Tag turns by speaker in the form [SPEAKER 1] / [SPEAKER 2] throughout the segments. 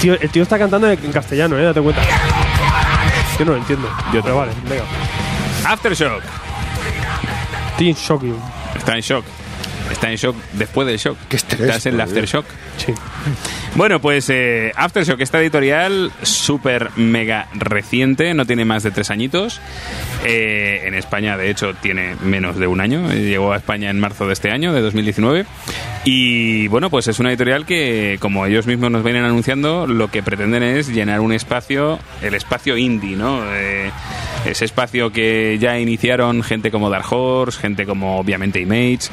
[SPEAKER 1] tío, el tío está cantando en castellano, eh, date cuenta. Yo no lo entiendo.
[SPEAKER 2] Yo
[SPEAKER 1] pero
[SPEAKER 2] tampoco.
[SPEAKER 1] vale, venga.
[SPEAKER 2] Aftershock.
[SPEAKER 1] Team Shocking.
[SPEAKER 2] Está en shock. Está en shock después del shock.
[SPEAKER 3] Qué estrés,
[SPEAKER 2] Estás en el
[SPEAKER 3] por Dios.
[SPEAKER 2] aftershock.
[SPEAKER 1] Sí.
[SPEAKER 2] Bueno, pues eh, Aftershock, esta editorial súper mega reciente, no tiene más de tres añitos. Eh, en España, de hecho, tiene menos de un año. Eh, Llegó a España en marzo de este año, de 2019. Y bueno, pues es una editorial que, como ellos mismos nos vienen anunciando, lo que pretenden es llenar un espacio, el espacio indie, ¿no? Eh, ese espacio que ya iniciaron gente como Dark Horse, gente como obviamente Image,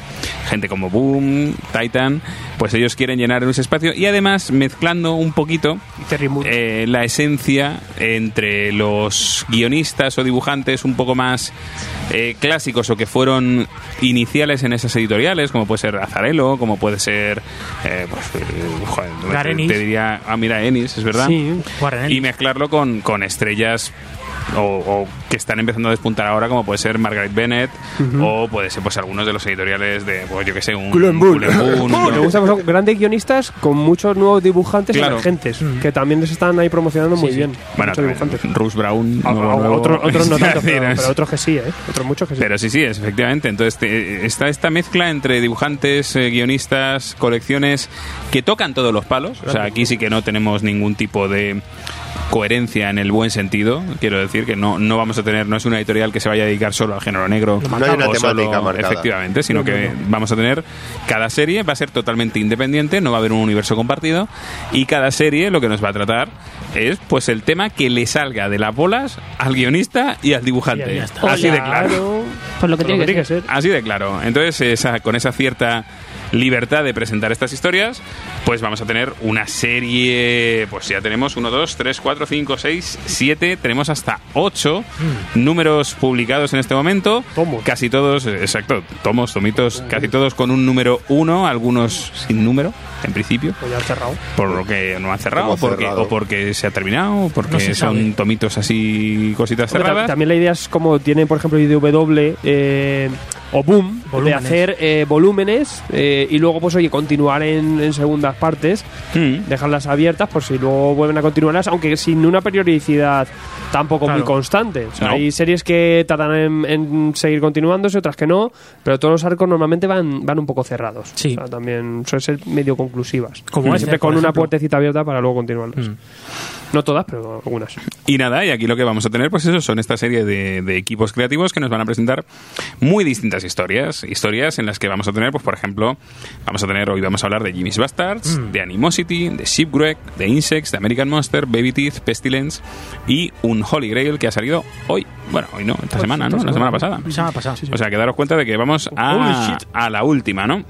[SPEAKER 2] gente como Boom, Titan, pues ellos quieren llenar ese espacio y además mezclando un poquito
[SPEAKER 1] Y Terry Moon.
[SPEAKER 2] eh, la esencia entre los guionistas o dibujantes un poco más eh, clásicos o que fueron iniciales en esas editoriales, como puede ser Azarelo, como puede ser. eh, pues, eh, joder, no me-
[SPEAKER 4] Garenis.
[SPEAKER 2] te diría. Ah, mira, Ennis, es verdad.
[SPEAKER 1] Sí.
[SPEAKER 4] Warren
[SPEAKER 2] Y
[SPEAKER 4] Ellis.
[SPEAKER 2] mezclarlo con, con estrellas. O, o que están empezando a despuntar ahora, como puede ser Margaret Bennett, o puede ser pues algunos de los editoriales de, pues yo que sé, un
[SPEAKER 3] Cullen Bull.
[SPEAKER 2] Cullen Bull,
[SPEAKER 1] Bueno,
[SPEAKER 2] ¿no?
[SPEAKER 1] me gusta, pues, son grandes guionistas con muchos nuevos dibujantes
[SPEAKER 2] Claro.
[SPEAKER 1] emergentes que también se están ahí promocionando muy bien.
[SPEAKER 2] Bueno,
[SPEAKER 1] muchos dibujantes.
[SPEAKER 2] Russ Brown.
[SPEAKER 1] A- a-
[SPEAKER 2] nuevo, nuevo.
[SPEAKER 1] otros, otros ah, no
[SPEAKER 2] Es
[SPEAKER 1] tanto,
[SPEAKER 2] decir,
[SPEAKER 1] pero,
[SPEAKER 2] es-
[SPEAKER 1] pero otros que sí, ¿eh? Otros muchos
[SPEAKER 3] Pues
[SPEAKER 1] que sí.
[SPEAKER 2] Pero sí, sí, es, efectivamente. Entonces te- está esta mezcla entre dibujantes, eh, guionistas, colecciones que tocan todos los palos. O sea, aquí sí que no tenemos ningún tipo de coherencia en el buen sentido. Quiero decir que no, no vamos a tener, no es una editorial que se vaya a dedicar solo al género negro.
[SPEAKER 3] No hay una
[SPEAKER 2] o solo-
[SPEAKER 3] temática marcada.
[SPEAKER 2] Efectivamente, sino que vamos a tener cada serie, va a ser totalmente independiente, no va a haber un universo compartido y cada serie lo que nos va a tratar es pues el tema que le salga de las bolas al guionista y al dibujante.
[SPEAKER 4] Y ya está.
[SPEAKER 2] Así de claro.
[SPEAKER 5] Pues lo que
[SPEAKER 1] Por lo
[SPEAKER 5] tiene que ser.
[SPEAKER 1] ser.
[SPEAKER 2] Así de claro. Entonces, esa- con esa cierta libertad de presentar estas historias, pues vamos a tener una serie, pues ya tenemos 1, 2, 3, 4, 5, 6, 7, tenemos hasta 8 números publicados en este momento.
[SPEAKER 1] Tomos.
[SPEAKER 2] Casi todos, eh, exacto, tomos, tomitos, casi todos con un número 1, algunos sin número, en principio,
[SPEAKER 1] Pues ya han cerrado.
[SPEAKER 2] por lo que no han cerrado,
[SPEAKER 3] Como
[SPEAKER 2] porque,
[SPEAKER 3] cerrado.
[SPEAKER 2] o porque se ha terminado, o porque
[SPEAKER 4] No se
[SPEAKER 2] son
[SPEAKER 4] sabe.
[SPEAKER 2] tomitos así, cositas
[SPEAKER 1] Hombre, tam-
[SPEAKER 2] cerradas.
[SPEAKER 1] También la idea es como tiene, por ejemplo, IDW eh, o Boom,
[SPEAKER 4] Volúmenes.
[SPEAKER 1] de hacer eh, volúmenes eh, y luego, pues oye, continuar en, en segundas partes,
[SPEAKER 2] Mm.
[SPEAKER 1] dejarlas abiertas por si luego vuelven a continuarlas, aunque sin una periodicidad tampoco
[SPEAKER 4] Claro.
[SPEAKER 1] muy constante. O sea,
[SPEAKER 2] No.
[SPEAKER 1] Hay series que tardan en, en seguir continuándose, otras que no, pero todos los arcos normalmente van, van un poco cerrados.
[SPEAKER 4] Sí.
[SPEAKER 1] O sea, también suelen ser medio conclusivas.
[SPEAKER 4] Como este,
[SPEAKER 1] Siempre
[SPEAKER 4] por
[SPEAKER 1] con una
[SPEAKER 4] ejemplo.
[SPEAKER 1] puertecita abierta para luego continuarlas.
[SPEAKER 4] Mm.
[SPEAKER 1] No todas, pero algunas.
[SPEAKER 2] Y nada, y aquí lo que vamos a tener, pues eso, son esta serie de, de equipos creativos que nos van a presentar muy distintas historias. Historias en las que vamos a tener, pues por ejemplo, vamos a tener, hoy vamos a hablar de Jimmy's Bastards,
[SPEAKER 1] Mm.
[SPEAKER 2] de Animosity, de Shipwreck, de Insects, de American Monster, Baby Teeth, Pestilence y un Holy Grail que ha salido hoy. Bueno, hoy no, esta semana, ¿no? Pues La semana pasada.
[SPEAKER 4] Se me ha pasado.
[SPEAKER 2] O sea, que daros cuenta de que vamos
[SPEAKER 1] Holy
[SPEAKER 2] a,
[SPEAKER 1] shit.
[SPEAKER 2] a la última, ¿no?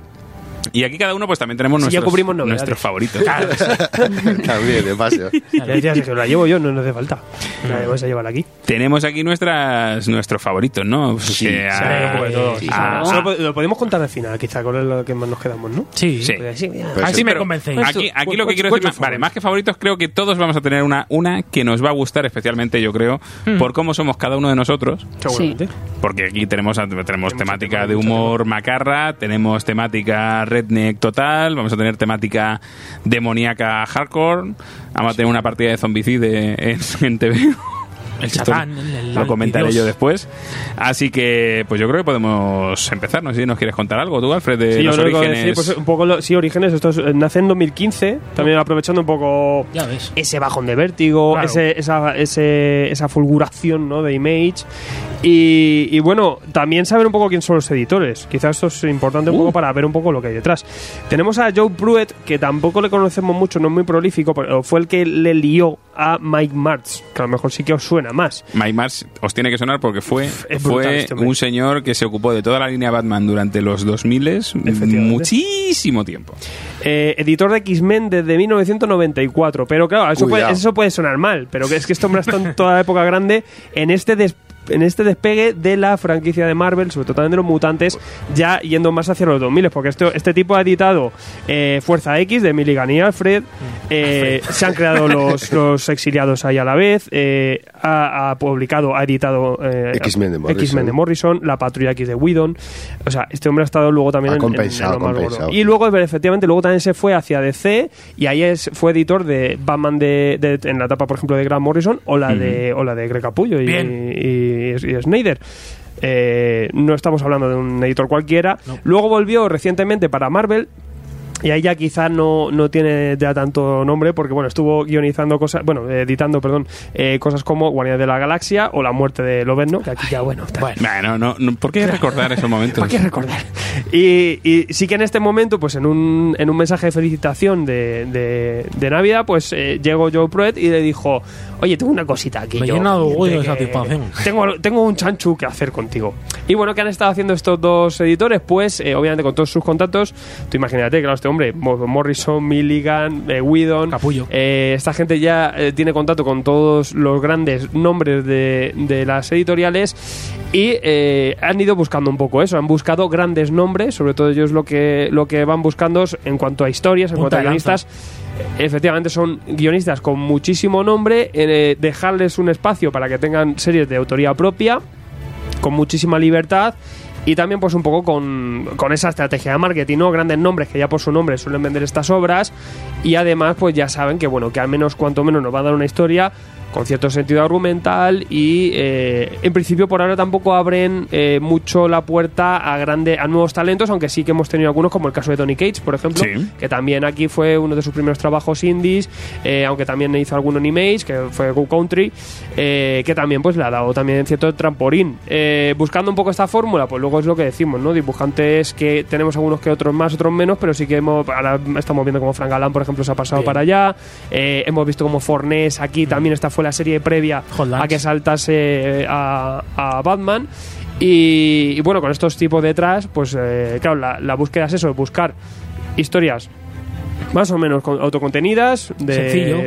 [SPEAKER 2] Y aquí cada uno pues también tenemos
[SPEAKER 1] Sí, ya
[SPEAKER 2] nuestros,
[SPEAKER 1] cubrimos novedades.
[SPEAKER 2] nuestros favoritos.
[SPEAKER 3] También, de paso.
[SPEAKER 1] Ya decías que la llevo yo, no, no hace falta.
[SPEAKER 2] Mm.
[SPEAKER 1] La vais a llevar aquí.
[SPEAKER 2] Tenemos aquí nuestras nuestros favoritos, ¿no? Pues
[SPEAKER 3] Sí,
[SPEAKER 2] que a-
[SPEAKER 1] Sale un poco de todo.
[SPEAKER 2] Sí,
[SPEAKER 1] Ah,
[SPEAKER 2] sí.
[SPEAKER 1] solo po- lo podemos contar al final, quizá con lo que más nos quedamos, ¿no?
[SPEAKER 4] Sí.
[SPEAKER 2] Sí.
[SPEAKER 1] Porque sí, mira.
[SPEAKER 3] Pues
[SPEAKER 4] Así
[SPEAKER 3] sí.
[SPEAKER 4] me
[SPEAKER 2] Pero ah,
[SPEAKER 4] convencéis.
[SPEAKER 2] Aquí, aquí lo que
[SPEAKER 1] ¿Cuál-
[SPEAKER 2] quiero
[SPEAKER 1] cuál
[SPEAKER 2] decir,
[SPEAKER 1] es tu
[SPEAKER 2] vale,
[SPEAKER 1] favorito?
[SPEAKER 2] más que favoritos, creo que todos vamos a tener una, una que nos va a gustar especialmente, yo creo, por cómo somos cada uno de nosotros.
[SPEAKER 1] Seguramente.
[SPEAKER 2] Porque aquí tenemos, tenemos temática de humor macarra, tenemos temática redneck total, vamos a tener temática demoníaca hardcore, vamos a tener una partida de zombicide en, en TV.
[SPEAKER 4] El
[SPEAKER 2] Esto
[SPEAKER 4] Satán, el- el-
[SPEAKER 2] Lo
[SPEAKER 4] el
[SPEAKER 2] comentaré
[SPEAKER 4] Dios.
[SPEAKER 2] yo después. Así que, pues yo creo que podemos empezar. No sé si nos quieres contar algo tú, Alfred, de
[SPEAKER 1] Sí, yo
[SPEAKER 2] los
[SPEAKER 1] lo que iba a
[SPEAKER 2] orígenes.
[SPEAKER 1] decir, pues, un poco lo- sí, Orígenes, esto es- eh, nace en 2015, también aprovechando un poco
[SPEAKER 4] Ya ves.
[SPEAKER 1] ese bajón de vértigo,
[SPEAKER 4] Claro.
[SPEAKER 1] ese- esa, ese- esa fulguración ¿no? de Image. Y, y bueno, también saber un poco quién son los editores. Quizás esto es importante un poco para ver un poco lo que hay detrás. Tenemos a Joe Pruitt, que tampoco le conocemos mucho, no es muy prolífico, pero fue el que le lió a Mike Martz, que a lo mejor sí que os suena más.
[SPEAKER 2] Mike Mars os tiene que sonar porque fue,
[SPEAKER 1] eh, es brutal
[SPEAKER 2] fue
[SPEAKER 1] este hombre.
[SPEAKER 2] un señor que se ocupó de toda la línea Batman durante los 2000
[SPEAKER 1] Efectivamente.
[SPEAKER 2] muchísimo tiempo.
[SPEAKER 1] Eh, editor de X-Men desde 1994. Pero claro, eso puede,
[SPEAKER 3] Cuidado.
[SPEAKER 1] eso puede sonar mal, pero que es que esto hombre ha estado en toda la época grande en este des- en este despegue de la franquicia de Marvel, sobre todo también de los mutantes, ya yendo más hacia los 2000, porque esto, este tipo ha editado eh, Fuerza X de Milligan y Alfred, eh, se han creado los, los exiliados ahí a la vez, eh, ha, ha publicado, ha editado eh,
[SPEAKER 3] X-Men de Morrison.
[SPEAKER 1] X-Men de Morrison, La Patrulla X de Whedon. O sea, este hombre ha estado luego también
[SPEAKER 3] Ha
[SPEAKER 1] en- en- en
[SPEAKER 3] compensado,
[SPEAKER 1] lo más gordo.
[SPEAKER 3] compensado.
[SPEAKER 1] Y luego, pero efectivamente, luego también se fue hacia DC y ahí es, fue editor de Batman de, de- en la etapa, por ejemplo, de Grant Morrison o la de, o la de Greg Capullo y, y, y Snyder. Eh, no estamos hablando de un editor cualquiera. Luego volvió recientemente para Marvel, y ahí ya quizá no, no tiene ya tanto nombre, porque bueno, estuvo guionizando cosas, bueno, editando, perdón, eh, cosas como Guardianes de la Galaxia o La Muerte de Lobezno, que aquí ya bueno, tal.
[SPEAKER 2] Bueno, no, no, ¿por qué recordar esos momentos?
[SPEAKER 1] ¿Para qué recordar? Y, y sí que en este momento, pues en un, en un mensaje de felicitación de, de- de Navidad, pues eh, llegó Joe Pruett y le dijo, oye, tengo una cosita aquí.
[SPEAKER 4] Me
[SPEAKER 1] yo,
[SPEAKER 4] llena de orgullo
[SPEAKER 1] que-
[SPEAKER 4] y satisfacción".
[SPEAKER 1] Tengo, tengo un chanchu que hacer contigo. Y bueno, ¿qué han estado haciendo estos dos editores? Pues, eh, obviamente, con todos sus contactos, tú imagínate, claro, este hombre, Mo- Morrison, Milligan, eh, Whedon...
[SPEAKER 4] Capullo.
[SPEAKER 1] Eh, esta gente ya eh, tiene contacto con todos los grandes nombres de, de las editoriales y eh, han ido buscando un poco eso, han buscado grandes nombres, sobre todo ellos lo que, lo que van buscando es en cuanto a historias, en cuanto
[SPEAKER 4] Punta
[SPEAKER 1] a
[SPEAKER 4] de lanza.
[SPEAKER 1] guionistas. Efectivamente son guionistas con muchísimo nombre, eh, dejarles un espacio para que tengan series de autoría propia con muchísima libertad y también pues un poco con, con esa estrategia de marketing, ¿no? Grandes nombres que ya por su nombre suelen vender estas obras y además pues ya saben que bueno, que al menos cuanto menos nos va a dar una historia con cierto sentido argumental y eh, en principio por ahora tampoco abren eh, mucho la puerta a grande, a nuevos talentos, aunque sí que hemos tenido algunos como el caso de Tony Cage, por ejemplo,
[SPEAKER 2] Sí.
[SPEAKER 1] que también aquí fue uno de sus primeros trabajos indies, eh, aunque también hizo alguno en Image, que fue Go Country, eh, que también pues le ha dado también cierto trampolín. Eh, buscando un poco esta fórmula, pues luego es lo que decimos, ¿no? Dibujantes que tenemos algunos que otros más, otros menos, pero sí que hemos, ahora estamos viendo como Frank Galán, por ejemplo, se ha pasado
[SPEAKER 4] Bien.
[SPEAKER 1] para allá, Eh, hemos visto como Fornés aquí también, esta fue la serie previa
[SPEAKER 4] Hot Lunch.
[SPEAKER 1] a que saltase eh, a, a Batman. Y, y bueno, con estos tipos detrás, pues eh, claro, la, la búsqueda es eso, buscar historias más o menos con- autocontenidas, de
[SPEAKER 4] Sencillo.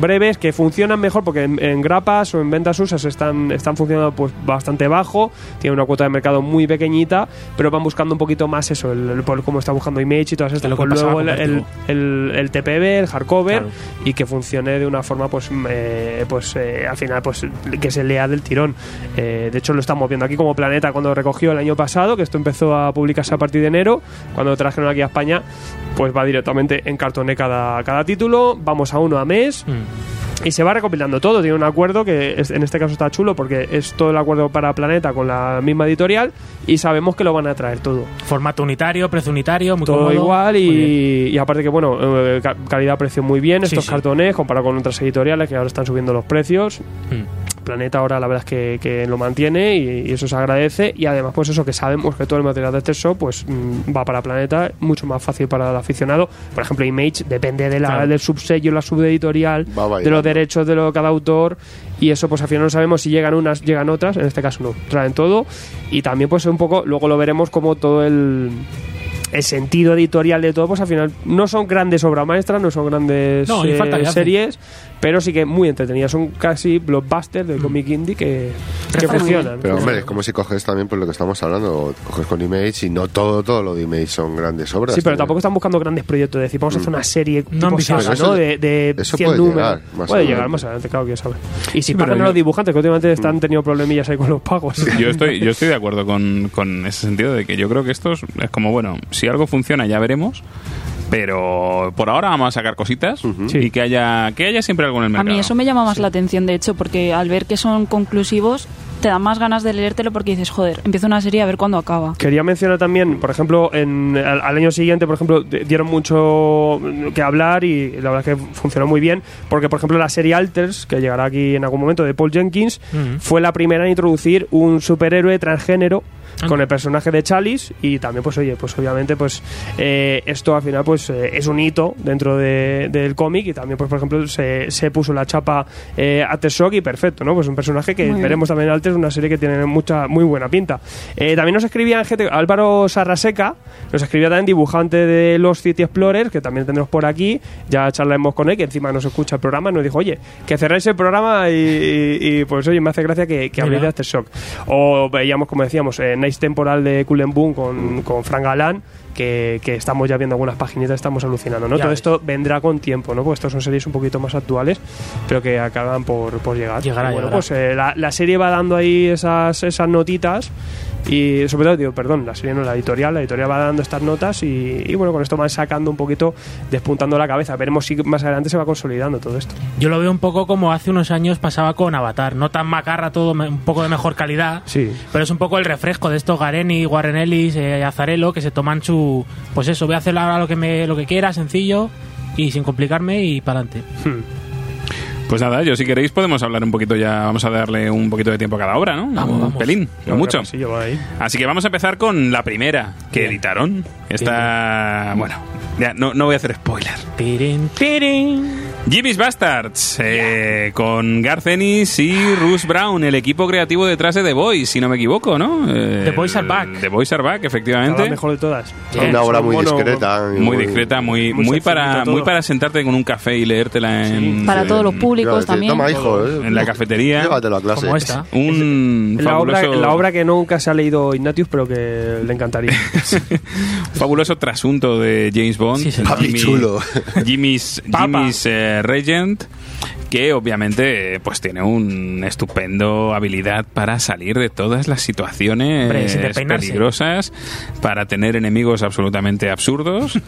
[SPEAKER 1] breves, que funcionan mejor porque en, en grapas o en ventas usas están, están funcionando pues bastante bajo, tienen una cuota de mercado muy pequeñita, pero van buscando un poquito más eso, el, el- por cómo está buscando Image y todas estas,
[SPEAKER 4] lo que
[SPEAKER 1] pues
[SPEAKER 4] pasaba
[SPEAKER 1] luego el,
[SPEAKER 4] con
[SPEAKER 1] el,
[SPEAKER 4] Vertigo.
[SPEAKER 1] el- el TPB, el hardcover,
[SPEAKER 4] Claro.
[SPEAKER 1] y que funcione de una forma pues mm, eh, pues eh, al final pues que se lea del tirón Eh, de hecho lo estamos viendo aquí como Planeta cuando recogió el año pasado que esto empezó a publicarse a partir de enero cuando lo trajeron aquí a España pues va directamente en cartoné cada, cada título vamos a uno a mes
[SPEAKER 4] Mm.
[SPEAKER 1] y se va recopilando todo. Tiene un acuerdo que es- en este caso está chulo porque es todo el acuerdo para Planeta con la misma editorial y sabemos que lo van a traer todo
[SPEAKER 4] Formato unitario, precio unitario, muy
[SPEAKER 1] todo
[SPEAKER 4] cómodo.
[SPEAKER 1] igual
[SPEAKER 4] Muy bien.
[SPEAKER 1] y, y aparte que bueno eh, ca- calidad-precio muy bien
[SPEAKER 4] Sí,
[SPEAKER 1] estos
[SPEAKER 4] sí.
[SPEAKER 1] cartones comparado con otras editoriales que ahora están subiendo los precios
[SPEAKER 4] Mm.
[SPEAKER 1] Planeta ahora la verdad es que, que lo mantiene y, y eso se agradece y además pues eso que sabemos que todo el material de este show pues mm, va para Planeta mucho más fácil para el aficionado por ejemplo Image depende de la,
[SPEAKER 4] Claro.
[SPEAKER 1] del subsello la subeditorial
[SPEAKER 3] Va
[SPEAKER 1] de
[SPEAKER 3] bailando.
[SPEAKER 1] los derechos de lo, cada autor y eso pues al final no sabemos si llegan unas llegan otras en este caso no traen todo y también pues un poco luego lo veremos como todo el el sentido editorial de todo, pues al final no son grandes obras maestras, no son grandes
[SPEAKER 4] No, y
[SPEAKER 1] eh,
[SPEAKER 4] falta que hace.
[SPEAKER 1] series, pero sí que muy entretenidas. Son casi blockbusters del cómic indie que, que
[SPEAKER 4] Mm. Está muy
[SPEAKER 1] funcionan.
[SPEAKER 3] Pero hombre, es como si coges también por lo que estamos hablando, coges con Image y no todo, todo lo de Image son grandes obras.
[SPEAKER 1] Sí, pero
[SPEAKER 3] también.
[SPEAKER 1] tampoco están buscando grandes proyectos. Es decir, vamos a hacer una serie
[SPEAKER 4] No
[SPEAKER 1] tipo
[SPEAKER 4] ambiciosa.
[SPEAKER 1] saga,
[SPEAKER 3] Pero eh. eso-
[SPEAKER 1] ¿no? De, de
[SPEAKER 3] eso
[SPEAKER 1] 100
[SPEAKER 3] puede
[SPEAKER 1] números.
[SPEAKER 3] llegar más
[SPEAKER 1] puede llegar
[SPEAKER 3] adelante. Mm.
[SPEAKER 1] más adelante, claro que ya sabes. Y si
[SPEAKER 4] Sí,
[SPEAKER 1] pagan
[SPEAKER 4] pero
[SPEAKER 1] a los
[SPEAKER 4] yo-
[SPEAKER 1] dibujantes, que últimamente están teniendo problemillas ahí con los pagos.
[SPEAKER 2] Yo estoy, yo estoy de acuerdo con, con ese sentido de que yo creo que esto es, es como, bueno, si algo funciona ya veremos, pero por ahora vamos a sacar cositas y que haya, que haya siempre algo en el
[SPEAKER 5] A
[SPEAKER 2] mercado.
[SPEAKER 5] mí eso me llama más la atención, de hecho, porque al ver que son conclusivos, te dan más ganas de leértelo porque dices, joder, empiezo una serie a ver cuándo acaba.
[SPEAKER 1] Quería mencionar también, por ejemplo, en, al, al año siguiente, por ejemplo, d- dieron mucho mm, que hablar y la verdad es que funcionó muy bien, porque por ejemplo la serie Alters, que llegará aquí en algún momento, de Paul Jenkins,
[SPEAKER 4] Mm.
[SPEAKER 1] fue la primera en introducir un superhéroe transgénero
[SPEAKER 4] Anda.
[SPEAKER 1] con el personaje de Chalice y también pues oye pues obviamente pues eh, esto al final pues eh, es un hito dentro de- del cómic y también pues por ejemplo se, se puso la chapa eh, a Tesog y perfecto no pues un personaje que
[SPEAKER 5] Muy bien.
[SPEAKER 1] veremos también en Alters una serie que tiene mucha muy buena pinta Eh, también nos escribía gente Álvaro Sarraseca nos escribía también dibujante de los City Explorers que también tendremos por aquí ya charlaremos con él que encima nos escucha el programa nos dijo oye que cerráis el programa y, y- y, pues oye me hace gracia que, que habléis
[SPEAKER 4] Mira.
[SPEAKER 1] de Aftershock o veíamos como decíamos eh, Nice Temporal de Cullen Boom con, con Frank Galán, que, que estamos ya viendo algunas paginitas, estamos alucinando, ¿no?
[SPEAKER 4] Ya
[SPEAKER 1] Todo
[SPEAKER 4] ves.
[SPEAKER 1] esto vendrá con tiempo, ¿no? Porque estas son series un poquito más actuales, pero que acaban por, por llegar.
[SPEAKER 4] Llegará,
[SPEAKER 1] Y bueno,
[SPEAKER 4] llegará.
[SPEAKER 1] pues eh, la, la serie va dando ahí esas, esas notitas y sobre todo, digo, perdón, la serie no, la editorial, la editorial va dando estas notas y, y, bueno, con esto van sacando un poquito, despuntando la cabeza. Veremos si más adelante se va consolidando todo esto.
[SPEAKER 4] Yo lo veo un poco como hace unos años pasaba con Avatar. No tan macarra todo, me- un poco de mejor calidad.
[SPEAKER 1] Sí.
[SPEAKER 4] Pero es un poco el refresco de estos Gareni, Warren Ellis, eh, Azarelo, que se toman su. Pues eso, voy a hacer ahora lo que, me, lo que quiera, sencillo y sin complicarme y para adelante.
[SPEAKER 1] Hmm.
[SPEAKER 2] Pues nada, yo si queréis podemos hablar un poquito ya, vamos a darle un poquito de tiempo a cada obra, ¿no?
[SPEAKER 4] Vamos,
[SPEAKER 2] un
[SPEAKER 4] vamos.
[SPEAKER 2] pelín, no mucho.
[SPEAKER 1] Sí, yo ahí.
[SPEAKER 2] Así que vamos a empezar con la primera que
[SPEAKER 4] Bien.
[SPEAKER 2] editaron. Esta, bueno, ya no, no voy a hacer spoiler.
[SPEAKER 4] Tirin, tirin.
[SPEAKER 2] Jimmy's Bastards, eh, con Garth Ennis y Russ Brown, el equipo creativo detrás de The Boys, si no me equivoco, ¿no? Eh,
[SPEAKER 4] The Boys Are Back.
[SPEAKER 2] The Boys Are Back,
[SPEAKER 1] La
[SPEAKER 2] efectivamente.
[SPEAKER 1] mejor de todas.
[SPEAKER 4] Bien.
[SPEAKER 3] Una obra
[SPEAKER 1] Es un
[SPEAKER 3] muy
[SPEAKER 1] mono-
[SPEAKER 3] discreta. y
[SPEAKER 2] Muy discreta, muy,
[SPEAKER 1] muy
[SPEAKER 2] muy, para,
[SPEAKER 1] sencillito
[SPEAKER 2] muy
[SPEAKER 1] todo.
[SPEAKER 2] para sentarte con un café y leértela en,
[SPEAKER 5] Para
[SPEAKER 2] en-
[SPEAKER 5] todos los
[SPEAKER 3] Iba a
[SPEAKER 5] públicos
[SPEAKER 3] decir,
[SPEAKER 5] también.
[SPEAKER 3] Toma, hijo. eh,
[SPEAKER 2] en la cafetería.
[SPEAKER 3] Llévatelo a clase.
[SPEAKER 4] Como esta.
[SPEAKER 2] Un
[SPEAKER 1] La obra,
[SPEAKER 2] fabuloso-
[SPEAKER 1] la obra que nunca se ha leído Ignatius, pero que le encantaría.
[SPEAKER 2] fabuloso trasunto de James Bond.
[SPEAKER 4] Sí, señor.
[SPEAKER 3] Papi chulo.
[SPEAKER 2] Jimmy's,
[SPEAKER 1] Papa.
[SPEAKER 2] Jimmy's, eh, Regent, que obviamente eh, pues tiene un estupendo habilidad para salir de todas las situaciones
[SPEAKER 4] Hombre, sin despeinarse.
[SPEAKER 2] peligrosas, para tener enemigos absolutamente absurdos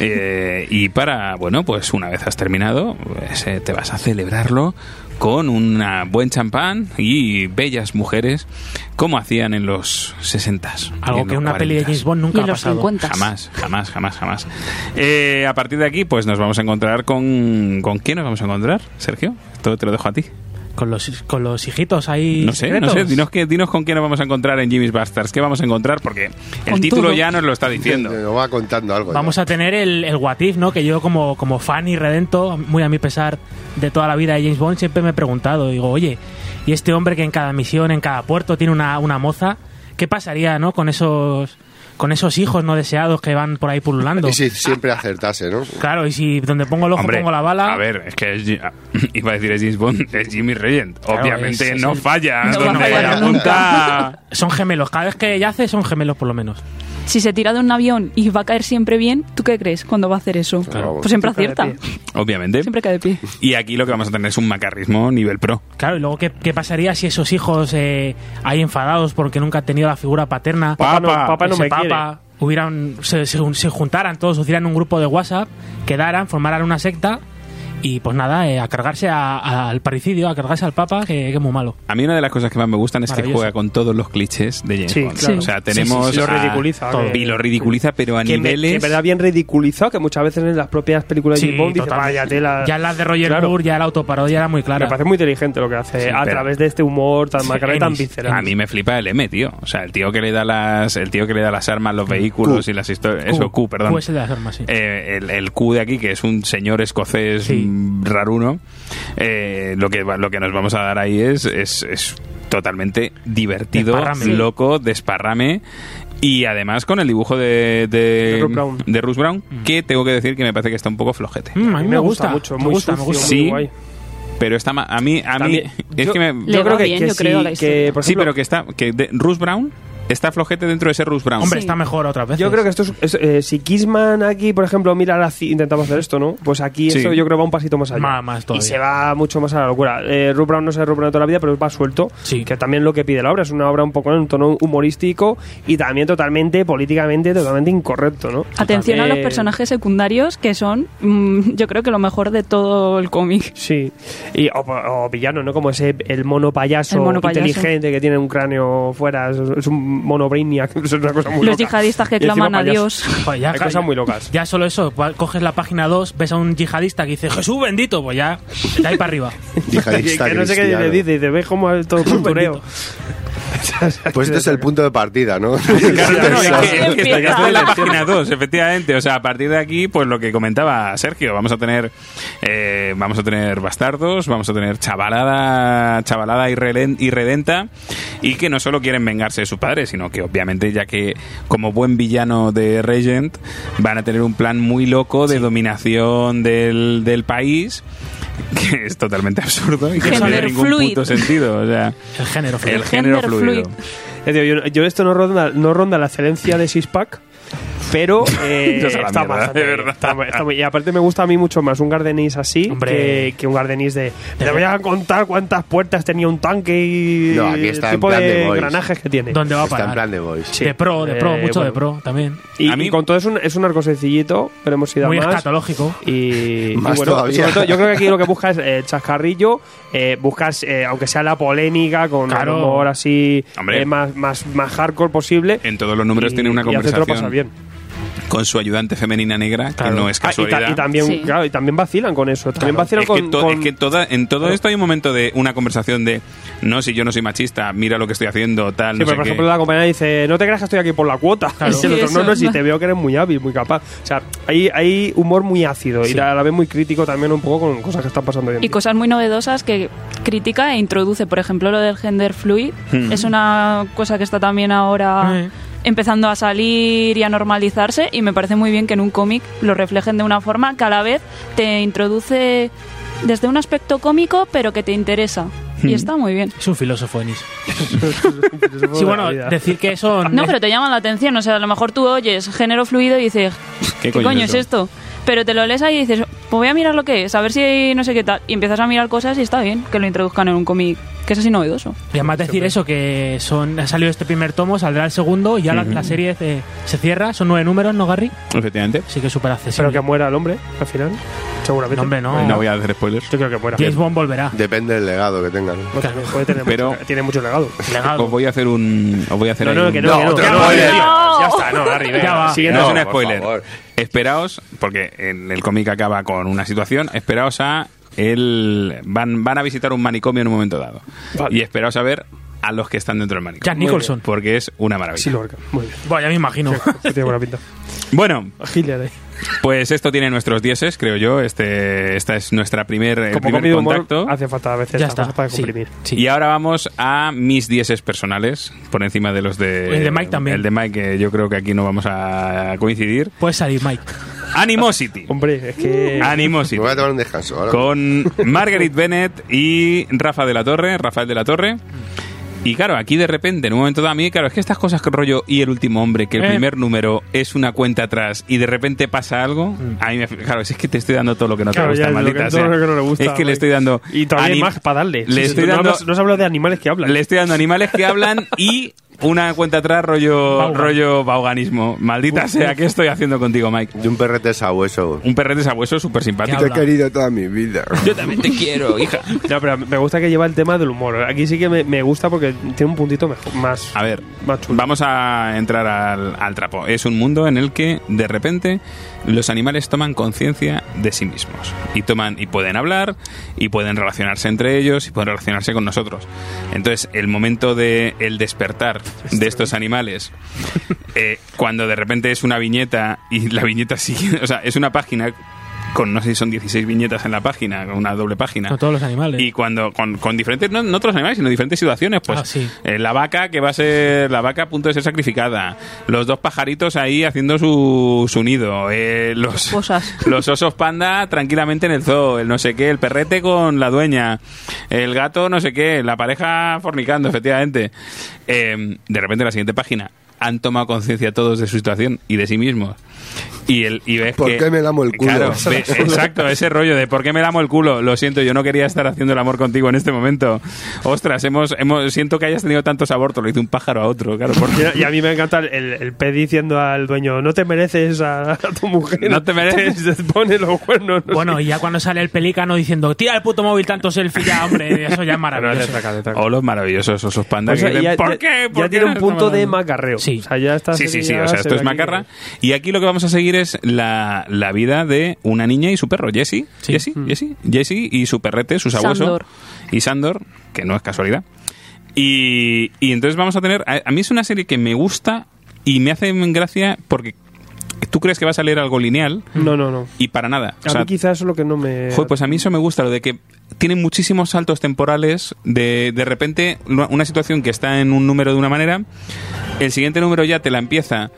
[SPEAKER 2] eh, y para, bueno, pues una vez has terminado, pues, eh, te vas a celebrarlo con un buen champán y bellas mujeres como hacían en los 60
[SPEAKER 4] Algo que una peli de James Bond
[SPEAKER 5] Y
[SPEAKER 4] nunca
[SPEAKER 5] en
[SPEAKER 4] ha
[SPEAKER 5] los
[SPEAKER 4] pasado.
[SPEAKER 5] 50.
[SPEAKER 2] Jamás, jamás, jamás, jamás. Eh, a partir de aquí, pues nos vamos a encontrar con. ¿Con qué nos vamos a encontrar, Sergio? Todo te lo dejo a ti.
[SPEAKER 4] Con los, con los hijitos ahí.
[SPEAKER 2] No sé, no
[SPEAKER 4] secretos.
[SPEAKER 2] sé. Dinos, qué, dinos con qué nos vamos a encontrar en Jimmy's Bastards. ¿Qué vamos a encontrar? Porque el
[SPEAKER 5] Con
[SPEAKER 2] título
[SPEAKER 5] todo.
[SPEAKER 2] ya nos lo está diciendo.
[SPEAKER 3] Me va contando
[SPEAKER 2] Pues
[SPEAKER 3] algo.
[SPEAKER 4] Vamos a tener el, el What If, ¿no? Que yo como, como fan y redento, muy a mi pesar de toda la vida de James Bond, siempre me he preguntado, digo, oye, ¿y este hombre que en cada misión, en cada puerto tiene una, una moza? ¿Qué pasaría, ¿no? Con esos, con esos hijos no deseados que van por ahí pululando.
[SPEAKER 3] Y si siempre acertase, ¿no?
[SPEAKER 4] Claro, y si donde pongo el ojo
[SPEAKER 2] Hombre,
[SPEAKER 4] pongo la bala...
[SPEAKER 2] A ver, es que es Ji- iba a decir es James Bond, es Jimmy Regent.
[SPEAKER 4] Claro,
[SPEAKER 2] Obviamente
[SPEAKER 4] es- es
[SPEAKER 2] no
[SPEAKER 4] el-
[SPEAKER 2] falla.
[SPEAKER 5] No va a
[SPEAKER 2] donde
[SPEAKER 5] fallar
[SPEAKER 2] apunta.
[SPEAKER 4] Son gemelos, cada vez que yace son gemelos por lo menos.
[SPEAKER 5] Si se tira de un avión y va a caer siempre bien, ¿tú qué crees cuando va a hacer eso?
[SPEAKER 3] Claro.
[SPEAKER 5] Pues siempre
[SPEAKER 1] Siempre cae
[SPEAKER 5] acierta.
[SPEAKER 1] de
[SPEAKER 2] Obviamente.
[SPEAKER 5] Siempre cae de pie.
[SPEAKER 2] Y aquí lo que vamos a tener es un macarrismo nivel pro.
[SPEAKER 4] Claro, y luego, ¿qué, qué pasaría si esos hijos eh, ahí enfadados porque nunca han tenido la figura paterna?
[SPEAKER 1] Papá no,
[SPEAKER 2] Papa,
[SPEAKER 1] papá no
[SPEAKER 4] ese
[SPEAKER 1] me quiere.
[SPEAKER 4] papa hubieran se, se- se juntaran todos, hicieran un grupo de WhatsApp, quedaran, formaran una secta y pues nada, eh, a cargarse a- a- al parricidio, a cargarse al Papa, que, que es muy malo.
[SPEAKER 2] A mí una de las cosas que más me gustan es que
[SPEAKER 4] Maravilloso.
[SPEAKER 2] juega con todos los clichés de James
[SPEAKER 1] Sí,
[SPEAKER 2] Bond.
[SPEAKER 1] claro.
[SPEAKER 2] O sea,
[SPEAKER 1] Sí, sí, sí,
[SPEAKER 2] tenemos
[SPEAKER 1] lo
[SPEAKER 2] a-
[SPEAKER 1] ridiculiza,
[SPEAKER 2] todo.
[SPEAKER 1] que-
[SPEAKER 2] y lo ridiculiza, pero a
[SPEAKER 1] que me-
[SPEAKER 2] niveles
[SPEAKER 1] que me da bien ridiculizado, que muchas veces en las propias películas
[SPEAKER 4] Sí,
[SPEAKER 1] de James Bond dice,
[SPEAKER 4] totalmente.
[SPEAKER 1] vaya tela.
[SPEAKER 4] Ya las de Roger
[SPEAKER 1] Claro.
[SPEAKER 4] Moore, ya la autoparodia era muy
[SPEAKER 1] Me
[SPEAKER 4] clara.
[SPEAKER 1] parece muy inteligente lo que hace
[SPEAKER 2] Sí,
[SPEAKER 1] a
[SPEAKER 2] pero-
[SPEAKER 1] través de este humor tan
[SPEAKER 4] Sí,
[SPEAKER 1] macarra y tan
[SPEAKER 4] Ennis,
[SPEAKER 1] visceral.
[SPEAKER 2] a mí me flipa el M, tío. O sea, el tío que le da las el tío que le da las armas, los vehículos y las historias, eso Q, perdón.
[SPEAKER 4] Pues el de las armas, sí.
[SPEAKER 2] Eh, el, el Q de aquí, que es un señor escocés
[SPEAKER 4] Sí.
[SPEAKER 2] mm, raruno, eh, lo, que, va- lo que nos vamos a dar ahí es, es, es totalmente divertido,
[SPEAKER 4] Desparrame. Sí.
[SPEAKER 2] loco, desparrame. Y además con el dibujo de, de,
[SPEAKER 1] De Russ Brown. Mm.
[SPEAKER 2] de Russ Brown, que tengo que decir que me parece que está un poco flojete.
[SPEAKER 4] Mm, a mí me, gusta,
[SPEAKER 1] mucho,
[SPEAKER 4] me
[SPEAKER 1] muy
[SPEAKER 4] gusta, me
[SPEAKER 1] sucio,
[SPEAKER 4] gusta.
[SPEAKER 2] Sí,
[SPEAKER 1] muy guay.
[SPEAKER 2] Pero está ma- a mí, a mí
[SPEAKER 1] También-
[SPEAKER 2] es
[SPEAKER 1] yo-
[SPEAKER 2] que me-
[SPEAKER 5] Le
[SPEAKER 1] yo
[SPEAKER 5] va
[SPEAKER 1] creo que,
[SPEAKER 5] bien,
[SPEAKER 1] que
[SPEAKER 5] yo
[SPEAKER 1] sí,
[SPEAKER 5] creo, la
[SPEAKER 1] que,
[SPEAKER 5] historia.
[SPEAKER 1] por
[SPEAKER 2] sí,
[SPEAKER 1] ejemplo,
[SPEAKER 2] pero que está que de- Russ Brown está flojete dentro de ese Russ Brown.
[SPEAKER 4] Hombre,
[SPEAKER 5] Sí.
[SPEAKER 4] está mejor otra vez.
[SPEAKER 1] Yo creo que esto es, es, eh, si Kissman aquí, por ejemplo, mira la ci- intentamos hacer esto, ¿no? Pues aquí
[SPEAKER 2] Sí.
[SPEAKER 1] eso yo creo va un pasito más allá.
[SPEAKER 4] Más- más todavía.
[SPEAKER 1] Y se va mucho más a la locura. Eh, Ruth Brown no se Ruth Brown toda la vida, pero va suelto.
[SPEAKER 4] Sí.
[SPEAKER 1] Que también lo que pide la obra es una obra un poco en un tono humorístico y también totalmente políticamente, totalmente incorrecto, ¿no?
[SPEAKER 5] Atención a los
[SPEAKER 1] Eh,
[SPEAKER 5] personajes secundarios que son, mm, yo creo que lo mejor de todo el cómic.
[SPEAKER 1] Sí, y, o, o villano, ¿no? Como ese el mono payaso,
[SPEAKER 5] El mono payaso.
[SPEAKER 1] inteligente que tiene un cráneo fuera, es, es un mono brainiac, es una cosa muy
[SPEAKER 5] Los
[SPEAKER 1] loca.
[SPEAKER 5] yihadistas
[SPEAKER 1] Y
[SPEAKER 5] que
[SPEAKER 1] encima
[SPEAKER 5] claman a
[SPEAKER 1] payaso.
[SPEAKER 5] Dios.
[SPEAKER 4] Joder, ya,
[SPEAKER 1] Hay cosas
[SPEAKER 4] ya-
[SPEAKER 1] muy locas.
[SPEAKER 4] Ya solo eso, cual- coges la página 2, ves a un yihadista que dice Jesús bendito, pues ya, de ahí para arriba.
[SPEAKER 3] Yihadista
[SPEAKER 1] que no sé qué
[SPEAKER 3] cristiano.
[SPEAKER 1] le dice, dice, ves cómo es todo cultureo.
[SPEAKER 3] Pues este es el punto de partida, ¿no?
[SPEAKER 2] Claro, no, no, es que- es que
[SPEAKER 5] Empieza.
[SPEAKER 2] está en la página 2, efectivamente. O sea, a partir de aquí, pues lo que comentaba Sergio, vamos a tener eh, vamos a tener bastardos, vamos a tener chavalada, chavalada irrelen- irredenta, y que no solo quieren vengarse de sus padres, sino que obviamente, ya que como buen villano de Regent, van a tener un plan muy loco de dominación del, del país, que es totalmente absurdo y que no tiene
[SPEAKER 5] Género
[SPEAKER 2] ningún
[SPEAKER 5] fluid.
[SPEAKER 2] puto sentido. O sea,
[SPEAKER 4] El género.
[SPEAKER 2] el
[SPEAKER 5] Género
[SPEAKER 2] género fluido.
[SPEAKER 5] fluid.
[SPEAKER 1] Ya digo, yo, yo esto no ronda, no ronda la excelencia de Sixpack. Pero eh,
[SPEAKER 2] Yo sé la
[SPEAKER 1] está
[SPEAKER 2] mierda,
[SPEAKER 1] bastante
[SPEAKER 2] de
[SPEAKER 1] bien,
[SPEAKER 2] verdad.
[SPEAKER 1] está muy- está muy- y aparte me gusta a mí mucho más un Gardenis así
[SPEAKER 4] Hombre.
[SPEAKER 1] que, que un Gardenis de... Te voy a contar cuántas puertas tenía un tanque y
[SPEAKER 3] No, aquí está
[SPEAKER 1] el
[SPEAKER 3] en
[SPEAKER 1] tipo
[SPEAKER 3] plan
[SPEAKER 1] de,
[SPEAKER 3] de boys.
[SPEAKER 1] engranajes que tiene.
[SPEAKER 4] ¿Dónde va a
[SPEAKER 3] Está en
[SPEAKER 4] parar?
[SPEAKER 3] plan de boys.
[SPEAKER 1] Sí.
[SPEAKER 4] De pro, de pro,
[SPEAKER 1] Eh,
[SPEAKER 4] mucho de
[SPEAKER 1] bueno.
[SPEAKER 4] pro también.
[SPEAKER 1] Y,
[SPEAKER 2] A mí-
[SPEAKER 1] y con todo es un, es un arco sencillito, pero hemos ido a
[SPEAKER 4] Muy
[SPEAKER 1] más.
[SPEAKER 4] escatológico.
[SPEAKER 1] Y, y
[SPEAKER 3] Más
[SPEAKER 1] bueno,
[SPEAKER 3] todavía.
[SPEAKER 1] sobre todo, yo creo que aquí lo que buscas es eh, chascarrillo, eh, buscas, eh, aunque sea la polémica, con
[SPEAKER 4] Claro.
[SPEAKER 1] un humor así
[SPEAKER 2] Hombre.
[SPEAKER 1] eh, más, más, más hardcore posible.
[SPEAKER 2] En todos los números
[SPEAKER 1] Y-
[SPEAKER 2] tiene una
[SPEAKER 1] y hacértelo pasar
[SPEAKER 2] conversación
[SPEAKER 1] bien.
[SPEAKER 2] con su ayudante femenina negra,
[SPEAKER 4] Claro.
[SPEAKER 2] que no es
[SPEAKER 1] Ah, y, ta-
[SPEAKER 2] casualidad.
[SPEAKER 1] y también,
[SPEAKER 5] Sí.
[SPEAKER 1] claro, y también vacilan con eso. También vacilan
[SPEAKER 2] es,
[SPEAKER 1] con.
[SPEAKER 2] que to-
[SPEAKER 1] con-
[SPEAKER 2] es que toda, en todo esto hay un momento de una conversación de no, si yo no soy machista, mira lo que estoy haciendo, tal,
[SPEAKER 1] Sí,
[SPEAKER 2] no
[SPEAKER 1] pero
[SPEAKER 2] sé
[SPEAKER 1] por
[SPEAKER 2] qué.
[SPEAKER 1] ejemplo, la compañera dice: No te creas que estoy aquí por la cuota.
[SPEAKER 4] Claro.
[SPEAKER 1] Y el
[SPEAKER 5] Sí,
[SPEAKER 1] otro,
[SPEAKER 5] eso.
[SPEAKER 1] no, no, si te veo que eres muy hábil, muy capaz. O sea, hay, hay humor muy ácido y
[SPEAKER 4] Sí.
[SPEAKER 1] a la vez muy crítico también, un poco con cosas que están pasando hoy en
[SPEAKER 5] Y
[SPEAKER 1] día.
[SPEAKER 5] cosas muy novedosas que critica e introduce. Por ejemplo, lo del gender fluid.
[SPEAKER 2] Hmm.
[SPEAKER 5] Es una cosa que está también ahora
[SPEAKER 4] Eh.
[SPEAKER 5] empezando a salir y a normalizarse. Y me parece muy bien que en un cómic lo reflejen de una forma que a la vez te introduce desde un aspecto cómico, pero que te interesa. Y está muy bien.
[SPEAKER 4] Es un filósofo, Enis.
[SPEAKER 1] filósofo
[SPEAKER 4] Sí,
[SPEAKER 1] de la
[SPEAKER 4] bueno,
[SPEAKER 1] vida.
[SPEAKER 4] decir que eso...
[SPEAKER 5] No, pero te llama la atención. O sea, a lo mejor tú oyes género fluido y dices, ¿qué, coño, es esto? Pero te lo lees ahí y dices, pues voy a mirar lo que es, a ver si no sé qué tal. Y empiezas a mirar cosas y está bien que lo introduzcan en un cómic, que es así novedoso.
[SPEAKER 4] Y además decir eso, que son ha salido este primer tomo, saldrá el segundo y ya la, la serie eh, se cierra. Son nueve números, ¿no, Garry?
[SPEAKER 2] Efectivamente.
[SPEAKER 4] Sí que es súper accesible.
[SPEAKER 1] Pero que muera el hombre al final, seguramente.
[SPEAKER 4] No, hombre, no.
[SPEAKER 2] No voy a hacer spoilers.
[SPEAKER 1] Yo creo que muera.
[SPEAKER 4] James Bond volverá.
[SPEAKER 3] Depende del legado que tengan.
[SPEAKER 1] Pues también puede tener
[SPEAKER 2] Pero-
[SPEAKER 1] mucho- tiene mucho legado.
[SPEAKER 4] Legado.
[SPEAKER 2] Os voy a hacer un. Os voy a hacer ahí un-
[SPEAKER 3] no,
[SPEAKER 1] ya,
[SPEAKER 3] otro spoiler.
[SPEAKER 1] va, ya está, no, Gary, venga,
[SPEAKER 4] Ya va.
[SPEAKER 1] siguiente.
[SPEAKER 2] No,
[SPEAKER 3] No,
[SPEAKER 2] es un
[SPEAKER 3] por
[SPEAKER 2] spoiler.
[SPEAKER 3] favor.
[SPEAKER 2] Esperaos, porque en el cómic acaba con una situación, esperaos a el van, van a visitar un manicomio en un momento dado.
[SPEAKER 1] Vale.
[SPEAKER 2] Y esperaos a ver a los que están dentro del manicomio.
[SPEAKER 4] Jack Nicholson.
[SPEAKER 2] Porque es una maravilla.
[SPEAKER 1] Sí, Lorca. Muy bien.
[SPEAKER 4] Bueno, ya me imagino.
[SPEAKER 1] Sí, tiene buena pinta.
[SPEAKER 2] Bueno,
[SPEAKER 1] Hitler ahí.
[SPEAKER 2] pues esto tiene nuestros dieces, creo yo. Este, esta es nuestra primer, el
[SPEAKER 1] Como
[SPEAKER 2] primer
[SPEAKER 1] comedia humor,
[SPEAKER 2] contacto.
[SPEAKER 1] hace falta a veces
[SPEAKER 4] ya
[SPEAKER 1] estas
[SPEAKER 4] está.
[SPEAKER 1] cosas para
[SPEAKER 4] sí,
[SPEAKER 1] comprimir.
[SPEAKER 4] sí.
[SPEAKER 2] Y ahora vamos a mis dieces personales, por encima de los de...
[SPEAKER 4] El de Mike también.
[SPEAKER 2] El de Mike, que yo creo que aquí no vamos a coincidir.
[SPEAKER 4] Puedes salir, Mike.
[SPEAKER 2] Animosity.
[SPEAKER 1] Hombre, es que...
[SPEAKER 4] Uh.
[SPEAKER 2] Ah,
[SPEAKER 3] Me
[SPEAKER 2] Animosity.
[SPEAKER 3] voy a tomar un descanso. ahora.
[SPEAKER 2] con Margaret Bennett y Rafa de la Torre, Rafael de la Torre. Y claro, aquí de repente, en un momento dado, a mí, claro, es que estas cosas que rollo y el último hombre, que el
[SPEAKER 4] Eh.
[SPEAKER 2] primer número es una cuenta atrás y de repente pasa algo, a mí me, claro, si es que te estoy dando todo lo que no
[SPEAKER 1] Mm. Claro,
[SPEAKER 2] te
[SPEAKER 1] ya
[SPEAKER 2] gusta,
[SPEAKER 1] es lo que-
[SPEAKER 2] maldita
[SPEAKER 1] todo
[SPEAKER 2] sea.
[SPEAKER 1] lo que no le gusta,
[SPEAKER 2] es que le
[SPEAKER 1] Mike.
[SPEAKER 2] estoy dando
[SPEAKER 1] Y todavía hay
[SPEAKER 2] anim-
[SPEAKER 1] más para darle.
[SPEAKER 2] Le
[SPEAKER 1] Sí, sí,
[SPEAKER 2] estoy
[SPEAKER 1] no
[SPEAKER 2] dando
[SPEAKER 1] hablas- No se habla de animales que hablan.
[SPEAKER 2] le estoy dando animales que hablan y una cuenta atrás rollo
[SPEAKER 4] Vaughan.
[SPEAKER 2] rollo bauganismo. Maldita sea, ¿qué estoy haciendo contigo, Mike?
[SPEAKER 3] De un perrete sabueso.
[SPEAKER 2] Un perrete sabueso súper simpático.
[SPEAKER 4] Te he Habla.
[SPEAKER 3] querido toda mi vida.
[SPEAKER 2] Yo también te quiero, hija.
[SPEAKER 1] No, pero me gusta que lleva el tema del humor. Aquí sí que me, me gusta porque tiene un puntito mejor, más...
[SPEAKER 2] A ver,
[SPEAKER 1] Más chulo.
[SPEAKER 2] vamos a entrar al, al trapo. Es un mundo en el que de repente los animales toman conciencia de sí mismos y toman y pueden hablar y pueden relacionarse entre ellos y pueden relacionarse con nosotros. Entonces, el momento de el despertar de estos animales eh, cuando de repente es una viñeta y la viñeta sigue, o sea, es una página con no sé si son 16 viñetas en la página, con una doble página.
[SPEAKER 4] No todos los animales.
[SPEAKER 2] Y cuando con, con diferentes, no, no otros animales, sino diferentes situaciones, pues
[SPEAKER 4] Ah, sí.
[SPEAKER 2] eh, la vaca que va a ser, la vaca a punto de ser sacrificada, los dos pajaritos ahí haciendo su, su nido, eh, los,
[SPEAKER 5] Cosas.
[SPEAKER 2] los osos panda tranquilamente en el zoo, el no sé qué, el perrete con la dueña, el gato no sé qué, la pareja fornicando, efectivamente. Eh, de repente en la siguiente página han tomado conciencia todos de su situación y de sí mismos. Y, el, y ves
[SPEAKER 6] ¿Por
[SPEAKER 2] que-
[SPEAKER 6] qué me lamo el culo?
[SPEAKER 2] Claro, ve- exacto, ese rollo de ¿por qué me lamo el culo? Lo siento, yo no quería estar haciendo el amor contigo en este momento. Ostras, hemos, hemos siento que hayas tenido tantos abortos, lo hizo un pájaro a otro, claro, porque
[SPEAKER 1] Y a mí me encanta el, el pez diciendo al dueño, no te mereces a, a tu mujer.
[SPEAKER 2] No te mereces.
[SPEAKER 1] Te pone los cuernos. no
[SPEAKER 4] Bueno, y ya cuando sale el pelícano diciendo, tira el puto móvil tanto selfie ya, hombre, eso ya es maravilloso.
[SPEAKER 2] o Oh, los maravillosos osos panda
[SPEAKER 1] O sea,
[SPEAKER 2] que dicen,
[SPEAKER 1] ya,
[SPEAKER 2] ¿por
[SPEAKER 1] ya-
[SPEAKER 2] qué? ¿Por
[SPEAKER 1] ya
[SPEAKER 2] qué
[SPEAKER 1] tiene
[SPEAKER 2] no
[SPEAKER 1] un
[SPEAKER 2] estamos
[SPEAKER 1] punto de
[SPEAKER 2] hablando?"
[SPEAKER 1] macarreo.
[SPEAKER 4] Sí.
[SPEAKER 1] O sea, ya está.
[SPEAKER 2] Sí, sí, sí, o sea, esto es macarra. Y aquí lo que vamos a seguir es la, la vida de una niña y su perro, Jesse.
[SPEAKER 4] Sí.
[SPEAKER 2] Jesse,
[SPEAKER 1] Mm.
[SPEAKER 2] Jesse, Jesse y su perrete, su sabueso.
[SPEAKER 5] Sandor.
[SPEAKER 2] Y Sandor, que no es casualidad. Y, y entonces vamos a tener... A, a mí es una serie que me gusta y me hace gracia porque tú crees que vas a leer algo lineal
[SPEAKER 1] No, no, no.
[SPEAKER 2] y para nada. O
[SPEAKER 1] A
[SPEAKER 2] sea,
[SPEAKER 1] mí quizás es lo que no me...
[SPEAKER 2] Joder, pues a mí eso me gusta, lo de que tienen muchísimos saltos temporales de, de repente lo- una situación que está en un número de una manera, el siguiente número ya te la empieza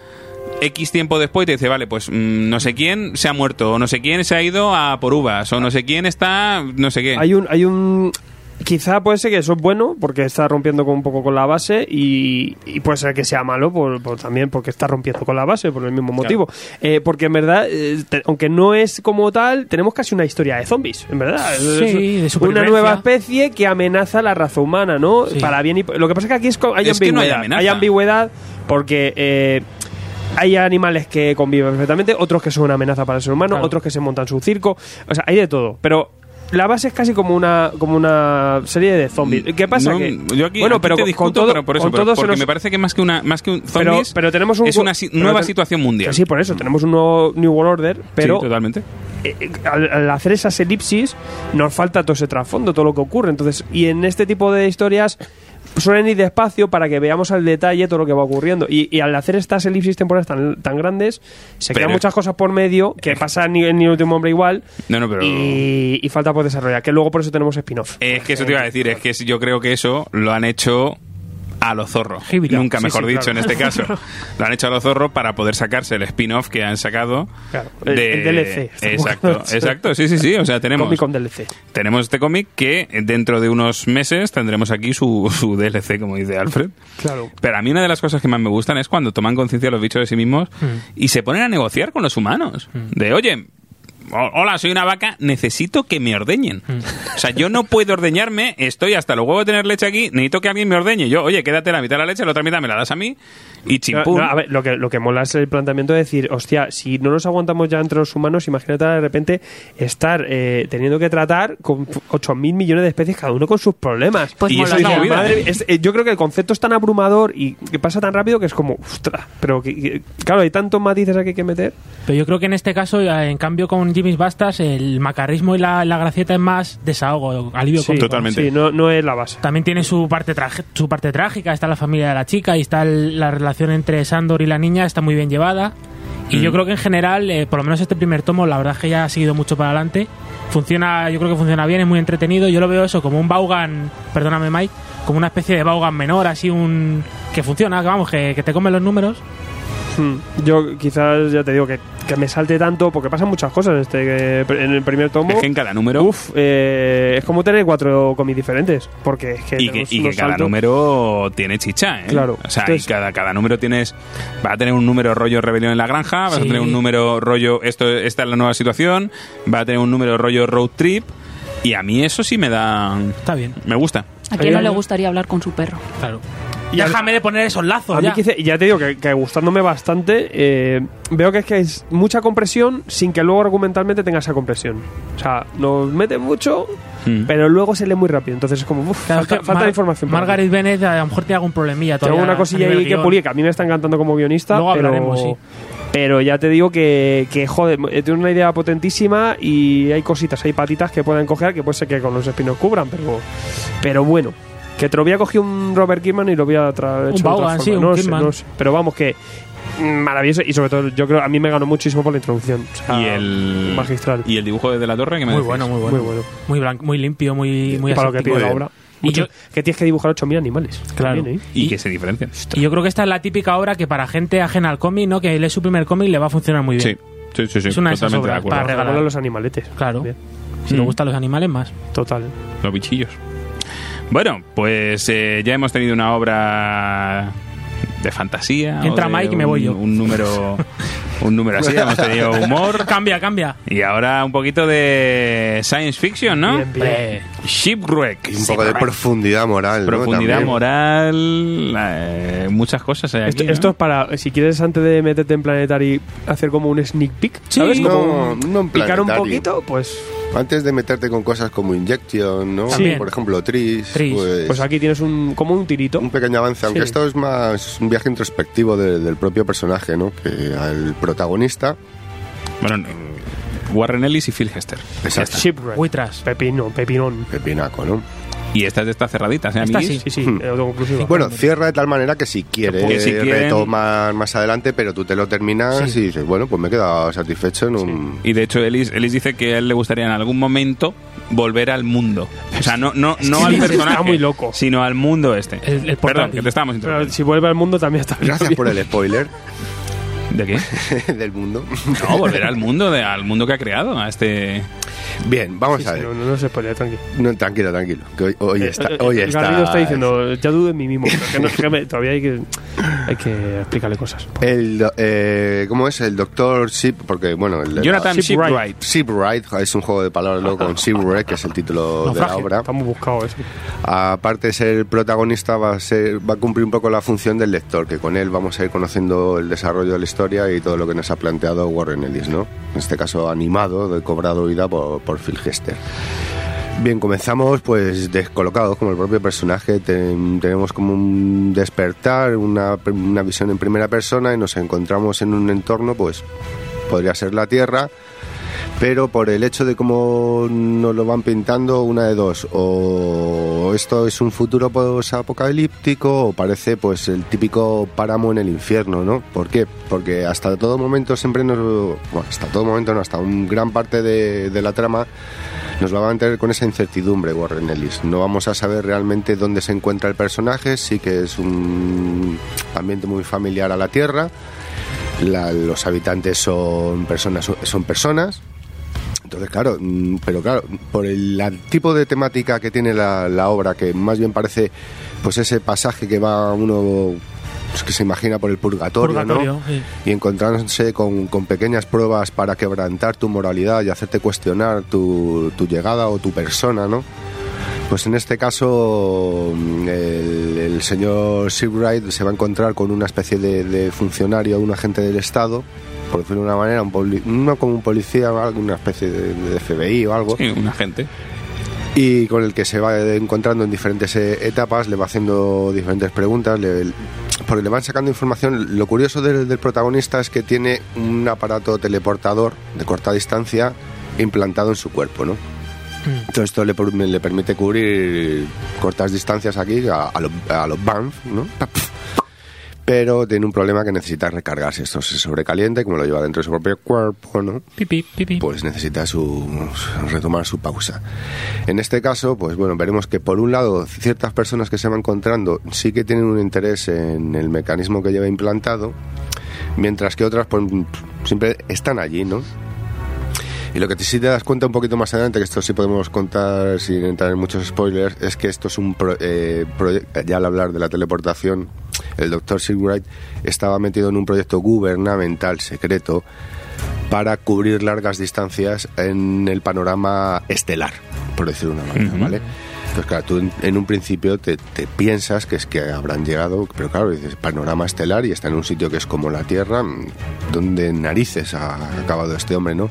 [SPEAKER 2] X tiempo después y te dice, vale, pues mm, no sé quién se ha muerto, o no sé quién se ha ido a por uvas, o no sé quién está, no sé qué.
[SPEAKER 1] Hay un... Hay un Quizá puede ser que eso es bueno, porque está rompiendo con, un poco con la base, y, y puede ser que sea malo por, por también porque está rompiendo con la base, por el mismo motivo. Eh, porque en verdad, eh, te- aunque no es como tal, tenemos casi una historia de zombies, en verdad. Es- es
[SPEAKER 4] Sí, de
[SPEAKER 1] una
[SPEAKER 4] supervivencia.
[SPEAKER 1] nueva especie que amenaza la raza humana, ¿no?
[SPEAKER 4] Sí.
[SPEAKER 1] Para bien y... Lo que pasa es que aquí es co- hay
[SPEAKER 2] Es que no hay
[SPEAKER 1] ambigüedad.
[SPEAKER 2] amenaza.
[SPEAKER 1] hay ambigüedad porque... eh, hay animales que conviven perfectamente, otros que son una amenaza para el ser humano,
[SPEAKER 4] Claro.
[SPEAKER 1] otros que se montan su circo, o sea, hay de todo, pero la base es casi como una como una serie de zombies. ¿Qué pasa?
[SPEAKER 2] No,
[SPEAKER 1] que,
[SPEAKER 2] yo aquí,
[SPEAKER 1] bueno,
[SPEAKER 2] aquí
[SPEAKER 1] pero
[SPEAKER 2] te
[SPEAKER 1] con-
[SPEAKER 2] discuto,
[SPEAKER 1] con todo,
[SPEAKER 2] pero por eso,
[SPEAKER 1] con
[SPEAKER 2] pero
[SPEAKER 1] todo se
[SPEAKER 2] porque
[SPEAKER 1] nos-
[SPEAKER 2] me parece que más que una más que un
[SPEAKER 1] pero-
[SPEAKER 2] zombies
[SPEAKER 1] pero tenemos un
[SPEAKER 2] es una si-
[SPEAKER 1] pero
[SPEAKER 2] nueva
[SPEAKER 1] ten-
[SPEAKER 2] situación mundial.
[SPEAKER 1] Sí, por eso tenemos un nuevo New World Order, pero
[SPEAKER 2] Sí, totalmente.
[SPEAKER 1] eh, eh, al, al hacer esas elipsis nos falta todo ese trasfondo, todo lo que ocurre. Entonces, y en este tipo de historias suelen ir despacio para que veamos al detalle todo lo que va ocurriendo. Y, y al hacer estas elipsis temporales tan, tan grandes, se
[SPEAKER 2] Pero-
[SPEAKER 1] quedan muchas cosas por medio que pasa ni en Ni Último Hombre igual
[SPEAKER 2] No, no, pero
[SPEAKER 1] y, y falta por desarrollar. Que luego por eso tenemos spin-off.
[SPEAKER 2] Es que eso te iba a decir, es que yo creo que eso lo han hecho a los zorros.
[SPEAKER 4] Híbrido.
[SPEAKER 2] Nunca
[SPEAKER 4] Sí,
[SPEAKER 2] mejor
[SPEAKER 4] sí,
[SPEAKER 2] dicho
[SPEAKER 4] claro.
[SPEAKER 2] en este caso. Lo han hecho a los zorros para poder sacarse el spin-off que han sacado.
[SPEAKER 1] Claro, el- el DLC.
[SPEAKER 2] Exacto, exacto, sí, sí, sí. O sea, tenemos,
[SPEAKER 1] Comic con DLC.
[SPEAKER 2] tenemos este cómic que dentro de unos meses tendremos aquí su, su DLC, como dice Alfred.
[SPEAKER 1] Claro.
[SPEAKER 2] Pero a mí una de las cosas que más me gustan es cuando toman conciencia los bichos de sí mismos
[SPEAKER 1] Mm.
[SPEAKER 2] y se ponen a negociar con los humanos. De, oye, ho- hola, soy una vaca, necesito que me ordeñen.
[SPEAKER 1] Mm.
[SPEAKER 2] O sea, yo no puedo ordeñarme, estoy hasta los huevos de tener leche aquí, necesito que alguien me ordeñe. Yo, oye, quédate la mitad de la leche, la otra mitad me la das a mí y chimpum.
[SPEAKER 1] No, no, a ver, lo que, lo que mola es el planteamiento de decir, hostia, si no nos aguantamos ya entre los humanos, imagínate de repente estar eh, teniendo que tratar con 8.000 millones de especies, cada uno con sus problemas.
[SPEAKER 5] Pues
[SPEAKER 2] Y
[SPEAKER 5] mola,
[SPEAKER 1] Dices,
[SPEAKER 2] eso es la
[SPEAKER 5] mola.
[SPEAKER 2] movida.
[SPEAKER 1] madre mía, es- eh, yo creo que el concepto es tan abrumador y que pasa tan rápido que es como, ostras, pero que- que- claro, hay tantos matices aquí que meter.
[SPEAKER 4] Pero yo creo que en este caso, eh, en cambio con Jimmy's Bastas, el macarrismo y la, la gracieta es más desahogo, alivio
[SPEAKER 1] Sí,
[SPEAKER 4] cómico.
[SPEAKER 2] totalmente.
[SPEAKER 1] Sí, no, no es la base.
[SPEAKER 4] También tiene su parte, traje- su parte trágica, está la familia de la chica y está el- la relación entre Sandor y la niña, está muy bien llevada. Y
[SPEAKER 2] Mm.
[SPEAKER 4] yo creo que en general, eh, por lo menos este primer tomo, la verdad es que ya ha seguido mucho para adelante. Funciona, yo creo que funciona bien, es muy entretenido. Yo lo veo eso como un Baugan, perdóname Mike, como una especie de Baugan menor, así un... que funciona, que vamos, que, que te comen los números.
[SPEAKER 1] Hmm. Yo quizás ya te digo que, que me salte tanto porque pasan muchas cosas en, este, eh, en el primer tomo.
[SPEAKER 2] Es que en cada número...
[SPEAKER 1] Uf, eh, es como tener cuatro cómics diferentes. Porque es que
[SPEAKER 2] y que,
[SPEAKER 1] tenemos
[SPEAKER 2] y que
[SPEAKER 1] unos
[SPEAKER 2] cada
[SPEAKER 1] saltos.
[SPEAKER 2] número tiene chicha, ¿eh?
[SPEAKER 1] Claro.
[SPEAKER 2] O sea, y
[SPEAKER 1] Entonces-
[SPEAKER 2] cada, cada número tienes. Va a tener un número rollo rebelión en la granja, vas a
[SPEAKER 4] Sí.
[SPEAKER 2] tener un número rollo esto esta es la nueva situación, va a tener un número rollo road trip. Y a mí eso sí me da.
[SPEAKER 4] Está bien,
[SPEAKER 2] Me gusta.
[SPEAKER 5] ¿A quién no le
[SPEAKER 1] Oye,
[SPEAKER 5] gustaría hablar con su perro?
[SPEAKER 4] claro.
[SPEAKER 1] Y al-
[SPEAKER 4] Déjame de poner esos lazos.
[SPEAKER 1] A mí
[SPEAKER 4] ya.
[SPEAKER 1] quizá- ya te digo que, que gustándome bastante, eh, veo que es que es mucha compresión sin que luego argumentalmente tenga esa compresión. O sea, nos mete mucho,
[SPEAKER 2] Mm.
[SPEAKER 1] pero luego se lee muy rápido. Entonces es como, uf,
[SPEAKER 4] Claro,
[SPEAKER 1] falta,
[SPEAKER 4] es que
[SPEAKER 1] falta
[SPEAKER 4] Mar-
[SPEAKER 1] información. para mí.
[SPEAKER 4] Margaret Bennett a lo mejor tiene algún problemilla
[SPEAKER 1] Tengo
[SPEAKER 4] todavía
[SPEAKER 1] una
[SPEAKER 4] a
[SPEAKER 1] cosilla
[SPEAKER 4] nivel
[SPEAKER 1] ahí que
[SPEAKER 4] guión.
[SPEAKER 1] pulir, que a mí me está encantando como guionista,
[SPEAKER 4] Luego
[SPEAKER 1] pero,
[SPEAKER 4] hablaremos, sí.
[SPEAKER 1] pero ya te digo que, que, joder, eh, tiene una idea potentísima y hay cositas, hay patitas que pueden coger, que puede ser que con los espinos cubran, pero, pero bueno. Que te lo había cogido un Robert Kirkman y lo había tra- hecho de otra
[SPEAKER 4] Vaughan,
[SPEAKER 1] forma.
[SPEAKER 4] sí, un
[SPEAKER 1] no sé,
[SPEAKER 4] Kirkman.
[SPEAKER 1] no sé. Pero vamos, que mm, maravilloso y sobre todo yo creo a mí me ganó muchísimo por la introducción. O sea,
[SPEAKER 2] y el.
[SPEAKER 1] Ah, magistral.
[SPEAKER 2] Y el dibujo de, De la torre que me
[SPEAKER 4] Muy
[SPEAKER 2] decís?
[SPEAKER 4] bueno, muy bueno.
[SPEAKER 1] bueno.
[SPEAKER 4] Muy, blanco, muy limpio, muy, muy
[SPEAKER 1] y para lo que
[SPEAKER 4] aséptico.
[SPEAKER 1] pide la obra.
[SPEAKER 4] Y
[SPEAKER 1] Mucho-
[SPEAKER 4] yo-
[SPEAKER 1] que tienes que dibujar 8.000 animales.
[SPEAKER 4] Claro.
[SPEAKER 1] También, ¿eh?
[SPEAKER 2] Y,
[SPEAKER 4] Y-
[SPEAKER 2] que se diferencian.
[SPEAKER 4] Y yo creo que esta es la típica obra que para gente ajena al cómic, ¿no? Que lee su primer cómic le va a funcionar muy bien.
[SPEAKER 2] Sí, sí, sí, sí,
[SPEAKER 4] Es una de
[SPEAKER 2] totalmente
[SPEAKER 4] esas
[SPEAKER 2] de
[SPEAKER 4] obras
[SPEAKER 2] acuerdo.
[SPEAKER 4] para regalar.
[SPEAKER 1] Regalar los animaletes.
[SPEAKER 4] Claro.
[SPEAKER 1] Bien,
[SPEAKER 4] Si le
[SPEAKER 2] Mm.
[SPEAKER 4] gustan los animales, más.
[SPEAKER 1] total.
[SPEAKER 2] Los bichillos. Bueno, pues eh, ya hemos tenido una obra de fantasía. o
[SPEAKER 4] Entra
[SPEAKER 2] de
[SPEAKER 4] Mike y me
[SPEAKER 2] un-
[SPEAKER 4] voy yo.
[SPEAKER 2] Un número, un número así, hemos tenido humor.
[SPEAKER 4] Cambia, cambia.
[SPEAKER 2] Y ahora un poquito de science fiction, ¿no?
[SPEAKER 1] Bien, bien.
[SPEAKER 2] Shipwreck.
[SPEAKER 3] Y un poco de profundidad moral. ¿no?
[SPEAKER 2] Profundidad
[SPEAKER 3] También.
[SPEAKER 2] moral, eh, muchas cosas hay aquí,
[SPEAKER 1] Esto,
[SPEAKER 2] ¿no?
[SPEAKER 1] esto es para, si quieres, antes de meterte en Planetary, hacer como un sneak peek, ¿sabes?
[SPEAKER 3] no,
[SPEAKER 1] como un-
[SPEAKER 3] no en
[SPEAKER 1] picar un
[SPEAKER 3] Planetary.
[SPEAKER 1] poquito, pues,
[SPEAKER 3] Antes de meterte con cosas como Injection, ¿no?
[SPEAKER 4] También.
[SPEAKER 3] Por ejemplo, Tris.
[SPEAKER 4] Tris.
[SPEAKER 3] Pues,
[SPEAKER 1] pues aquí tienes un, como un tirito.
[SPEAKER 3] un pequeño avance, aunque
[SPEAKER 1] Sí.
[SPEAKER 3] esto es más un viaje introspectivo de- del propio personaje, ¿no? Que al protagonista.
[SPEAKER 2] Bueno, no, Warren Ellis y Phil Hester. Ya está.
[SPEAKER 1] Shipwreck.
[SPEAKER 4] Buitras.
[SPEAKER 1] Pepino, pepinón.
[SPEAKER 3] Pepinaco, ¿no?
[SPEAKER 2] Y esta es de estas cerraditas, ¿eh,
[SPEAKER 4] Esta
[SPEAKER 2] amiguis?
[SPEAKER 1] Sí, sí,
[SPEAKER 3] Hmm.
[SPEAKER 1] eh, autoconclusiva.
[SPEAKER 3] Bueno, cierra de tal manera que si quieres
[SPEAKER 2] Que si quieren-
[SPEAKER 3] retomar más adelante, pero tú te lo terminas
[SPEAKER 4] Sí.
[SPEAKER 3] y dices, bueno, pues me he quedado satisfecho en un...
[SPEAKER 2] Y de hecho, Ellis, Ellis dice que a él le gustaría en algún momento volver al mundo. O sea, no, no, no al
[SPEAKER 1] Ellis está
[SPEAKER 2] personaje,
[SPEAKER 1] muy loco.
[SPEAKER 2] sino al mundo este.
[SPEAKER 4] El- el portátil.
[SPEAKER 2] Perdón, que te estábamos
[SPEAKER 1] Pero
[SPEAKER 2] interrumpiendo.
[SPEAKER 1] si vuelve al mundo también está bien.
[SPEAKER 3] Gracias por el spoiler.
[SPEAKER 2] ¿De qué?
[SPEAKER 3] del mundo.
[SPEAKER 2] No, volver al mundo, de- al mundo que ha creado, a este...
[SPEAKER 3] Bien, vamos a ver.
[SPEAKER 1] No, no, no se spoilea, tranqui.
[SPEAKER 3] No, tranquilo, tranquilo. que hoy, hoy está. Hoy
[SPEAKER 1] El
[SPEAKER 3] está,
[SPEAKER 1] Eh, Garrido está diciendo, ya dudo en mí mismo. pero que no- que me- todavía hay que, hay que explicarle cosas.
[SPEAKER 3] El, do- eh, ¿Cómo es? El doctor Ship. Porque, bueno. El,
[SPEAKER 2] Jonathan
[SPEAKER 1] Shipwright.
[SPEAKER 2] Shipwright.
[SPEAKER 3] Shipwright es un juego de palabras ¿no? con Shipwreck, que es el título de la
[SPEAKER 1] Naufragio.
[SPEAKER 3] obra.
[SPEAKER 1] Está muy buscado eso.
[SPEAKER 3] Aparte de ser protagonista, va a, ser, va a cumplir un poco la función del lector, que con él vamos a ir conociendo el desarrollo de la historia y todo lo que nos ha planteado Warren Ellis, ¿no? En este caso animado, de cobrado vida por, por Phil Hester. Bien, comenzamos pues descolocados como el propio personaje. Ten- tenemos como un despertar, una, una visión en primera persona y nos encontramos en un entorno, pues podría ser la Tierra, pero por el hecho de cómo nos lo van pintando, una de dos, o esto es un futuro apocalíptico o parece pues el típico páramo en el infierno, ¿no? ¿Por qué? Porque hasta todo momento siempre nos... Bueno, hasta todo momento no, hasta un gran parte de, de la trama nos va a mantener con esa incertidumbre Warren Ellis. No vamos a saber realmente dónde se encuentra el personaje, sí que es un ambiente muy familiar a la Tierra, la- los habitantes son personas son personas entonces claro mm, pero claro por el la- tipo de temática que tiene la, la obra que más bien parece pues ese pasaje que va uno pues, que se imagina por el purgatorio,
[SPEAKER 4] Purgatorio,
[SPEAKER 3] ¿no?
[SPEAKER 4] sí.
[SPEAKER 3] y encontrándose con, con pequeñas pruebas para quebrantar tu moralidad y hacerte cuestionar tu, tu llegada o tu persona no pues en este caso mm, el, el señor Seabright se va a encontrar con una especie de, de funcionario, un agente del Estado, por decirlo de una manera, un poli- no como un policía, una especie de, de FBI o algo,
[SPEAKER 2] Sí, un agente.
[SPEAKER 3] y con el que se va encontrando en diferentes eh, etapas, le va haciendo diferentes preguntas, le- porque le van sacando información. Lo curioso del, del protagonista es que tiene un aparato teleportador de corta distancia implantado en su cuerpo, ¿no? Todo esto le, per- le permite cubrir cortas distancias aquí a, a los a los Banff, ¿no? Pa- pf. Pero tiene un problema que necesita recargarse. Esto se sobrecalienta y como lo lleva dentro de su propio cuerpo, ¿no?
[SPEAKER 4] Pipi, pipi.
[SPEAKER 3] pues necesita su, retomar su pausa. En este caso, pues bueno, veremos que por un lado ciertas personas que se van encontrando sí que tienen un interés en el mecanismo que lleva implantado, mientras que otras pues, siempre están allí, ¿no? Y lo que te- sí te das cuenta un poquito más adelante, que esto sí podemos contar sin entrar en muchos spoilers, es que esto es un pro- eh, proye- ya al hablar de la teleportación, el doctor Silwright estaba metido en un proyecto gubernamental secreto para cubrir largas distancias en el panorama estelar, por decirlo de una manera, ¿vale? Entonces, claro, tú en, en un principio te, te piensas que es que habrán llegado, pero claro, dices panorama estelar y está en un sitio que es como la Tierra, mm, donde narices ha acabado este hombre, ¿no?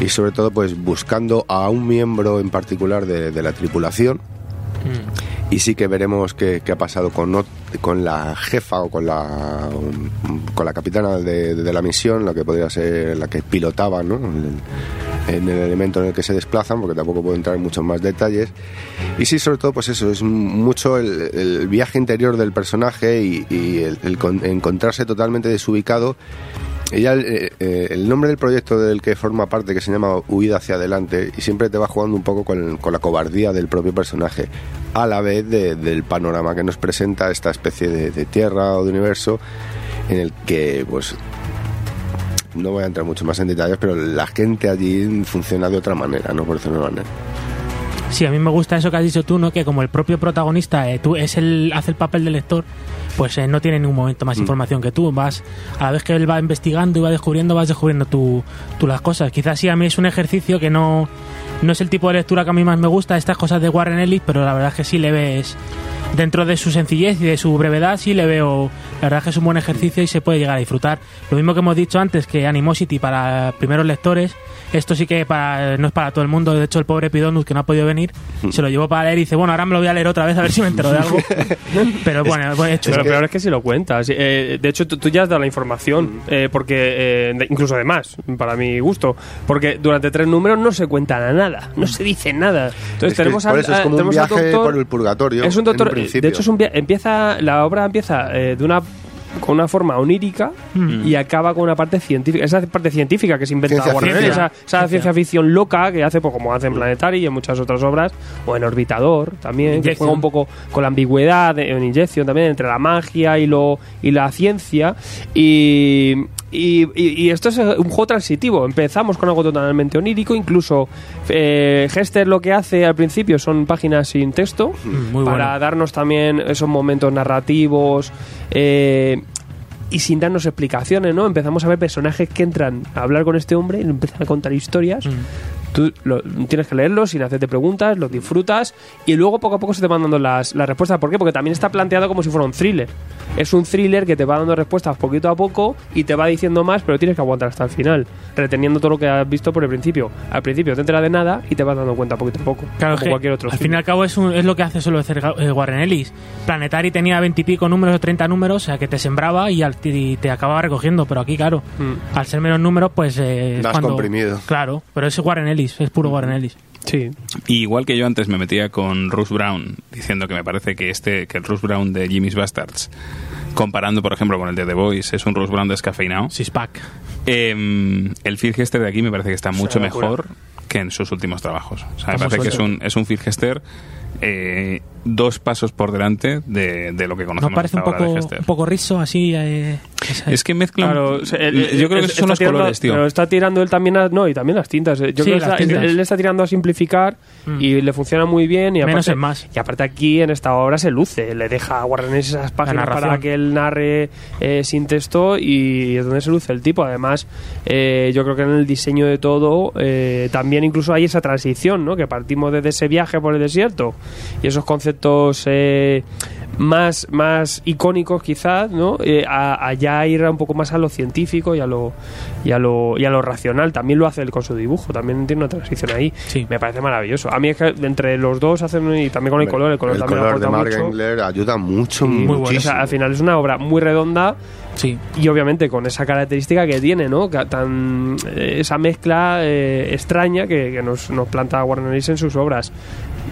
[SPEAKER 3] Y sobre todo, pues buscando a un miembro en particular de, de la tripulación, y sí que veremos qué, qué ha pasado con, ot- con la jefa o con la, con la capitana de, de la misión, la que podría ser la que pilotaba ¿no? en, el, en el elemento en el que se desplazan, porque tampoco puedo entrar en muchos más detalles. Y sí, sobre todo, pues eso, es mucho el, el viaje interior del personaje y, y el, el con- encontrarse totalmente desubicado. Ella, eh, eh, el nombre del proyecto del que forma parte, que se llama Huida hacia adelante, y siempre te va jugando un poco con, con la cobardía del propio personaje, a la vez de- del panorama que nos presenta esta especie de, de tierra o de universo en el que, pues, no voy a entrar mucho más en detalles, pero la gente allí funciona de otra manera, ¿no? Por decirlo de una manera.
[SPEAKER 4] Sí, a mí me gusta eso que has dicho tú, ¿no? Que como el propio protagonista eh, tú es el, hace el papel del lector, pues eh, no tiene en ningún momento más información que tú. Vas, a la vez que él va investigando y va descubriendo, vas descubriendo tú, tú las cosas. Quizás sí, a mí es un ejercicio que no, no es el tipo de lectura que a mí más me gusta, estas cosas de Warren Ellis, pero la verdad es que sí le ves, dentro de su sencillez y de su brevedad, sí le veo, la verdad es que es un buen ejercicio y se puede llegar a disfrutar. Lo mismo que hemos dicho antes, que Animosity para primeros lectores, esto sí que para- no es para todo el mundo, de hecho el pobre Pidonus que no ha podido venir, se lo llevó para leer y dice, bueno, ahora me lo voy a leer otra vez a ver si me entero de algo. Pero bueno, bueno, hecho.
[SPEAKER 1] Pero lo peor es que si lo cuentas. Eh, de hecho, tú, tú ya has dado la
[SPEAKER 3] Mm.
[SPEAKER 1] información, eh, porque eh, de- incluso además, para mi gusto, porque durante tres números no se cuenta nada, no se dice nada. Entonces
[SPEAKER 3] Es que
[SPEAKER 1] tenemos
[SPEAKER 3] por
[SPEAKER 1] al-
[SPEAKER 3] eso es
[SPEAKER 1] a-
[SPEAKER 3] como un
[SPEAKER 1] tenemos al
[SPEAKER 3] viaje
[SPEAKER 1] doctor-
[SPEAKER 3] por el purgatorio,
[SPEAKER 1] Es un doctor.
[SPEAKER 3] en un
[SPEAKER 1] eh,
[SPEAKER 3] principio.
[SPEAKER 1] de hecho, es un via- empieza la obra empieza eh, de una con una forma onírica y acaba con una parte científica. Esa parte científica que se inventa
[SPEAKER 3] Ciencia
[SPEAKER 1] Warren Ellis,
[SPEAKER 3] ficción.
[SPEAKER 1] esa, esa ciencia ficción loca que hace, pues, como hace en Planetary y en muchas otras obras, o en Orbitador también, que
[SPEAKER 4] Injection.
[SPEAKER 1] juega un poco con la eh, ambigüedad, de- en Inyección también, entre la magia y, lo, y la ciencia. Y, Y, y- y esto es eh, un juego transitivo. Empezamos con algo totalmente onírico. Incluso eh, Hester lo que hace al principio son páginas sin texto
[SPEAKER 4] Mm, muy
[SPEAKER 1] para
[SPEAKER 4] bueno.
[SPEAKER 1] darnos también esos momentos narrativos. eh, y sin darnos explicaciones, ¿no? Empezamos a ver personajes que entran a hablar con este hombre y le empiezan a contar historias.
[SPEAKER 4] Mm.
[SPEAKER 1] Tú lo- tienes que leerlos sin hacerte preguntas, los disfrutas y luego poco a poco se te van dando las, las respuestas. ¿Por qué? Porque también está planteado como si fuera un thriller. Es un thriller que te va dando respuestas poquito a poco y te va diciendo más, pero tienes que aguantar hasta el final, reteniendo todo lo que has visto por el principio. Al principio te entera de nada y te vas dando cuenta poquito a poco,
[SPEAKER 4] Claro,
[SPEAKER 1] como
[SPEAKER 4] es que
[SPEAKER 1] cualquier otro
[SPEAKER 4] al fin y
[SPEAKER 1] thriller.
[SPEAKER 4] al cabo es, un- es lo que hace solo hacer Ga- eh, Warren Ellis. Planetary tenía veintipico números o treinta números, o sea que te sembraba y, al- y te acababa recogiendo, pero aquí, claro,
[SPEAKER 1] Mm.
[SPEAKER 4] al ser menos números, pues... eh, es
[SPEAKER 3] Das
[SPEAKER 4] cuando-
[SPEAKER 3] comprimido.
[SPEAKER 4] Claro, pero es Warren Ellis, es puro
[SPEAKER 1] Mm.
[SPEAKER 4] Warren Ellis.
[SPEAKER 1] Sí,
[SPEAKER 2] Y igual que yo antes me metía con Russ Brown, diciendo que me parece que este, que el Russ Brown de Jimmy's Bastards, comparando por ejemplo con el de The Boys, es un Russ Brown descafeinado.
[SPEAKER 4] Sixpack.
[SPEAKER 2] Em, el Phil Hester de aquí me parece que está mucho
[SPEAKER 1] una locura.
[SPEAKER 2] mejor que en sus últimos trabajos. O sea, me
[SPEAKER 4] Está muy
[SPEAKER 2] parece que es
[SPEAKER 4] suelto.
[SPEAKER 2] un, es un Phil Hester eh, dos pasos por delante de, de lo que
[SPEAKER 4] ¿No
[SPEAKER 2] conocemos
[SPEAKER 4] parece un
[SPEAKER 2] hasta ahora
[SPEAKER 4] poco,
[SPEAKER 2] de
[SPEAKER 4] un
[SPEAKER 2] Hester.
[SPEAKER 4] poco rizo así? eh, esa-
[SPEAKER 2] Es que mezclan.
[SPEAKER 1] Claro, o sea, él-
[SPEAKER 2] yo creo
[SPEAKER 1] él-
[SPEAKER 2] que esos son
[SPEAKER 1] está
[SPEAKER 2] los
[SPEAKER 1] tirando-
[SPEAKER 2] colores, tío.
[SPEAKER 1] Pero está tirando él también a, no, y también las tintas. eh. Yo
[SPEAKER 4] Sí,
[SPEAKER 1] creo que
[SPEAKER 4] las
[SPEAKER 1] está-
[SPEAKER 4] tintas.
[SPEAKER 1] él, él está tirando a simplificar
[SPEAKER 2] Mm.
[SPEAKER 1] y le funciona muy bien. Y
[SPEAKER 4] Menos
[SPEAKER 1] aparte,
[SPEAKER 4] es más.
[SPEAKER 1] Y aparte aquí en esta obra se luce, le deja a Warren Ellis esas páginas
[SPEAKER 4] narración.
[SPEAKER 1] para que él narre eh, sin texto y es donde se luce el tipo. Además, eh, yo creo que en el diseño de todo eh, también incluso hay esa transición, ¿no? Que partimos desde ese viaje por el desierto y esos conceptos eh, más, más icónicos quizás, ¿no? Eh, a, a ya ir un poco más a lo científico y a lo, y, a lo, y a lo racional. También lo hace él con su dibujo, también tiene una transición ahí.
[SPEAKER 4] Sí.
[SPEAKER 1] Me parece maravilloso. A mí es que entre los dos hacen, y también con el color, el color
[SPEAKER 3] el
[SPEAKER 1] también
[SPEAKER 3] color de
[SPEAKER 1] aporta
[SPEAKER 3] Mark
[SPEAKER 1] mucho.
[SPEAKER 3] Engler ayuda mucho,
[SPEAKER 1] Y,
[SPEAKER 3] muchísimo.
[SPEAKER 1] bueno, o sea, al final es una obra muy redonda
[SPEAKER 4] Sí.
[SPEAKER 1] y obviamente con esa característica que tiene, ¿no? Ca- Tan, eh, esa mezcla eh, extraña que, que nos, nos planta Warren Ellis en sus obras.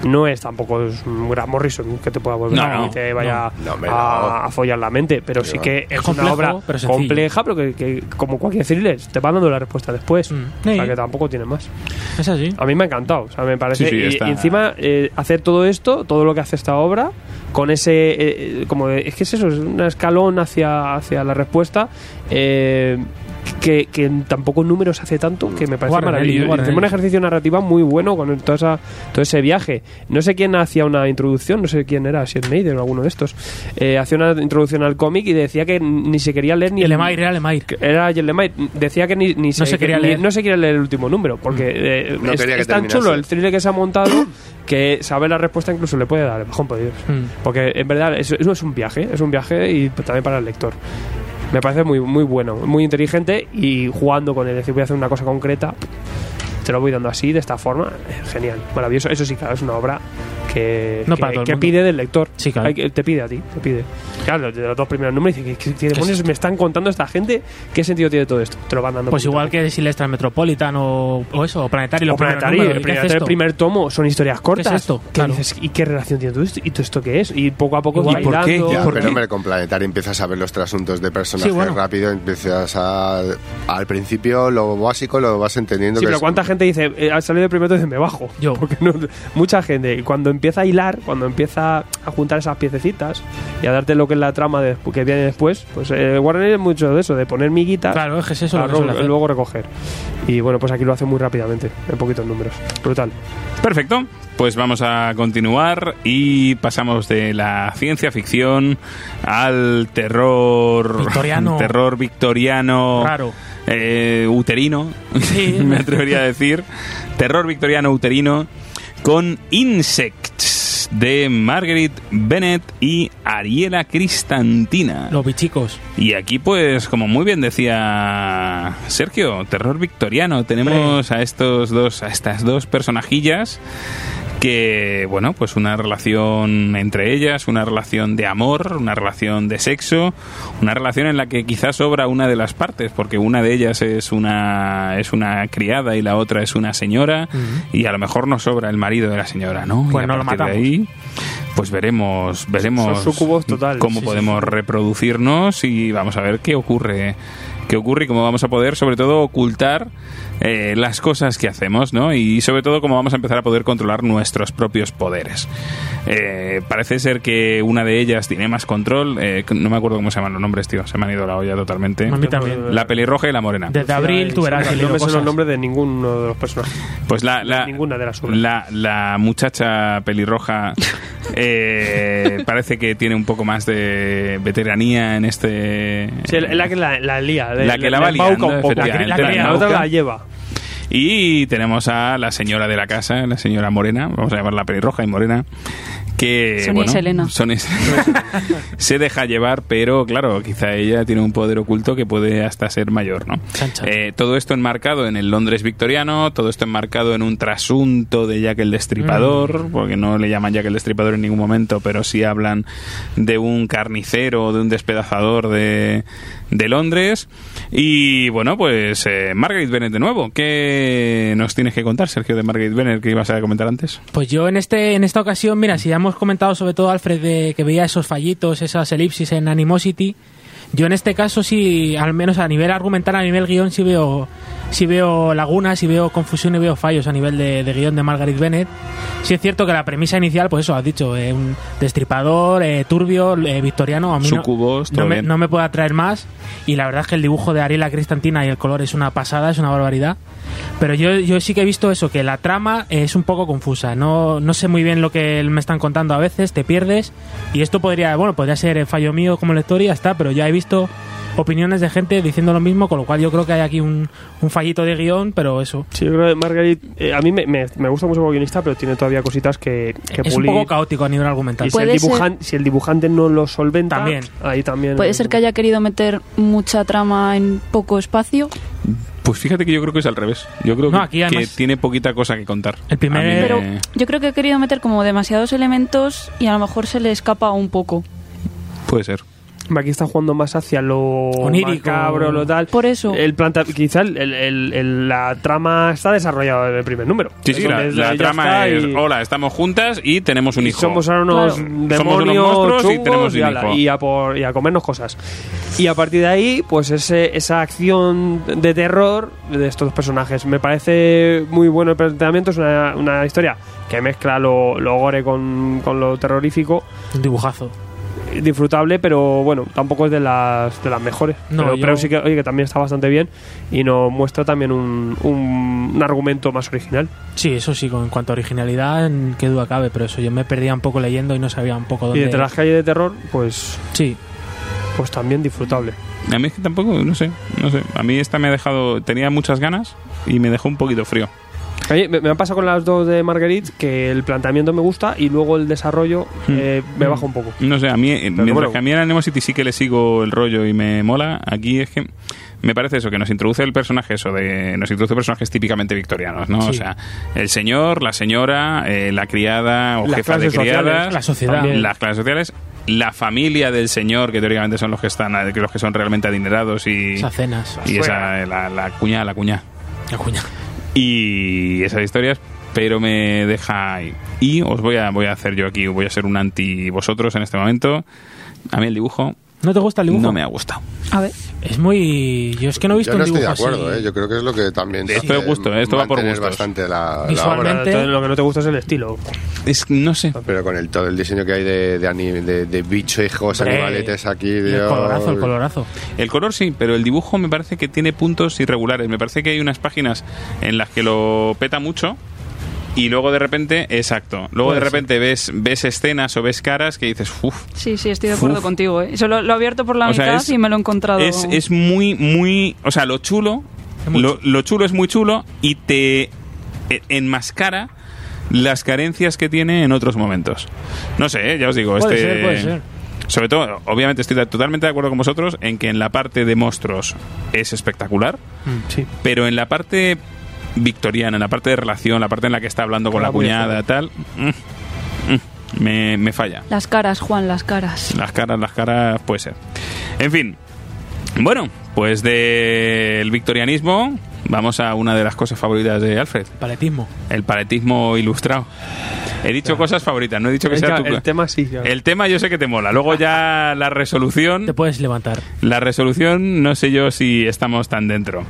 [SPEAKER 1] No es tampoco es un gran Morrison que te pueda volver
[SPEAKER 2] No,
[SPEAKER 1] a
[SPEAKER 2] no,
[SPEAKER 1] y te vaya
[SPEAKER 3] no. No, hombre,
[SPEAKER 1] a,
[SPEAKER 3] no.
[SPEAKER 1] a follar la mente, pero sí
[SPEAKER 3] va.
[SPEAKER 1] que es
[SPEAKER 4] complejo,
[SPEAKER 1] una obra
[SPEAKER 4] pero sencillo.
[SPEAKER 1] compleja, pero que, que como cualquier thriller te va dando la respuesta después,
[SPEAKER 4] Mm.
[SPEAKER 1] o sea
[SPEAKER 4] Sí.
[SPEAKER 1] que tampoco tiene más.
[SPEAKER 4] Es así.
[SPEAKER 1] A mí me ha encantado, o sea, me parece.
[SPEAKER 2] Sí, sí,
[SPEAKER 1] y-
[SPEAKER 2] está-
[SPEAKER 1] y, encima, eh, hacer todo esto, todo lo que hace esta obra, con ese. eh, eh, como de- Es que es eso, es un escalón hacia, hacia la respuesta. eh, que, que en tan pocos números hace tanto que me parece
[SPEAKER 4] Warren Ellis,
[SPEAKER 1] maravilloso.
[SPEAKER 4] Warren
[SPEAKER 1] Hacemos un
[SPEAKER 4] Ellis.
[SPEAKER 1] ejercicio narrativa muy bueno con toda esa- todo ese viaje. No sé quién hacía una introducción, no sé quién era, si Snyder o alguno de estos. eh, hacía una introducción al cómic y decía que ni se quería leer ni
[SPEAKER 4] Y
[SPEAKER 1] el,
[SPEAKER 4] Lemire, era Lemire.
[SPEAKER 1] que Era Jel Lemay. Decía que ni, ni
[SPEAKER 4] No se quería
[SPEAKER 1] ni-
[SPEAKER 4] leer. Mm.
[SPEAKER 1] no se quería leer el último número, porque eh,
[SPEAKER 3] No
[SPEAKER 1] es,
[SPEAKER 3] quería que
[SPEAKER 1] es tan
[SPEAKER 3] terminase.
[SPEAKER 1] chulo el thriller que se ha montado que saber la respuesta incluso le puede dar el bajón por Dios.
[SPEAKER 4] Mm.
[SPEAKER 1] Porque en verdad eso, eso es un viaje, es un viaje y también para el lector. Me parece muy, muy bueno, muy inteligente y jugando con él. Es decir, voy a hacer una cosa concreta, te lo voy dando así, de esta forma. eh, Genial, maravilloso. Eso sí, claro, es una obra que,
[SPEAKER 4] No
[SPEAKER 1] que,
[SPEAKER 4] para todo el
[SPEAKER 1] que
[SPEAKER 4] mundo.
[SPEAKER 1] pide del lector.
[SPEAKER 4] Sí, claro.
[SPEAKER 1] Hay que- te pide a ti, te pide. Claro, de los dos primeros números, dice, ¿qué, qué demonios me están contando esta gente? ¿Qué sentido tiene todo esto? Te lo van dando.
[SPEAKER 4] Pues
[SPEAKER 1] poquito a
[SPEAKER 4] igual
[SPEAKER 1] poco.
[SPEAKER 4] que Silestra Metropolitan o, o eso, o Planetary.
[SPEAKER 1] O
[SPEAKER 4] los primeros
[SPEAKER 1] Planetary,
[SPEAKER 4] números.
[SPEAKER 1] el
[SPEAKER 4] ¿Qué
[SPEAKER 1] primer,
[SPEAKER 4] hace
[SPEAKER 1] el
[SPEAKER 4] esto?
[SPEAKER 1] primer tomo son historias cortas.
[SPEAKER 4] esto?
[SPEAKER 1] Que
[SPEAKER 4] Claro.
[SPEAKER 1] dices, ¿Y qué relación tiene todo esto? ¿Y todo esto qué es? Y poco a poco
[SPEAKER 4] Igual,
[SPEAKER 1] va
[SPEAKER 4] ¿y por qué?
[SPEAKER 1] hilando.
[SPEAKER 3] Ya,
[SPEAKER 4] ¿Por
[SPEAKER 3] pero
[SPEAKER 4] qué?
[SPEAKER 3] hombre, con Planetario empiezas a ver los trasuntos de personajes
[SPEAKER 4] Sí, bueno.
[SPEAKER 3] rápido, empiezas a... Al principio lo básico lo vas entendiendo.
[SPEAKER 1] Sí,
[SPEAKER 3] que
[SPEAKER 1] pero
[SPEAKER 3] es-
[SPEAKER 1] ¿cuánta gente dice, eh, al salir del primero dice, me bajo?
[SPEAKER 4] Yo.
[SPEAKER 1] Porque no- mucha gente, y cuando empieza a hilar, cuando empieza a juntar esas piececitas y a darte lo que es la trama de- que viene después, pues eh, Warren es mucho de eso, de poner miguitas.
[SPEAKER 4] Claro, es que es eso
[SPEAKER 1] para
[SPEAKER 4] lo que suele
[SPEAKER 1] ro-
[SPEAKER 4] hacer.
[SPEAKER 1] luego recoger. Y bueno, pues aquí lo hace muy rápidamente, en poquitos números. Brutal.
[SPEAKER 2] Perfecto. Pues vamos a continuar y pasamos de la ciencia ficción al terror
[SPEAKER 4] Victoriano.
[SPEAKER 2] terror victoriano
[SPEAKER 4] Raro.
[SPEAKER 2] eh, uterino,
[SPEAKER 4] Sí.
[SPEAKER 2] me atrevería a decir, terror victoriano uterino con Insects de Margaret Bennett y Ariela Cristantina.
[SPEAKER 4] Los bichicos.
[SPEAKER 2] Y aquí, pues, como muy bien decía Sergio, terror victoriano. Tenemos a estos dos, a estas dos personajillas que, bueno, pues una relación entre ellas, una relación de amor, una relación de sexo, una relación en la que quizás sobra una de las partes, porque una de ellas es una es una criada y la otra es una señora, y a lo mejor no sobra el marido de la señora, ¿no? Y
[SPEAKER 4] Pues
[SPEAKER 2] a
[SPEAKER 4] no lo
[SPEAKER 2] partir de
[SPEAKER 4] matamos.
[SPEAKER 2] ahí, pues veremos, veremos
[SPEAKER 1] Son súcubos total,
[SPEAKER 2] cómo
[SPEAKER 1] sí, sí,
[SPEAKER 2] podemos reproducirnos y vamos a ver qué ocurre qué ocurre y cómo vamos a poder, sobre todo, ocultar eh, las cosas que hacemos, ¿no? Y sobre todo, cómo vamos a empezar a poder controlar nuestros propios poderes. Eh, parece ser que una de ellas tiene más control. eh, no me acuerdo cómo se llaman los nombres, tío. Se me han ido la olla totalmente.
[SPEAKER 4] A mí también.
[SPEAKER 2] La pelirroja y la morena.
[SPEAKER 4] Desde abril tú verás. que
[SPEAKER 1] No
[SPEAKER 4] leo
[SPEAKER 1] me sé los
[SPEAKER 4] cosas.
[SPEAKER 1] nombres de ninguno de los personajes.
[SPEAKER 2] Pues la, la-
[SPEAKER 1] Ninguna de las obras.
[SPEAKER 2] la, la muchacha pelirroja eh, parece que tiene un poco más de veteranía en este.
[SPEAKER 1] Sí, es la que la, la lía.
[SPEAKER 2] La que la va
[SPEAKER 1] embauca
[SPEAKER 2] liando,
[SPEAKER 1] un poco. La,
[SPEAKER 2] efectivamente,
[SPEAKER 1] que-
[SPEAKER 2] la
[SPEAKER 1] la otra
[SPEAKER 2] embauca.
[SPEAKER 1] la lleva.
[SPEAKER 2] Y tenemos a la señora de la casa, la señora Morena, vamos a llamarla pelirroja y Morena, que
[SPEAKER 5] Sonia y
[SPEAKER 2] bueno,
[SPEAKER 5] Selena.
[SPEAKER 2] Sonia y Selena. se deja llevar, pero claro, quizá ella tiene un poder oculto que puede hasta ser mayor, ¿no?
[SPEAKER 4] Chan, chan.
[SPEAKER 2] Eh, todo esto enmarcado en el Londres victoriano, todo esto enmarcado en un trasunto de Jack el Destripador,
[SPEAKER 1] Mm.
[SPEAKER 2] porque no le llaman Jack el Destripador en ningún momento, pero sí hablan de un carnicero, de un despedazador de, de Londres. Y bueno, pues eh, Margaret Bennett de nuevo. ¿Qué nos tienes que contar, Sergio, de Margaret Bennett que ibas a comentar antes?
[SPEAKER 4] Pues yo en este en esta ocasión, mira, si ya hemos comentado sobre todo Alfred de que veía esos fallitos, esas elipsis en Animosity, yo en este caso sí, al menos a nivel argumental, a nivel guión sí veo sí veo lagunas, sí veo confusión y veo fallos a nivel de, de guión de Margaret Bennett. Sí es cierto que la premisa inicial, pues eso, has dicho, eh, un destripador, eh, turbio, eh, victoriano, a mí no-
[SPEAKER 2] Sucubos, todo
[SPEAKER 4] no me,
[SPEAKER 2] bien.
[SPEAKER 4] no me puede atraer más. Y la verdad es que el dibujo de Ariela Cristantina y el color es una pasada, es una barbaridad. Pero yo, yo sí que he visto eso, que la trama es un poco confusa. No, no sé muy bien lo que me están contando a veces, te pierdes. Y esto podría, bueno, podría ser el fallo mío como lector y ya está, pero ya he visto opiniones de gente diciendo lo mismo, con lo cual yo creo que hay aquí un, un fallito de guión, pero eso.
[SPEAKER 1] Sí, yo creo que Margaret. eh, a mí me, me- me gusta mucho como guionista, pero tiene todavía cositas que, que Pues-
[SPEAKER 4] es
[SPEAKER 1] pulir.
[SPEAKER 4] un poco caótico a nivel argumental.
[SPEAKER 1] y si el,
[SPEAKER 5] Puede ser-
[SPEAKER 1] dibujan- si el dibujante no lo solventa,
[SPEAKER 4] También.
[SPEAKER 1] ahí también.
[SPEAKER 5] Puede ser que haya querido meter mucha trama en poco espacio,
[SPEAKER 2] Pues fíjate que yo creo que es al revés. Yo creo
[SPEAKER 4] No,
[SPEAKER 2] que-
[SPEAKER 4] aquí
[SPEAKER 2] que,
[SPEAKER 4] además-
[SPEAKER 2] tiene poquita cosa que contar.
[SPEAKER 4] El primer-
[SPEAKER 2] A mí me-
[SPEAKER 5] pero yo creo que he querido meter como demasiados elementos y a lo mejor se le escapa un poco.
[SPEAKER 2] Puede ser.
[SPEAKER 1] Aquí está jugando más hacia lo
[SPEAKER 4] Onírico.
[SPEAKER 1] macabro, lo tal.
[SPEAKER 5] Por eso.
[SPEAKER 1] El planta, quizá el- el- el- el- la trama está desarrollada en el primer número.
[SPEAKER 2] Sí, sí,
[SPEAKER 1] Es
[SPEAKER 2] la,
[SPEAKER 1] donde
[SPEAKER 2] la
[SPEAKER 1] ya
[SPEAKER 2] trama
[SPEAKER 1] está
[SPEAKER 2] es,
[SPEAKER 1] y-
[SPEAKER 2] hola, estamos juntas y tenemos un
[SPEAKER 1] y
[SPEAKER 2] hijo.
[SPEAKER 1] Somos ahora unos
[SPEAKER 5] Claro.
[SPEAKER 1] demonios
[SPEAKER 2] Somos unos monstruos y
[SPEAKER 1] chungos
[SPEAKER 2] tenemos un
[SPEAKER 1] ala,
[SPEAKER 2] hijo.
[SPEAKER 1] y a por- y a comernos cosas. Y a partir de ahí, pues ese, esa acción de terror de estos personajes. Me parece muy bueno el planteamiento. Es una, una historia que mezcla lo, lo gore con, con lo terrorífico.
[SPEAKER 4] Un dibujazo.
[SPEAKER 1] Disfrutable, pero bueno, tampoco es de las, de las mejores.
[SPEAKER 4] No,
[SPEAKER 1] pero,
[SPEAKER 4] yo-
[SPEAKER 1] pero sí que, oye, que también está bastante bien y nos muestra también un, un- un argumento más original.
[SPEAKER 4] Sí, eso sí, con, en cuanto a originalidad, en qué duda cabe, pero eso yo me perdía un poco leyendo y no sabía un poco dónde.
[SPEAKER 1] Y de las calles de terror, pues,
[SPEAKER 4] Sí,
[SPEAKER 1] pues también disfrutable.
[SPEAKER 2] A mí es que tampoco, no sé, no sé. A mí esta me ha dejado, tenía muchas ganas y me dejó un poquito frío.
[SPEAKER 1] A mí me, me han pasado con las dos de Marguerite que el planteamiento me gusta y luego el desarrollo eh, me baja un poco.
[SPEAKER 2] No sé, a mí, eh, mientras
[SPEAKER 1] bueno.
[SPEAKER 2] que a mí en Anemo City sí que le sigo el rollo y me mola, aquí es que me parece eso, que nos introduce el personaje, eso de, nos introduce personajes típicamente victorianos, ¿no?
[SPEAKER 4] Sí.
[SPEAKER 2] O sea, el señor, la señora, eh, la criada o
[SPEAKER 1] Las
[SPEAKER 2] jefa de
[SPEAKER 1] clases sociales,
[SPEAKER 2] criadas,
[SPEAKER 4] la sociedad.
[SPEAKER 2] también las clases sociales, la familia del señor, que teóricamente son los que están, los que son realmente adinerados y,
[SPEAKER 4] esas cenas.
[SPEAKER 2] y esa, eh, la, la cuña, la cuña.
[SPEAKER 4] La cuña.
[SPEAKER 2] y esas historias pero me deja ahí. y os voy a voy a hacer yo aquí voy a ser un anti vosotros en este momento a mí el dibujo,
[SPEAKER 4] ¿No te gusta el dibujo?
[SPEAKER 2] no me ha gustado
[SPEAKER 5] A ver.
[SPEAKER 4] Es muy. Yo es que no he visto
[SPEAKER 3] Yo no
[SPEAKER 4] un
[SPEAKER 3] estoy de
[SPEAKER 4] dibujo
[SPEAKER 3] acuerdo,
[SPEAKER 4] así.
[SPEAKER 3] ¿eh? yo creo que es lo que también...
[SPEAKER 2] Esto
[SPEAKER 3] hace
[SPEAKER 2] es gusto, ¿eh? Esto va por
[SPEAKER 3] mantener
[SPEAKER 2] gustos.
[SPEAKER 3] bastante la- la, obra.
[SPEAKER 4] Visualmente-
[SPEAKER 1] Entonces, lo que no te gusta es el estilo.
[SPEAKER 2] es no sé
[SPEAKER 3] Pero con el, todo el diseño que hay de, de, ani- de, de bicho, hijos,
[SPEAKER 4] Hombre,
[SPEAKER 3] animaletes Pues aquí...
[SPEAKER 4] y el
[SPEAKER 3] Dios.
[SPEAKER 4] colorazo, el colorazo.
[SPEAKER 2] el color sí pero el dibujo me parece que tiene puntos irregulares me parece que hay unas páginas en las que lo peta mucho y luego de repente exacto luego de repente ves ves escenas o ves caras que dices uff
[SPEAKER 5] Sí, sí, estoy de acuerdo
[SPEAKER 2] Uf.
[SPEAKER 5] contigo. ¿eh? Solo lo he abierto por la
[SPEAKER 2] O sea,
[SPEAKER 5] mitad
[SPEAKER 2] es-
[SPEAKER 5] y me lo he encontrado.
[SPEAKER 2] Es, es muy, muy. O sea, lo chulo.
[SPEAKER 4] Es muy
[SPEAKER 2] lo, lo chulo es muy chulo y te e- enmascara las carencias que tiene en otros momentos. No sé, ¿eh? ya os digo,
[SPEAKER 4] Puede
[SPEAKER 2] este.
[SPEAKER 4] ser, puede ser.
[SPEAKER 2] Sobre todo, obviamente estoy totalmente de acuerdo con vosotros en que en la parte de monstruos es espectacular,
[SPEAKER 1] Mm, Sí.
[SPEAKER 2] pero en la parte victoriana, en la parte de relación, la parte en la que está hablando con
[SPEAKER 1] Ah,
[SPEAKER 2] la
[SPEAKER 1] muy
[SPEAKER 2] cuñada, tal, mm, mm, me, me falla.
[SPEAKER 5] Las caras, Juan, las caras.
[SPEAKER 2] Las caras, las caras, puede ser. En fin. Bueno, pues del victorianismo Vamos a una de las cosas favoritas de Alfred,
[SPEAKER 4] Paletismo.
[SPEAKER 2] el paletismo ilustrado. He dicho cosas favoritas, no he dicho que
[SPEAKER 1] El,
[SPEAKER 2] sea
[SPEAKER 1] ca-
[SPEAKER 2] tu...
[SPEAKER 1] el tema sí. ya.
[SPEAKER 2] El tema yo sé que te mola. Luego ya la
[SPEAKER 4] Te
[SPEAKER 2] resolución...
[SPEAKER 4] puedes levantar.
[SPEAKER 2] La resolución no sé yo si estamos tan dentro.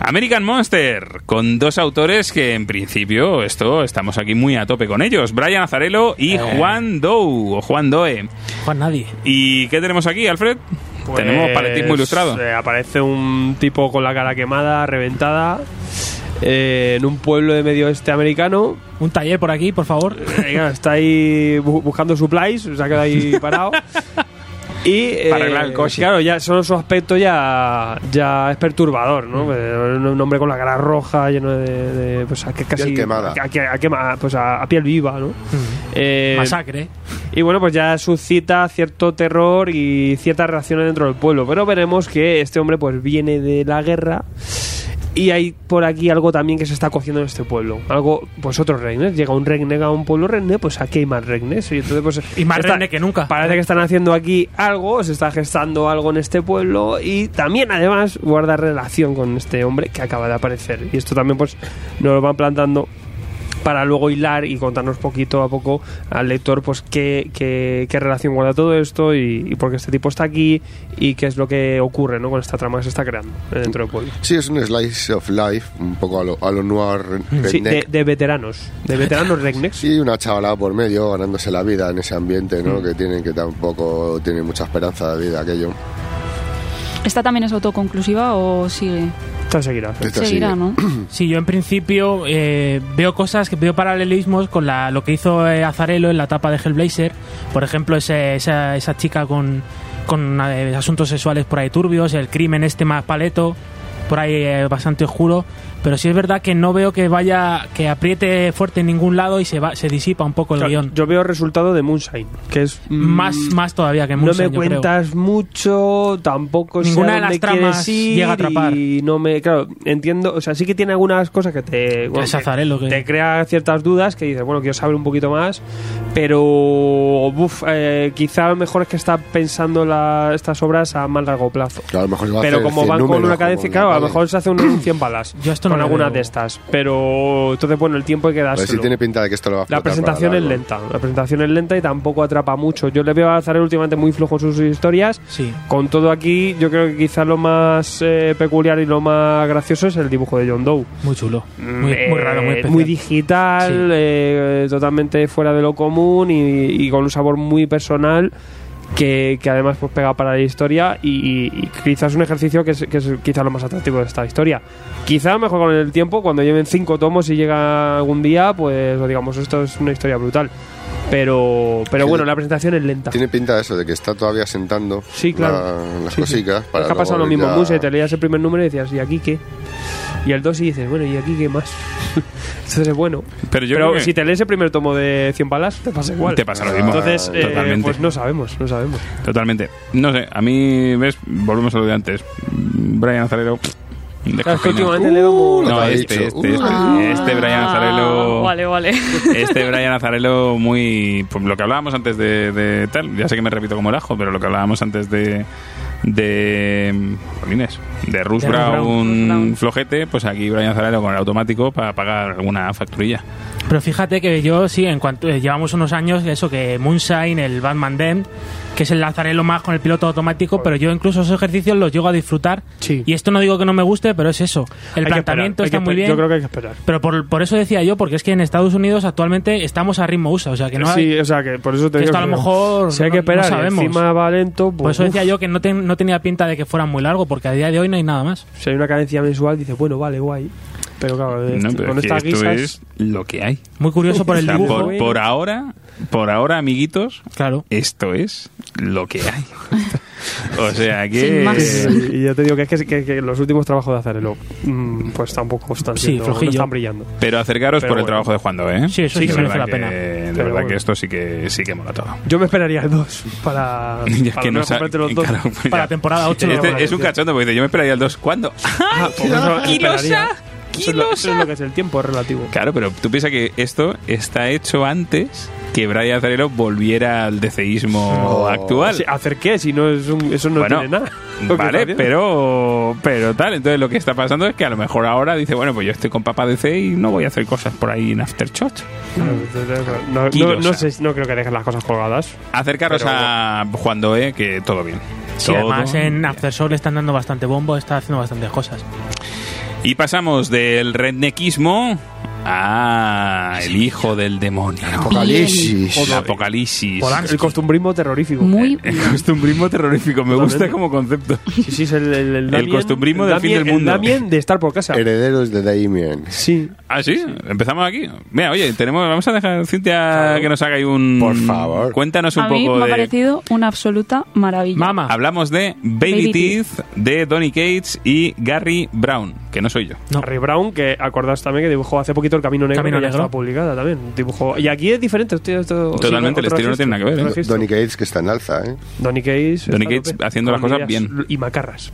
[SPEAKER 2] American Monster, con dos autores que en principio esto estamos aquí muy a tope con ellos. Brian Azarelo
[SPEAKER 1] Eh.
[SPEAKER 2] y Juan Doe, o Juan Doe.
[SPEAKER 4] Juan, nadie.
[SPEAKER 2] ¿Y qué tenemos aquí, Alfred?
[SPEAKER 1] Pues,
[SPEAKER 2] tenemos paletismo ilustrado.
[SPEAKER 1] eh, aparece un tipo con la cara quemada, reventada, eh, en un pueblo de medio este americano.
[SPEAKER 4] Un taller por aquí, por favor.
[SPEAKER 1] Eh, claro, está ahí bu- buscando supplies, se ha quedado ahí parado. Y, eh,
[SPEAKER 2] Para arreglar el coche.
[SPEAKER 1] Claro, ya solo su aspecto ya, ya es perturbador,
[SPEAKER 2] Mm.
[SPEAKER 1] ¿no? Eh, Un hombre con la cara roja, lleno de. de, pues, a que casi,
[SPEAKER 3] Piel quemada.
[SPEAKER 1] A, que- a quema- pues, a- a piel viva, ¿no?
[SPEAKER 2] Mm.
[SPEAKER 1] Eh,
[SPEAKER 4] Masacre.
[SPEAKER 1] y bueno, pues ya suscita cierto terror y ciertas reacciones dentro del pueblo. Pero veremos que este hombre pues viene de la guerra y hay por aquí algo también que se está cociendo en este pueblo. Algo, pues otros regnes. Llega un regne a un pueblo regne, pues aquí hay más regnes. Y, entonces, pues,
[SPEAKER 4] Y más
[SPEAKER 1] está-
[SPEAKER 4] regne que nunca.
[SPEAKER 1] Parece que están haciendo aquí algo, se está gestando algo en este pueblo y también además guarda relación con este hombre que acaba de aparecer. Y esto también pues nos lo van plantando para luego hilar y contarnos poquito a poco al lector pues qué, qué, qué relación guarda todo esto y, y por qué este tipo está aquí y qué es lo que ocurre ¿no? con esta trama que se está creando dentro del pueblo.
[SPEAKER 3] Sí, es un slice of life, un poco a lo, a lo noir.
[SPEAKER 1] Mm, Sí, de,
[SPEAKER 3] redneck.
[SPEAKER 1] de veteranos, de veteranos Regnex.
[SPEAKER 3] Sí, una chavalada por medio, ganándose la vida en ese ambiente, ¿no? Que tienen que tampoco tienen mucha esperanza de vida aquello.
[SPEAKER 5] ¿Esta también es autoconclusiva o sigue?
[SPEAKER 1] Esta seguirá.
[SPEAKER 3] Esta
[SPEAKER 5] Seguirá,
[SPEAKER 3] sigue.
[SPEAKER 5] ¿no?
[SPEAKER 4] Sí, yo en principio eh, veo cosas, que veo paralelismos con la, lo que hizo eh, Azarelo en la etapa de Hellblazer. Por ejemplo, ese- esa, esa chica con, con eh, asuntos sexuales por ahí turbios, el crimen este más paleto, por ahí eh, bastante oscuro. Pero sí es verdad que no veo que vaya, que apriete fuerte en ningún lado y se, va, se disipa un poco el
[SPEAKER 1] Claro,
[SPEAKER 4] guión.
[SPEAKER 1] Yo veo resultado de Moonshine, que es mm,
[SPEAKER 4] más, más todavía que
[SPEAKER 1] no
[SPEAKER 4] Munson,
[SPEAKER 1] me
[SPEAKER 4] yo creo.
[SPEAKER 1] cuentas mucho, tampoco sé
[SPEAKER 4] Ninguna
[SPEAKER 1] a
[SPEAKER 4] de las
[SPEAKER 1] dónde quieres
[SPEAKER 4] tramas
[SPEAKER 1] ir
[SPEAKER 4] llega a atrapar.
[SPEAKER 1] Y no me, claro, entiendo, o sea, sí que tiene algunas cosas que te, bueno,
[SPEAKER 4] es
[SPEAKER 1] que
[SPEAKER 4] Azarelo que-
[SPEAKER 1] te crea ciertas dudas que dices, bueno, quiero saber un poquito más, pero uf, eh, quizá lo mejor es que está pensando la- estas obras a más largo plazo.
[SPEAKER 3] Claro, a lo mejor iba a
[SPEAKER 1] Pero
[SPEAKER 3] hacer
[SPEAKER 1] como
[SPEAKER 3] 100
[SPEAKER 1] van con
[SPEAKER 3] números,
[SPEAKER 1] una cadencia,
[SPEAKER 3] como-
[SPEAKER 1] claro, a lo
[SPEAKER 3] vale.
[SPEAKER 1] mejor se hace un 100 balas
[SPEAKER 4] Yo esto no
[SPEAKER 1] con
[SPEAKER 4] lo
[SPEAKER 1] algunas
[SPEAKER 4] veo.
[SPEAKER 1] de estas, pero entonces, bueno, el tiempo hay que
[SPEAKER 3] A
[SPEAKER 1] dárselo.
[SPEAKER 3] ver si tiene pinta de que esto lo va a
[SPEAKER 1] La
[SPEAKER 3] explotar para
[SPEAKER 1] presentación es
[SPEAKER 3] largo.
[SPEAKER 1] lenta, la presentación es lenta y tampoco atrapa mucho. Yo le veo a Zarel últimamente muy flojo en sus historias.
[SPEAKER 4] Sí.
[SPEAKER 1] Con todo aquí, yo creo que quizá lo más eh, peculiar y lo más gracioso es el dibujo de John Doe.
[SPEAKER 4] Muy chulo. Muy,
[SPEAKER 1] Eh,
[SPEAKER 4] muy raro, muy especial.
[SPEAKER 1] muy digital,
[SPEAKER 4] Sí.
[SPEAKER 1] eh, totalmente fuera de lo común y, y con un sabor muy personal que, que además pues pega para la historia y, y- y quizás es un ejercicio que es, que es quizás lo más atractivo de esta historia. Quizá a lo mejor con el tiempo, cuando lleven cinco tomos y llega algún día, pues lo digamos, esto es una historia brutal. Pero, pero
[SPEAKER 3] Sí,
[SPEAKER 1] bueno,
[SPEAKER 3] de-
[SPEAKER 1] la presentación es lenta.
[SPEAKER 3] Tiene pinta de eso, de que está todavía sentando
[SPEAKER 1] Sí, claro.
[SPEAKER 3] la- las
[SPEAKER 1] Sí, sí.
[SPEAKER 3] cositas.
[SPEAKER 1] Es
[SPEAKER 3] Para
[SPEAKER 1] que ha pasado lo
[SPEAKER 3] luego
[SPEAKER 1] mismo en
[SPEAKER 3] ya-
[SPEAKER 1] Muse, te leías el primer número y decías, ¿y aquí qué? Y el 2 y dices, bueno, ¿y aquí qué más? Entonces es bueno.
[SPEAKER 2] Pero yo
[SPEAKER 1] Pero
[SPEAKER 2] creo que
[SPEAKER 1] si te lees el primer tomo de 100 balas, te pasa igual.
[SPEAKER 2] te pasa lo mismo.
[SPEAKER 1] Entonces, eh,
[SPEAKER 2] Totalmente.
[SPEAKER 1] pues no sabemos, no sabemos.
[SPEAKER 2] Totalmente. No sé, a mí, ¿ves? Volvemos a lo de antes. Brian Azarelo...
[SPEAKER 1] Claro, es que
[SPEAKER 2] descojona.
[SPEAKER 1] últimamente le doy
[SPEAKER 3] Uh, lo
[SPEAKER 2] no,
[SPEAKER 3] que ha
[SPEAKER 2] este,
[SPEAKER 3] dicho.
[SPEAKER 2] este, este,
[SPEAKER 3] Ah.
[SPEAKER 2] este Brian
[SPEAKER 5] Ah,
[SPEAKER 2] Azarelo...
[SPEAKER 5] Vale, vale.
[SPEAKER 2] Este Brian Azarelo muy... Pues lo que hablábamos antes de, de tal, ya sé que me repito como el ajo, pero lo que hablábamos antes de... De... Polines, de Rush
[SPEAKER 4] De Russ
[SPEAKER 2] Brown,
[SPEAKER 5] Brown. Russ Brown.
[SPEAKER 2] flojete, pues aquí Brian Azarelo con el automático para pagar alguna facturilla.
[SPEAKER 4] Pero fíjate que yo sí, en cuanto eh, llevamos unos años, eso que Moonshine, el Batman Den, que es el lazarelo más con el piloto automático, pero yo incluso esos ejercicios los llego a disfrutar.
[SPEAKER 1] Sí.
[SPEAKER 4] Y esto no digo que no me guste, pero es eso.
[SPEAKER 1] Hay
[SPEAKER 4] El
[SPEAKER 1] que esperar, hay que
[SPEAKER 4] planteamiento está muy
[SPEAKER 1] esperar.
[SPEAKER 4] bien.
[SPEAKER 1] Yo creo que hay que esperar.
[SPEAKER 4] Pero por, por eso decía yo, porque es que en Estados Unidos actualmente estamos a ritmo USA, o sea que no hay...
[SPEAKER 1] sí, o sea, que por eso te
[SPEAKER 4] que
[SPEAKER 1] digo
[SPEAKER 4] esto a lo
[SPEAKER 1] que
[SPEAKER 4] mejor
[SPEAKER 1] si hay que
[SPEAKER 4] no- no
[SPEAKER 1] esperar y
[SPEAKER 4] sabemos.
[SPEAKER 1] encima va lento, pues
[SPEAKER 4] Por eso decía
[SPEAKER 1] uf,
[SPEAKER 4] yo que no, ten- no tenía pinta de que fuera muy largo, porque a día de hoy no hay nada más.
[SPEAKER 1] si hay una carencia mensual, dices, bueno, vale, guay. Pero claro,
[SPEAKER 2] No,
[SPEAKER 1] este-
[SPEAKER 2] pero
[SPEAKER 1] con
[SPEAKER 2] es que
[SPEAKER 1] estas
[SPEAKER 2] esto
[SPEAKER 1] guisas...
[SPEAKER 2] es lo que hay.
[SPEAKER 4] Muy curioso por
[SPEAKER 2] O
[SPEAKER 4] el
[SPEAKER 2] sea,
[SPEAKER 4] dibujo.
[SPEAKER 2] por, por ahora, por ahora, amiguitos,
[SPEAKER 4] Claro.
[SPEAKER 2] esto es lo que hay. O sea
[SPEAKER 5] Sin
[SPEAKER 2] que...
[SPEAKER 5] más.
[SPEAKER 1] eh, y yo te digo que es que, que- que los últimos trabajos de Azarelo mm, pues tampoco están,
[SPEAKER 4] Sí,
[SPEAKER 1] siendo- no
[SPEAKER 4] flojillo.
[SPEAKER 1] están brillando.
[SPEAKER 2] Pero acercaros
[SPEAKER 1] Pero
[SPEAKER 2] por el
[SPEAKER 1] bueno.
[SPEAKER 2] trabajo de Juan Doe, ¿eh?
[SPEAKER 4] Sí, eso sí
[SPEAKER 2] de
[SPEAKER 4] que merece
[SPEAKER 2] verdad
[SPEAKER 4] la pena.
[SPEAKER 2] que- De
[SPEAKER 1] Pero
[SPEAKER 2] verdad que
[SPEAKER 1] bueno.
[SPEAKER 2] esto sí que, sí que mola todo.
[SPEAKER 1] Yo me esperaría el 2 para,
[SPEAKER 2] Ya
[SPEAKER 1] para
[SPEAKER 2] que
[SPEAKER 1] no
[SPEAKER 2] no sa-
[SPEAKER 1] comprarte los dos.
[SPEAKER 2] claro, pues
[SPEAKER 4] Para
[SPEAKER 2] ya.
[SPEAKER 4] la temporada 8.
[SPEAKER 1] Sí,
[SPEAKER 2] Este
[SPEAKER 1] vale,
[SPEAKER 2] es un
[SPEAKER 1] ya.
[SPEAKER 2] cachondo porque dice, yo me esperaría el 2. ¿Cuándo?
[SPEAKER 1] Ah, pues eso me
[SPEAKER 2] kilosa,
[SPEAKER 1] esperaría. Eso es lo- eso es lo que es el tiempo es relativo.
[SPEAKER 2] Claro, pero tú piensas que esto está hecho antes que Brian Azarelo volviera al DCismo
[SPEAKER 1] No.
[SPEAKER 2] actual.
[SPEAKER 1] Sí, ¿Hacer qué? Si no es un- eso no
[SPEAKER 2] Bueno,
[SPEAKER 1] tiene nada. Lo que está
[SPEAKER 2] Vale,
[SPEAKER 1] haciendo.
[SPEAKER 2] pero, pero tal. Entonces lo que está pasando es que a lo mejor ahora dice, bueno, pues yo estoy con papá DC y no voy a hacer cosas por ahí en Aftershock.
[SPEAKER 1] No, no, no
[SPEAKER 2] Kilosa.
[SPEAKER 1] sé, no creo que dejen las cosas colgadas.
[SPEAKER 2] Acercaros
[SPEAKER 1] Pero
[SPEAKER 2] a Juan Doe, que todo bien.
[SPEAKER 4] Sí,
[SPEAKER 2] Todo
[SPEAKER 4] además
[SPEAKER 2] bien.
[SPEAKER 4] en After Soul le están dando bastante bombo, está haciendo bastantes cosas.
[SPEAKER 2] Y pasamos del rednequismo a el hijo del demonio.
[SPEAKER 3] Apocalipsis.
[SPEAKER 2] Apocalipsis.
[SPEAKER 1] El costumbrismo terrorífico.
[SPEAKER 5] Muy
[SPEAKER 2] El costumbrismo terrorífico, me gusta
[SPEAKER 1] Totalmente.
[SPEAKER 2] como concepto.
[SPEAKER 1] Sí, sí, es el, el,
[SPEAKER 2] El
[SPEAKER 1] Damien-
[SPEAKER 2] costumbrismo del fin
[SPEAKER 1] Damien-
[SPEAKER 2] del mundo.
[SPEAKER 1] El Damien de estar por casa.
[SPEAKER 3] Herederos de Damien.
[SPEAKER 1] Sí.
[SPEAKER 2] Ah, sí, empezamos aquí. Mira, oye, tenemos, vamos a dejar Cintia que nos haga ahí un.
[SPEAKER 3] Por favor.
[SPEAKER 2] Cuéntanos un
[SPEAKER 5] a mí
[SPEAKER 2] poco
[SPEAKER 5] me ha
[SPEAKER 2] de.
[SPEAKER 5] parecido una absoluta maravilla.
[SPEAKER 4] Mama.
[SPEAKER 2] Hablamos de Ah. Baby,
[SPEAKER 5] Baby
[SPEAKER 2] Teeth, de Donny Cates y Gary Brown, que no soy yo.
[SPEAKER 4] No.
[SPEAKER 1] Harry Brown, que acordaos también que dibujó hace poquito El Camino Negro,
[SPEAKER 4] Camino
[SPEAKER 1] que ya
[SPEAKER 4] Negro.
[SPEAKER 1] está publicada también. Dibujó, y aquí es diferente. estoy- esto-
[SPEAKER 2] Totalmente, el
[SPEAKER 1] otro
[SPEAKER 2] estilo
[SPEAKER 1] registro,
[SPEAKER 2] no tiene nada que ver,
[SPEAKER 1] otro
[SPEAKER 2] ¿eh?
[SPEAKER 1] registro.
[SPEAKER 3] Donny Cates, que está en alza, ¿eh?
[SPEAKER 1] Donny Cates.
[SPEAKER 2] Donny
[SPEAKER 1] está a
[SPEAKER 2] Cates
[SPEAKER 1] tope.
[SPEAKER 2] haciendo las
[SPEAKER 1] Con
[SPEAKER 2] cosas
[SPEAKER 1] ideas
[SPEAKER 2] bien.
[SPEAKER 1] Y macarras.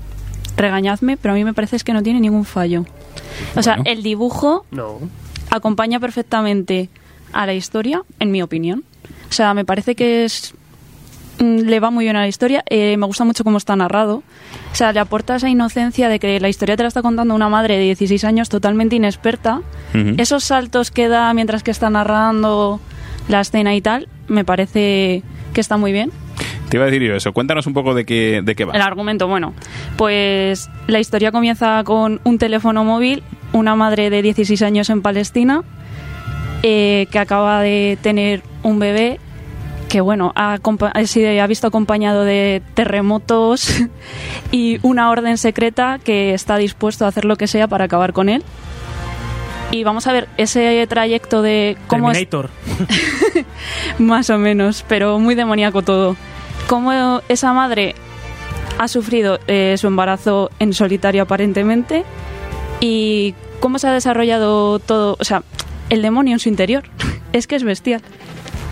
[SPEAKER 5] Regañadme, pero a mí me parece es que no tiene ningún fallo. O sea,
[SPEAKER 2] Bueno.
[SPEAKER 5] el dibujo
[SPEAKER 1] No.
[SPEAKER 5] acompaña perfectamente a la historia, en mi opinión. O sea, me parece que es mm, le va muy bien a la historia. Eh, me gusta mucho cómo está narrado. O sea, le aporta esa inocencia de que la historia te la está contando una madre de 16 años totalmente inexperta.
[SPEAKER 2] Ujú.
[SPEAKER 5] Esos saltos que da mientras que está narrando la escena y tal, me parece que está muy bien.
[SPEAKER 2] Te iba a decir yo eso. Cuéntanos un poco de qué, de qué va.
[SPEAKER 5] El argumento, bueno, pues la historia comienza con un teléfono móvil, una madre de 16 años en Palestina eh, que acaba de tener un bebé que, bueno, ha, compa- ha sido- ha visto acompañado de terremotos y una orden secreta que está dispuesto a hacer lo que sea para acabar con él. Y vamos a ver ese trayecto de cómo es
[SPEAKER 4] Terminator.
[SPEAKER 5] más o menos, pero muy demoníaco todo. Cómo esa madre ha sufrido eh, su embarazo en solitario aparentemente y cómo se ha desarrollado todo, o sea, el demonio en su interior. es que es bestial.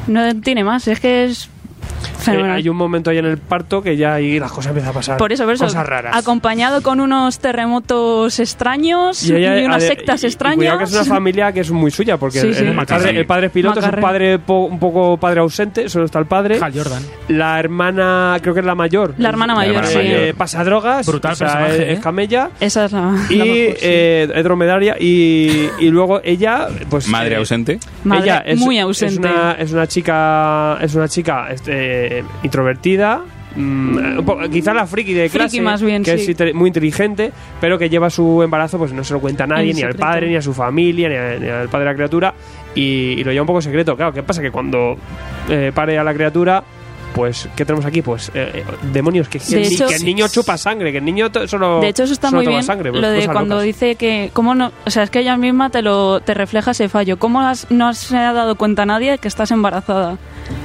[SPEAKER 5] No tiene más, es que es
[SPEAKER 1] Eh,
[SPEAKER 5] fenomenal.
[SPEAKER 1] hay un momento ahí en el parto que ya ahí las cosas empiezan a pasar.
[SPEAKER 5] por eso, por eso,
[SPEAKER 1] Cosas raras.
[SPEAKER 5] acompañado con unos terremotos extraños y,
[SPEAKER 1] ella-
[SPEAKER 5] unas
[SPEAKER 1] ade-
[SPEAKER 5] sectas
[SPEAKER 1] y- y
[SPEAKER 5] extrañas.
[SPEAKER 1] cuidado que es una familia que es muy suya, porque
[SPEAKER 5] Sí,
[SPEAKER 1] el,
[SPEAKER 5] sí.
[SPEAKER 1] el
[SPEAKER 2] Macarra.
[SPEAKER 1] padre, el padre es piloto, es un
[SPEAKER 5] Macarra.
[SPEAKER 1] padre po- un poco padre ausente, solo está el padre.
[SPEAKER 4] Hal Jordan.
[SPEAKER 1] La hermana, creo que es la mayor.
[SPEAKER 5] La hermana
[SPEAKER 1] Eh,
[SPEAKER 5] mayor,
[SPEAKER 2] hermana
[SPEAKER 5] sí.
[SPEAKER 2] mayor.
[SPEAKER 1] Pasa drogas.
[SPEAKER 4] Brutal
[SPEAKER 1] o sea,
[SPEAKER 4] personaje,
[SPEAKER 1] es-
[SPEAKER 4] ¿eh?
[SPEAKER 1] es camella.
[SPEAKER 5] Esa es la,
[SPEAKER 1] Y
[SPEAKER 5] la mejor, sí.
[SPEAKER 1] eh, es dromedaria. Y, y luego ella, pues.
[SPEAKER 2] Madre
[SPEAKER 1] eh,
[SPEAKER 2] ausente.
[SPEAKER 5] Madre
[SPEAKER 1] ella es,
[SPEAKER 5] muy
[SPEAKER 1] es
[SPEAKER 5] ausente.
[SPEAKER 1] una, es una chica, es una chica este, eh, introvertida. mm, un po- quizá la friki de
[SPEAKER 5] Friki
[SPEAKER 1] clase,
[SPEAKER 5] más bien,
[SPEAKER 1] que
[SPEAKER 5] sí.
[SPEAKER 1] es inte- muy inteligente, pero que lleva su embarazo, pues no se lo cuenta a nadie,
[SPEAKER 5] En
[SPEAKER 1] ni al
[SPEAKER 5] secreto.
[SPEAKER 1] padre, ni a su familia, ni, a- ni al padre de la criatura, y, y lo lleva un poco secreto. Claro, ¿qué pasa? Que cuando eh, pare a la criatura, pues, ¿qué tenemos aquí? Pues eh, eh, demonios, que, que
[SPEAKER 5] De
[SPEAKER 1] el ni-
[SPEAKER 5] hecho-
[SPEAKER 1] que el niño chupa sangre, que el niño to- solo.
[SPEAKER 5] De hecho, eso está
[SPEAKER 1] solo
[SPEAKER 5] muy
[SPEAKER 1] toma
[SPEAKER 5] bien.
[SPEAKER 1] sangre, pues,
[SPEAKER 5] lo de
[SPEAKER 1] cosas
[SPEAKER 5] cuando
[SPEAKER 1] locas.
[SPEAKER 5] dice que. ¿Cómo no? O sea, es que ella misma te, lo, te refleja ese fallo. ¿Cómo has- no has- se ha dado cuenta nadie que estás embarazada?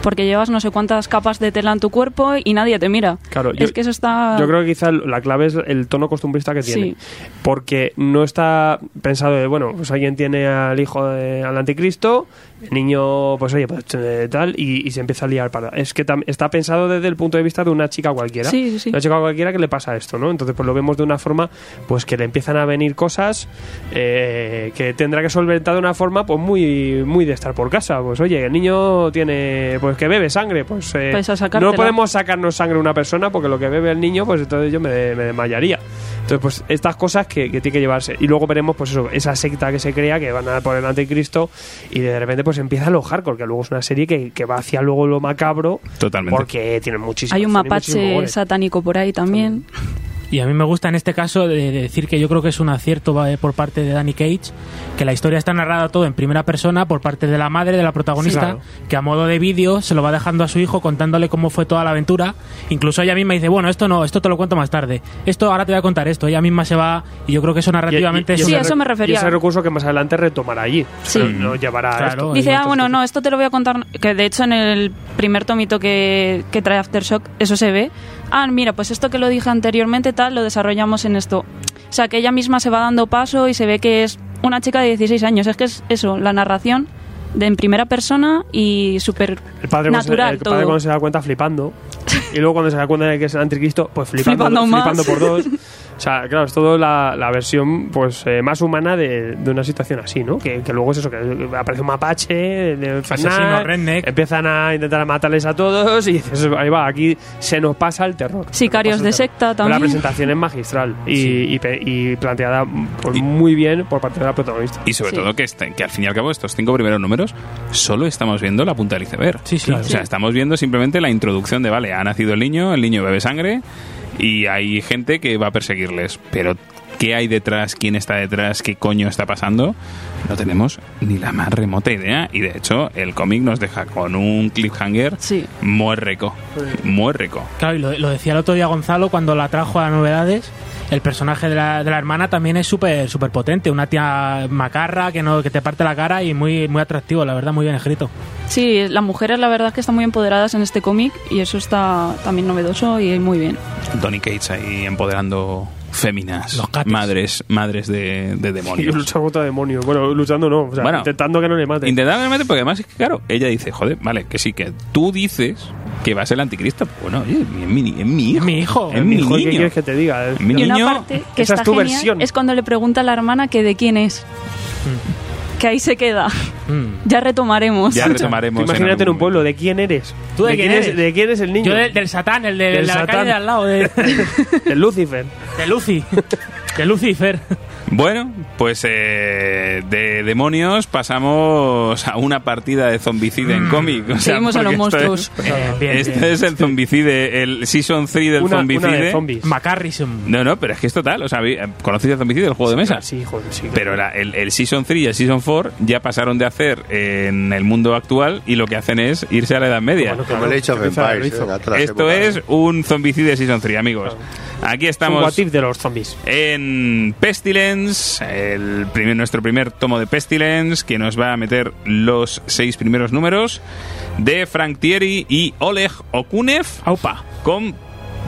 [SPEAKER 5] Porque llevas no sé cuántas capas de tela en tu cuerpo y nadie te mira.
[SPEAKER 1] Claro,
[SPEAKER 5] es
[SPEAKER 1] yo-
[SPEAKER 5] que eso está.
[SPEAKER 1] Yo creo que quizá la clave es el tono costumbrista que
[SPEAKER 5] Ah. Sí.
[SPEAKER 1] tiene. Porque no está pensado de, bueno, pues alguien tiene al hijo de- al anticristo, el niño, pues oye, pues eh, tal, y, y se empieza a liar para. Es que tam- está pensado desde el punto de vista de una chica cualquiera.
[SPEAKER 5] Sí, sí, sí.
[SPEAKER 1] Una chica cualquiera que le pasa esto, ¿no? Entonces, pues lo vemos de una forma, pues que le empiezan a venir cosas eh, que tendrá que solventar de una forma, pues muy, muy de estar por casa. Pues oye, el niño tiene, pues que bebe sangre, pues, eh,
[SPEAKER 5] Pues a sacártela.
[SPEAKER 1] no podemos sacarnos sangre a una persona porque lo que bebe el niño, pues entonces yo me, me desmayaría. Entonces, pues estas cosas que, que tiene que llevarse. Y luego veremos, pues eso, esa secta que se crea, que van a por el anticristo, y de repente, pues empieza lo hardcore, que luego es una serie que, que va hacia luego lo macabro,
[SPEAKER 2] Totalmente.
[SPEAKER 1] porque tiene muchísimo
[SPEAKER 5] Hay un
[SPEAKER 1] tiene muchísimo
[SPEAKER 5] mapache
[SPEAKER 1] gore.
[SPEAKER 5] satánico por ahí también.
[SPEAKER 4] Y a mí me gusta en este caso de de decir que yo creo que es un acierto eh, por parte de Danny Cage, que la historia está narrada todo en primera persona por parte de la madre de la protagonista,
[SPEAKER 1] Sí, claro.
[SPEAKER 4] que a modo de vídeo se lo va dejando a su hijo contándole cómo fue toda la aventura. Incluso ella misma dice, bueno, esto no, esto te lo cuento más tarde. Esto ahora te voy a contar esto. Ella misma se va y yo creo que eso narrativamente
[SPEAKER 1] Y- y- y
[SPEAKER 4] es
[SPEAKER 5] Sí,
[SPEAKER 1] ese
[SPEAKER 4] una-
[SPEAKER 5] eso
[SPEAKER 1] re-
[SPEAKER 5] me refería.
[SPEAKER 1] Y ese recurso que más adelante retomará allí.
[SPEAKER 5] Sí.
[SPEAKER 1] Pero no llevará a
[SPEAKER 4] Claro,
[SPEAKER 1] esto.
[SPEAKER 4] Pues
[SPEAKER 5] Dice,
[SPEAKER 4] no,
[SPEAKER 5] ah, bueno, no, esto te lo voy a contar. Que de hecho en el primer tomito que, que trae Aftershock, eso se ve. Ah, mira, pues esto que lo dije anteriormente, tal, lo desarrollamos en esto. O sea, que ella misma se va dando paso y se ve que es una chica de 16 años. Es que es eso, la narración de en primera persona y súper
[SPEAKER 1] El padre, cuando se-
[SPEAKER 5] natural
[SPEAKER 1] el padre
[SPEAKER 5] todo.
[SPEAKER 1] cuando se da cuenta flipando. Y luego cuando se da cuenta de que es el anticristo, pues flipando,
[SPEAKER 5] Flipando más.
[SPEAKER 1] flipando por dos. O sea, claro, es todo la, la versión pues eh, más humana de, de una situación así, ¿no? Que, que luego es eso, que aparece un mapache, de
[SPEAKER 4] Asesino,
[SPEAKER 1] Fernan,
[SPEAKER 4] redneck.
[SPEAKER 1] empiezan a intentar matarles a todos y dices, ahí va, aquí se nos pasa el terror.
[SPEAKER 5] Sicarios
[SPEAKER 1] Se nos pasa
[SPEAKER 5] de
[SPEAKER 1] el terror.
[SPEAKER 5] secta
[SPEAKER 1] Pero La
[SPEAKER 5] también.
[SPEAKER 1] presentación es magistral y, y pe- y planteada pues, muy bien por parte de la protagonista.
[SPEAKER 2] Y sobre
[SPEAKER 5] Sí.
[SPEAKER 2] todo que, este- que al fin y al cabo estos cinco primeros números solo estamos viendo la punta del iceberg.
[SPEAKER 4] Sí, sí.
[SPEAKER 2] O sea, estamos viendo simplemente la introducción de, vale, ha nacido el niño, el niño bebe sangre y hay gente que va a perseguirles. Pero ¿qué hay detrás? ¿Quién está detrás? ¿Qué coño está pasando? No tenemos ni la más remota idea y de hecho el cómic nos deja con un cliffhanger
[SPEAKER 5] Sí.
[SPEAKER 2] muy rico. Muy rico.
[SPEAKER 4] Claro, y lo, lo decía el otro día Gonzalo cuando la trajo a novedades. El personaje de la, de la hermana también es súper súper potente. Una tía macarra que no que te parte la cara y muy muy atractivo, la verdad, muy bien escrito.
[SPEAKER 5] Sí, las mujeres la verdad es que están muy empoderadas en este cómic y eso está también novedoso y muy bien.
[SPEAKER 2] Donny Cates ahí empoderando féminas,
[SPEAKER 4] Los gatos.
[SPEAKER 2] madres, madres de, de
[SPEAKER 1] Y
[SPEAKER 2] demonios.
[SPEAKER 1] lucha contra demonios. Bueno, luchando no, o sea,
[SPEAKER 2] Bueno.
[SPEAKER 1] intentando que no le maten.
[SPEAKER 2] Intentaba realmente, porque además es que, claro, ella dice, joder, vale, que sí, que tú dices que vas el anticristo. Bueno, oye, es mi, es mi hijo.
[SPEAKER 4] Mi hijo.
[SPEAKER 2] Es mi
[SPEAKER 1] Hijo, ¿Qué
[SPEAKER 2] niño.
[SPEAKER 1] quieres que te diga?
[SPEAKER 2] Es mi
[SPEAKER 5] Y una
[SPEAKER 2] niño.
[SPEAKER 5] parte que
[SPEAKER 1] esa
[SPEAKER 5] está
[SPEAKER 1] es tu
[SPEAKER 5] genial
[SPEAKER 1] versión.
[SPEAKER 5] es cuando le pregunta a la hermana que de quién es. Que ahí se queda.
[SPEAKER 4] Mm.
[SPEAKER 5] Ya retomaremos.
[SPEAKER 2] Ya
[SPEAKER 1] Tú
[SPEAKER 2] retomaremos.
[SPEAKER 1] imagínate en un pueblo, ¿de quién eres?
[SPEAKER 4] ¿Tú de quién
[SPEAKER 1] es-
[SPEAKER 4] eres?
[SPEAKER 1] ¿De quién es el niño?
[SPEAKER 4] Yo del, del Satán, el de,
[SPEAKER 1] Del
[SPEAKER 4] la
[SPEAKER 1] Satán.
[SPEAKER 4] calle de al lado, de,
[SPEAKER 1] De Lucifer.
[SPEAKER 4] de Lucy. De Lucifer.
[SPEAKER 2] Bueno, pues eh, de demonios pasamos a una partida de zombicide
[SPEAKER 1] Mm.
[SPEAKER 2] en cómic. O sea,
[SPEAKER 5] Seguimos a los
[SPEAKER 2] porque esto
[SPEAKER 5] monstruos.
[SPEAKER 2] es-
[SPEAKER 1] Ah,
[SPEAKER 4] Eh, bien,
[SPEAKER 2] este
[SPEAKER 4] bien.
[SPEAKER 2] es el zombicide, el Season 3 del
[SPEAKER 1] Una,
[SPEAKER 2] zombicide.
[SPEAKER 1] una de zombies.
[SPEAKER 4] Macarrism.
[SPEAKER 2] No, no, pero es que es total. O sea, ¿conocéis el zombicide, el juego de mesa?
[SPEAKER 1] Sí, joder, sí.
[SPEAKER 2] Pero la- el, el Season 3 y el Season 4 ya pasaron de hacer en el mundo actual y lo que hacen es irse a la Edad Media.
[SPEAKER 1] Bueno,
[SPEAKER 3] Como el Age of
[SPEAKER 1] Quizá lo
[SPEAKER 3] Empires.
[SPEAKER 1] hizo.
[SPEAKER 3] venga, todas las
[SPEAKER 2] Esto
[SPEAKER 3] épocas.
[SPEAKER 2] es un zombicide Season 3, amigos. Aquí
[SPEAKER 1] Un
[SPEAKER 2] estamos
[SPEAKER 1] what if de los zombies.
[SPEAKER 2] en Pestilence, el primer- nuestro primer tomo de Pestilence, que nos va a meter los seis primeros números de Frank Thierry y Oleg Okunev,
[SPEAKER 4] Aupa.
[SPEAKER 2] con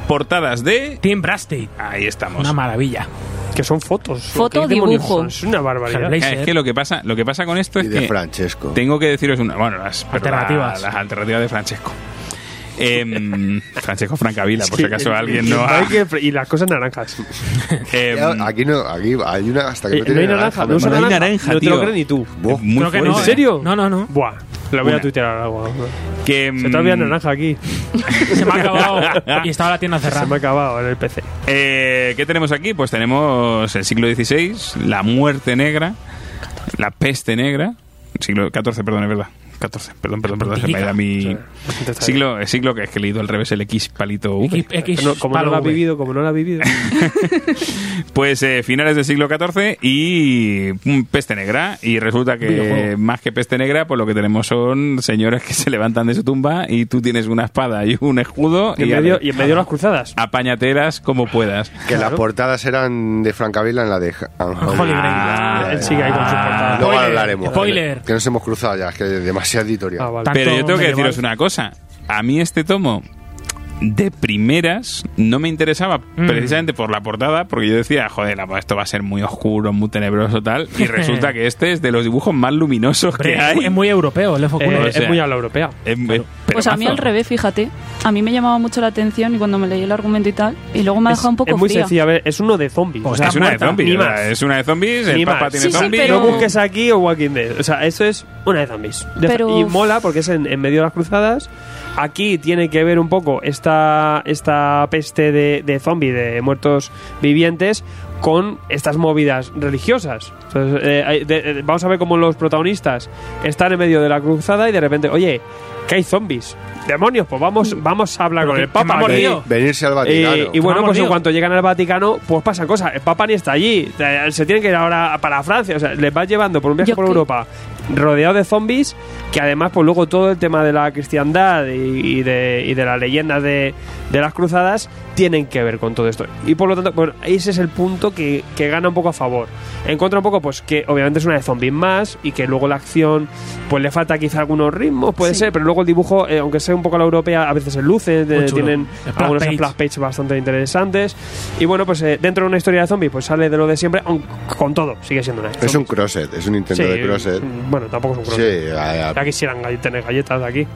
[SPEAKER 2] portadas de...
[SPEAKER 4] Tim Brasty.
[SPEAKER 2] Ahí estamos.
[SPEAKER 4] Una maravilla.
[SPEAKER 1] Que son fotos.
[SPEAKER 5] Foto,
[SPEAKER 1] ¿Qué demonios
[SPEAKER 5] dibujo.
[SPEAKER 1] son? Es una barbaridad.
[SPEAKER 4] Hellblade.
[SPEAKER 2] Eh, Es que lo que pasa, lo que pasa con esto
[SPEAKER 3] Y
[SPEAKER 2] es
[SPEAKER 3] de
[SPEAKER 2] que
[SPEAKER 3] Francesco.
[SPEAKER 2] Tengo que deciros una. Bueno, las pero la-
[SPEAKER 4] Alternativas.
[SPEAKER 2] las alternativas de Francesco. Em, Francesco Francavila, por si acaso alguien no ha.
[SPEAKER 1] Hay que fre- Y las cosas naranjas.
[SPEAKER 2] em,
[SPEAKER 3] Ya, Eh, Aquí no, aquí hay una hasta que
[SPEAKER 1] Eh, no hay naranja. No, usa
[SPEAKER 2] no hay
[SPEAKER 3] hermano.
[SPEAKER 1] naranja.
[SPEAKER 2] naranja,
[SPEAKER 1] No te lo
[SPEAKER 2] tío.
[SPEAKER 1] crees ni tú.
[SPEAKER 3] Buah.
[SPEAKER 2] muy
[SPEAKER 4] Creo que
[SPEAKER 2] fuerte.
[SPEAKER 4] no, eh,
[SPEAKER 1] ¿En serio?
[SPEAKER 4] No, no, no.
[SPEAKER 1] Buah. La voy
[SPEAKER 2] Una.
[SPEAKER 1] a tuitear ahora. guau.
[SPEAKER 2] Que, em,
[SPEAKER 1] Se te olvida naranja aquí.
[SPEAKER 4] Se me ha acabado. y estaba la tienda
[SPEAKER 1] Se me
[SPEAKER 4] cerrada.
[SPEAKER 1] ha acabado en el PC.
[SPEAKER 2] eh, ¿Qué tenemos aquí? Pues tenemos el siglo XVI, la muerte negra, la peste negra. Siglo XIV, perdón, es verdad. 14, perdón, perdón, perdón. Se me da mi. Siglo, el siglo que es que he leído al revés el X palito V.
[SPEAKER 4] X- X
[SPEAKER 1] No, como no
[SPEAKER 4] palo
[SPEAKER 1] lo ha
[SPEAKER 4] V.
[SPEAKER 1] vivido, como no lo ha vivido.
[SPEAKER 2] Pues eh, finales del siglo XIV y mm, peste negra. Y resulta que
[SPEAKER 4] Videojuego.
[SPEAKER 2] más que peste negra, pues lo que tenemos son señores que se levantan de su tumba y tú tienes una espada y un escudo
[SPEAKER 1] Y en
[SPEAKER 2] y,
[SPEAKER 1] medio,
[SPEAKER 2] ale-
[SPEAKER 1] y en medio las cruzadas.
[SPEAKER 2] apáñatelas como puedas.
[SPEAKER 3] Que las portadas eran de Francavila en la de
[SPEAKER 4] Holy
[SPEAKER 3] Anjoli.
[SPEAKER 4] Grail.
[SPEAKER 2] Ah,
[SPEAKER 1] él sigue ahí con su portada.
[SPEAKER 3] Ah, Luego
[SPEAKER 4] Spoiler,
[SPEAKER 3] hablaremos.
[SPEAKER 4] spoiler.
[SPEAKER 3] Que nos hemos cruzado ya, es que demasiada editorial.
[SPEAKER 1] Ah, vale.
[SPEAKER 4] Tan-
[SPEAKER 2] Pero yo
[SPEAKER 4] Tanto
[SPEAKER 2] tengo que
[SPEAKER 4] medieval.
[SPEAKER 2] deciros una cosa. A mí este tomo de primeras no me interesaba precisamente por la portada porque yo decía joder la- esto va a ser muy oscuro muy tenebroso tal y resulta que este es de los dibujos más luminosos
[SPEAKER 4] Hombre,
[SPEAKER 2] que hay
[SPEAKER 4] Es muy europeo, el
[SPEAKER 1] Eh,
[SPEAKER 4] F4.
[SPEAKER 2] o sea,
[SPEAKER 1] es muy a la europea.
[SPEAKER 2] Es- es-
[SPEAKER 5] Pues a mí
[SPEAKER 2] pero
[SPEAKER 5] al revés, fíjate. A mí me llamaba mucho la atención y cuando me leí el argumento y tal, y luego me ha
[SPEAKER 1] Es,
[SPEAKER 5] dejado un poco
[SPEAKER 1] es muy
[SPEAKER 5] fría.
[SPEAKER 1] sencilla. A ver, es uno de zombies.
[SPEAKER 4] Pues
[SPEAKER 1] o sea,
[SPEAKER 2] Ah, Es una de
[SPEAKER 4] muerta,
[SPEAKER 2] zombies.
[SPEAKER 1] ni
[SPEAKER 2] o sea,
[SPEAKER 1] más.
[SPEAKER 2] Es una de zombies. El
[SPEAKER 1] Ni
[SPEAKER 2] papá
[SPEAKER 1] más.
[SPEAKER 2] tiene
[SPEAKER 5] Sí, sí,
[SPEAKER 2] zombies.
[SPEAKER 5] pero-
[SPEAKER 1] No busques aquí o Walking Dead. O sea, esto es una de zombies. De-
[SPEAKER 5] Pero-
[SPEAKER 1] Y mola porque es en, en medio de las cruzadas. Aquí tiene que ver un poco esta, esta peste de, de zombi, de muertos vivientes, con estas movidas religiosas. Entonces, eh, hay- de- de- vamos a ver cómo los protagonistas están en medio de la cruzada y de repente, oye, que hay zombies. Demonios, pues vamos, vamos a hablar
[SPEAKER 4] Pero
[SPEAKER 1] con
[SPEAKER 4] que-
[SPEAKER 1] el Papa.
[SPEAKER 4] que me ha
[SPEAKER 1] aquí.
[SPEAKER 4] mordido.
[SPEAKER 3] Venirse al Vaticano.
[SPEAKER 1] Eh, y bueno,
[SPEAKER 4] Vamos,
[SPEAKER 1] pues en
[SPEAKER 4] tío.
[SPEAKER 1] cuanto llegan al Vaticano, pues pasan cosas. El Papa ni está allí. Eh, Se tienen que ir ahora para Francia. O sea, les va llevando por un viaje
[SPEAKER 5] Yo
[SPEAKER 1] por
[SPEAKER 5] que-
[SPEAKER 1] Europa rodeado de zombies. Que además, pues luego todo el tema de la cristiandad y, y de, y de las leyendas de, de las cruzadas tienen que ver con todo esto. Y por lo tanto, bueno, ese es el punto que, que gana un poco a favor. En contra un poco, pues que obviamente es una de zombies más y que luego la acción, pues le falta quizá algunos ritmos, puede
[SPEAKER 5] Sí.
[SPEAKER 1] ser, pero luego el dibujo, eh, aunque sea un poco la europea, a veces se luce,
[SPEAKER 4] Muy
[SPEAKER 1] eh,
[SPEAKER 4] chulo.
[SPEAKER 1] tienen
[SPEAKER 4] Splash
[SPEAKER 1] algunos
[SPEAKER 4] page.
[SPEAKER 1] splash page bastante interesantes. Y bueno, pues eh, dentro de una historia de zombies, pues sale de lo de siempre, aun- con todo, sigue siendo una.
[SPEAKER 3] es un crosset, es un intento de crosset.
[SPEAKER 1] Bueno, tampoco es un
[SPEAKER 3] eh. Sí,
[SPEAKER 1] crosset.
[SPEAKER 3] a- a-
[SPEAKER 1] Ya quisieran gall- tener galletas de aquí.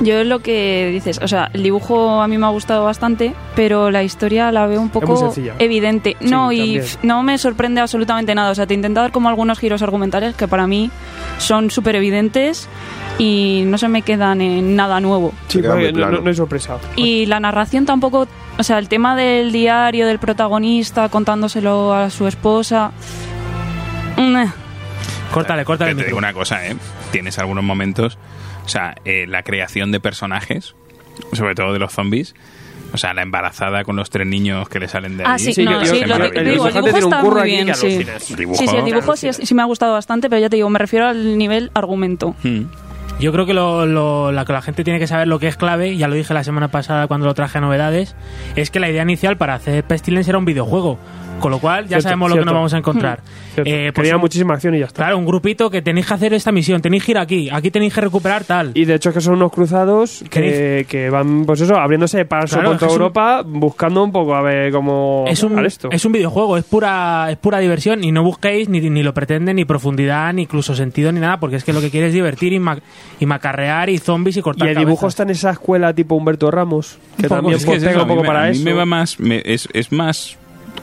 [SPEAKER 5] Yo es lo que dices, o sea, el dibujo a mí me ha gustado bastante, pero la historia la veo un
[SPEAKER 1] muy
[SPEAKER 5] poco
[SPEAKER 1] sencilla.
[SPEAKER 5] evidente.
[SPEAKER 1] Sí,
[SPEAKER 5] no, y
[SPEAKER 1] también.
[SPEAKER 5] pf, no me sorprende absolutamente nada. O sea, te intenta dar como algunos giros argumentales que para mí son súper evidentes y no se me quedan en nada nuevo.
[SPEAKER 1] Sí,
[SPEAKER 3] queda muy
[SPEAKER 1] porque no,
[SPEAKER 3] plano.
[SPEAKER 1] no- no hay sorpresa.
[SPEAKER 5] Y la narración tampoco, o sea, el tema del diario del protagonista contándoselo a su esposa. mm,
[SPEAKER 4] Córtale, córtale.
[SPEAKER 2] Que
[SPEAKER 4] el
[SPEAKER 2] te digo
[SPEAKER 4] micro.
[SPEAKER 2] una cosa, ¿eh? Tienes algunos momentos, o sea, eh, la creación de personajes, sobre todo de los zombies, o sea, la embarazada con los tres niños que le salen de
[SPEAKER 5] Ah,
[SPEAKER 2] ahí.
[SPEAKER 5] sí, no,
[SPEAKER 1] que-
[SPEAKER 5] sí,
[SPEAKER 1] que-
[SPEAKER 5] lo
[SPEAKER 1] el-
[SPEAKER 5] que-
[SPEAKER 1] el
[SPEAKER 5] digo, el
[SPEAKER 1] dibujante
[SPEAKER 5] dibujo
[SPEAKER 1] tiene un
[SPEAKER 5] está
[SPEAKER 1] curro
[SPEAKER 5] muy
[SPEAKER 1] aquí
[SPEAKER 5] bien,
[SPEAKER 1] que
[SPEAKER 5] sí.
[SPEAKER 1] alucinas.
[SPEAKER 2] Dibujo.
[SPEAKER 5] Sí, sí, el dibujo sí, sí me ha gustado bastante, pero ya te digo, me refiero al nivel argumento.
[SPEAKER 2] Mm.
[SPEAKER 4] Yo creo que lo, lo- la, la gente tiene que saber lo que es clave, ya lo dije la semana pasada cuando lo traje a novedades, es que la idea inicial para hacer Pestilence era un videojuego, con lo cual ya
[SPEAKER 1] Cierto,
[SPEAKER 4] sabemos lo que
[SPEAKER 1] cierto. Mm.
[SPEAKER 4] nos vamos a encontrar.
[SPEAKER 1] Cierto.
[SPEAKER 4] Eh, pues
[SPEAKER 1] Tenía
[SPEAKER 4] un-
[SPEAKER 1] muchísima acción y ya está.
[SPEAKER 4] Claro, un grupito que tenéis que hacer esta misión, tenéis que ir aquí, aquí tenéis que recuperar tal.
[SPEAKER 1] Y de hecho es que son unos cruzados que,
[SPEAKER 4] ¿Queréis?
[SPEAKER 1] que van, pues eso, abriéndose paso
[SPEAKER 4] Claro,
[SPEAKER 1] por
[SPEAKER 4] es que
[SPEAKER 1] toda
[SPEAKER 4] es un-
[SPEAKER 1] Europa, buscando un poco a ver cómo
[SPEAKER 4] es un,
[SPEAKER 1] sacar esto.
[SPEAKER 4] es un videojuego, es pura, es pura diversión y no busquéis ni, ni lo pretende, ni profundidad, ni incluso sentido, ni nada, porque es que lo que quiere es divertir y, ma- y macarrear y zombies y
[SPEAKER 1] y
[SPEAKER 4] cortar
[SPEAKER 1] el dibujo
[SPEAKER 4] cabezas.
[SPEAKER 1] está en esa escuela tipo Humberto Ramos, que
[SPEAKER 4] poco,
[SPEAKER 1] también
[SPEAKER 4] es
[SPEAKER 1] pues,
[SPEAKER 2] es
[SPEAKER 1] pega
[SPEAKER 2] eso,
[SPEAKER 1] un poco
[SPEAKER 2] a mí, me-
[SPEAKER 1] para
[SPEAKER 2] a mí
[SPEAKER 1] eso.
[SPEAKER 2] me va más, me- es, es más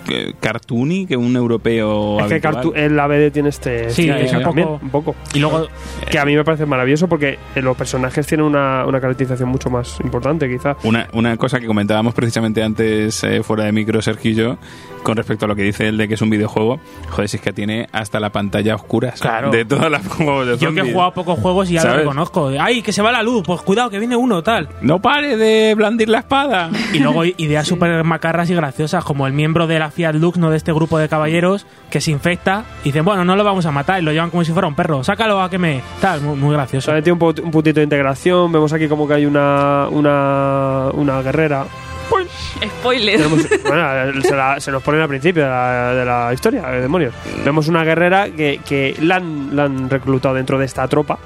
[SPEAKER 2] eh, cartoony que un europeo
[SPEAKER 1] es que
[SPEAKER 2] habitual.
[SPEAKER 1] cartu- el ABD tiene este...
[SPEAKER 4] Sí,
[SPEAKER 1] este
[SPEAKER 2] es un
[SPEAKER 1] también,
[SPEAKER 4] poco-
[SPEAKER 1] un poco.
[SPEAKER 4] Y luego
[SPEAKER 1] Que a mí me parece maravilloso porque eh, los personajes tienen una, una caracterización mucho más importante, quizá.
[SPEAKER 2] Una, una cosa que comentábamos precisamente antes eh, fuera de micro, Sergio y yo, con respecto a lo que dice él de que es un videojuego, joder, si es que tiene hasta la pantalla oscura ¿sabes?
[SPEAKER 4] Claro.
[SPEAKER 2] de todas las juegos de
[SPEAKER 4] yo que he
[SPEAKER 2] zombies.
[SPEAKER 4] jugado pocos juegos y ya
[SPEAKER 2] ¿Sabes?
[SPEAKER 4] lo reconozco. Ay, que se va la luz, pues cuidado que viene uno, tal.
[SPEAKER 2] No pare de blandir la espada.
[SPEAKER 4] Y luego ideas súper macarras y graciosas, como el miembro de la Fiat Lux, ¿no? De este grupo de caballeros, que se infecta y dicen, bueno, no lo vamos a matar, y lo llevan como si fuera un perro. Sácalo a que me... Tal, muy, muy gracioso.
[SPEAKER 1] Solamente un, po- un puntito de integración, vemos aquí como que hay una, una, una guerrera.
[SPEAKER 5] Spoiler.
[SPEAKER 1] Tenemos- bueno, se, la- se nos ponen al principio de la, de la historia, eh, demonios. Vemos una guerrera que, que la, han, la han reclutado dentro de esta tropa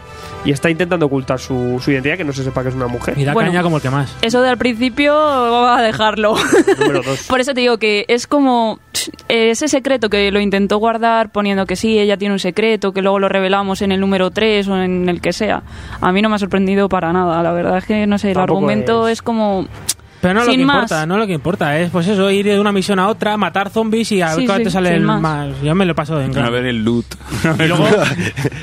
[SPEAKER 1] y está intentando ocultar su, su identidad, que no se sepa que es una mujer.
[SPEAKER 4] Y da
[SPEAKER 5] Bueno.
[SPEAKER 4] caña como el que más.
[SPEAKER 5] Eso de al principio va a dejarlo.
[SPEAKER 1] Número dos.
[SPEAKER 5] Por eso te digo que es como eh, ese secreto que lo intentó guardar poniendo que sí, ella tiene un secreto, que luego lo revelamos en el número 3 o en el que sea. A mí no me ha sorprendido para nada. La verdad es que, no sé, el
[SPEAKER 1] Tampoco
[SPEAKER 5] argumento
[SPEAKER 1] es-
[SPEAKER 5] es, como...
[SPEAKER 4] Pero no lo
[SPEAKER 5] Sin
[SPEAKER 4] que
[SPEAKER 5] más.
[SPEAKER 4] importa, no lo que importa, es pues eso, ir de una misión a otra, matar zombies y a ver
[SPEAKER 5] Sí,
[SPEAKER 4] cuál
[SPEAKER 5] sí,
[SPEAKER 4] te sale
[SPEAKER 5] sin
[SPEAKER 4] el
[SPEAKER 5] más.
[SPEAKER 4] más. Yo me lo paso de
[SPEAKER 2] A
[SPEAKER 4] engaño.
[SPEAKER 2] ver el loot.
[SPEAKER 4] Y luego,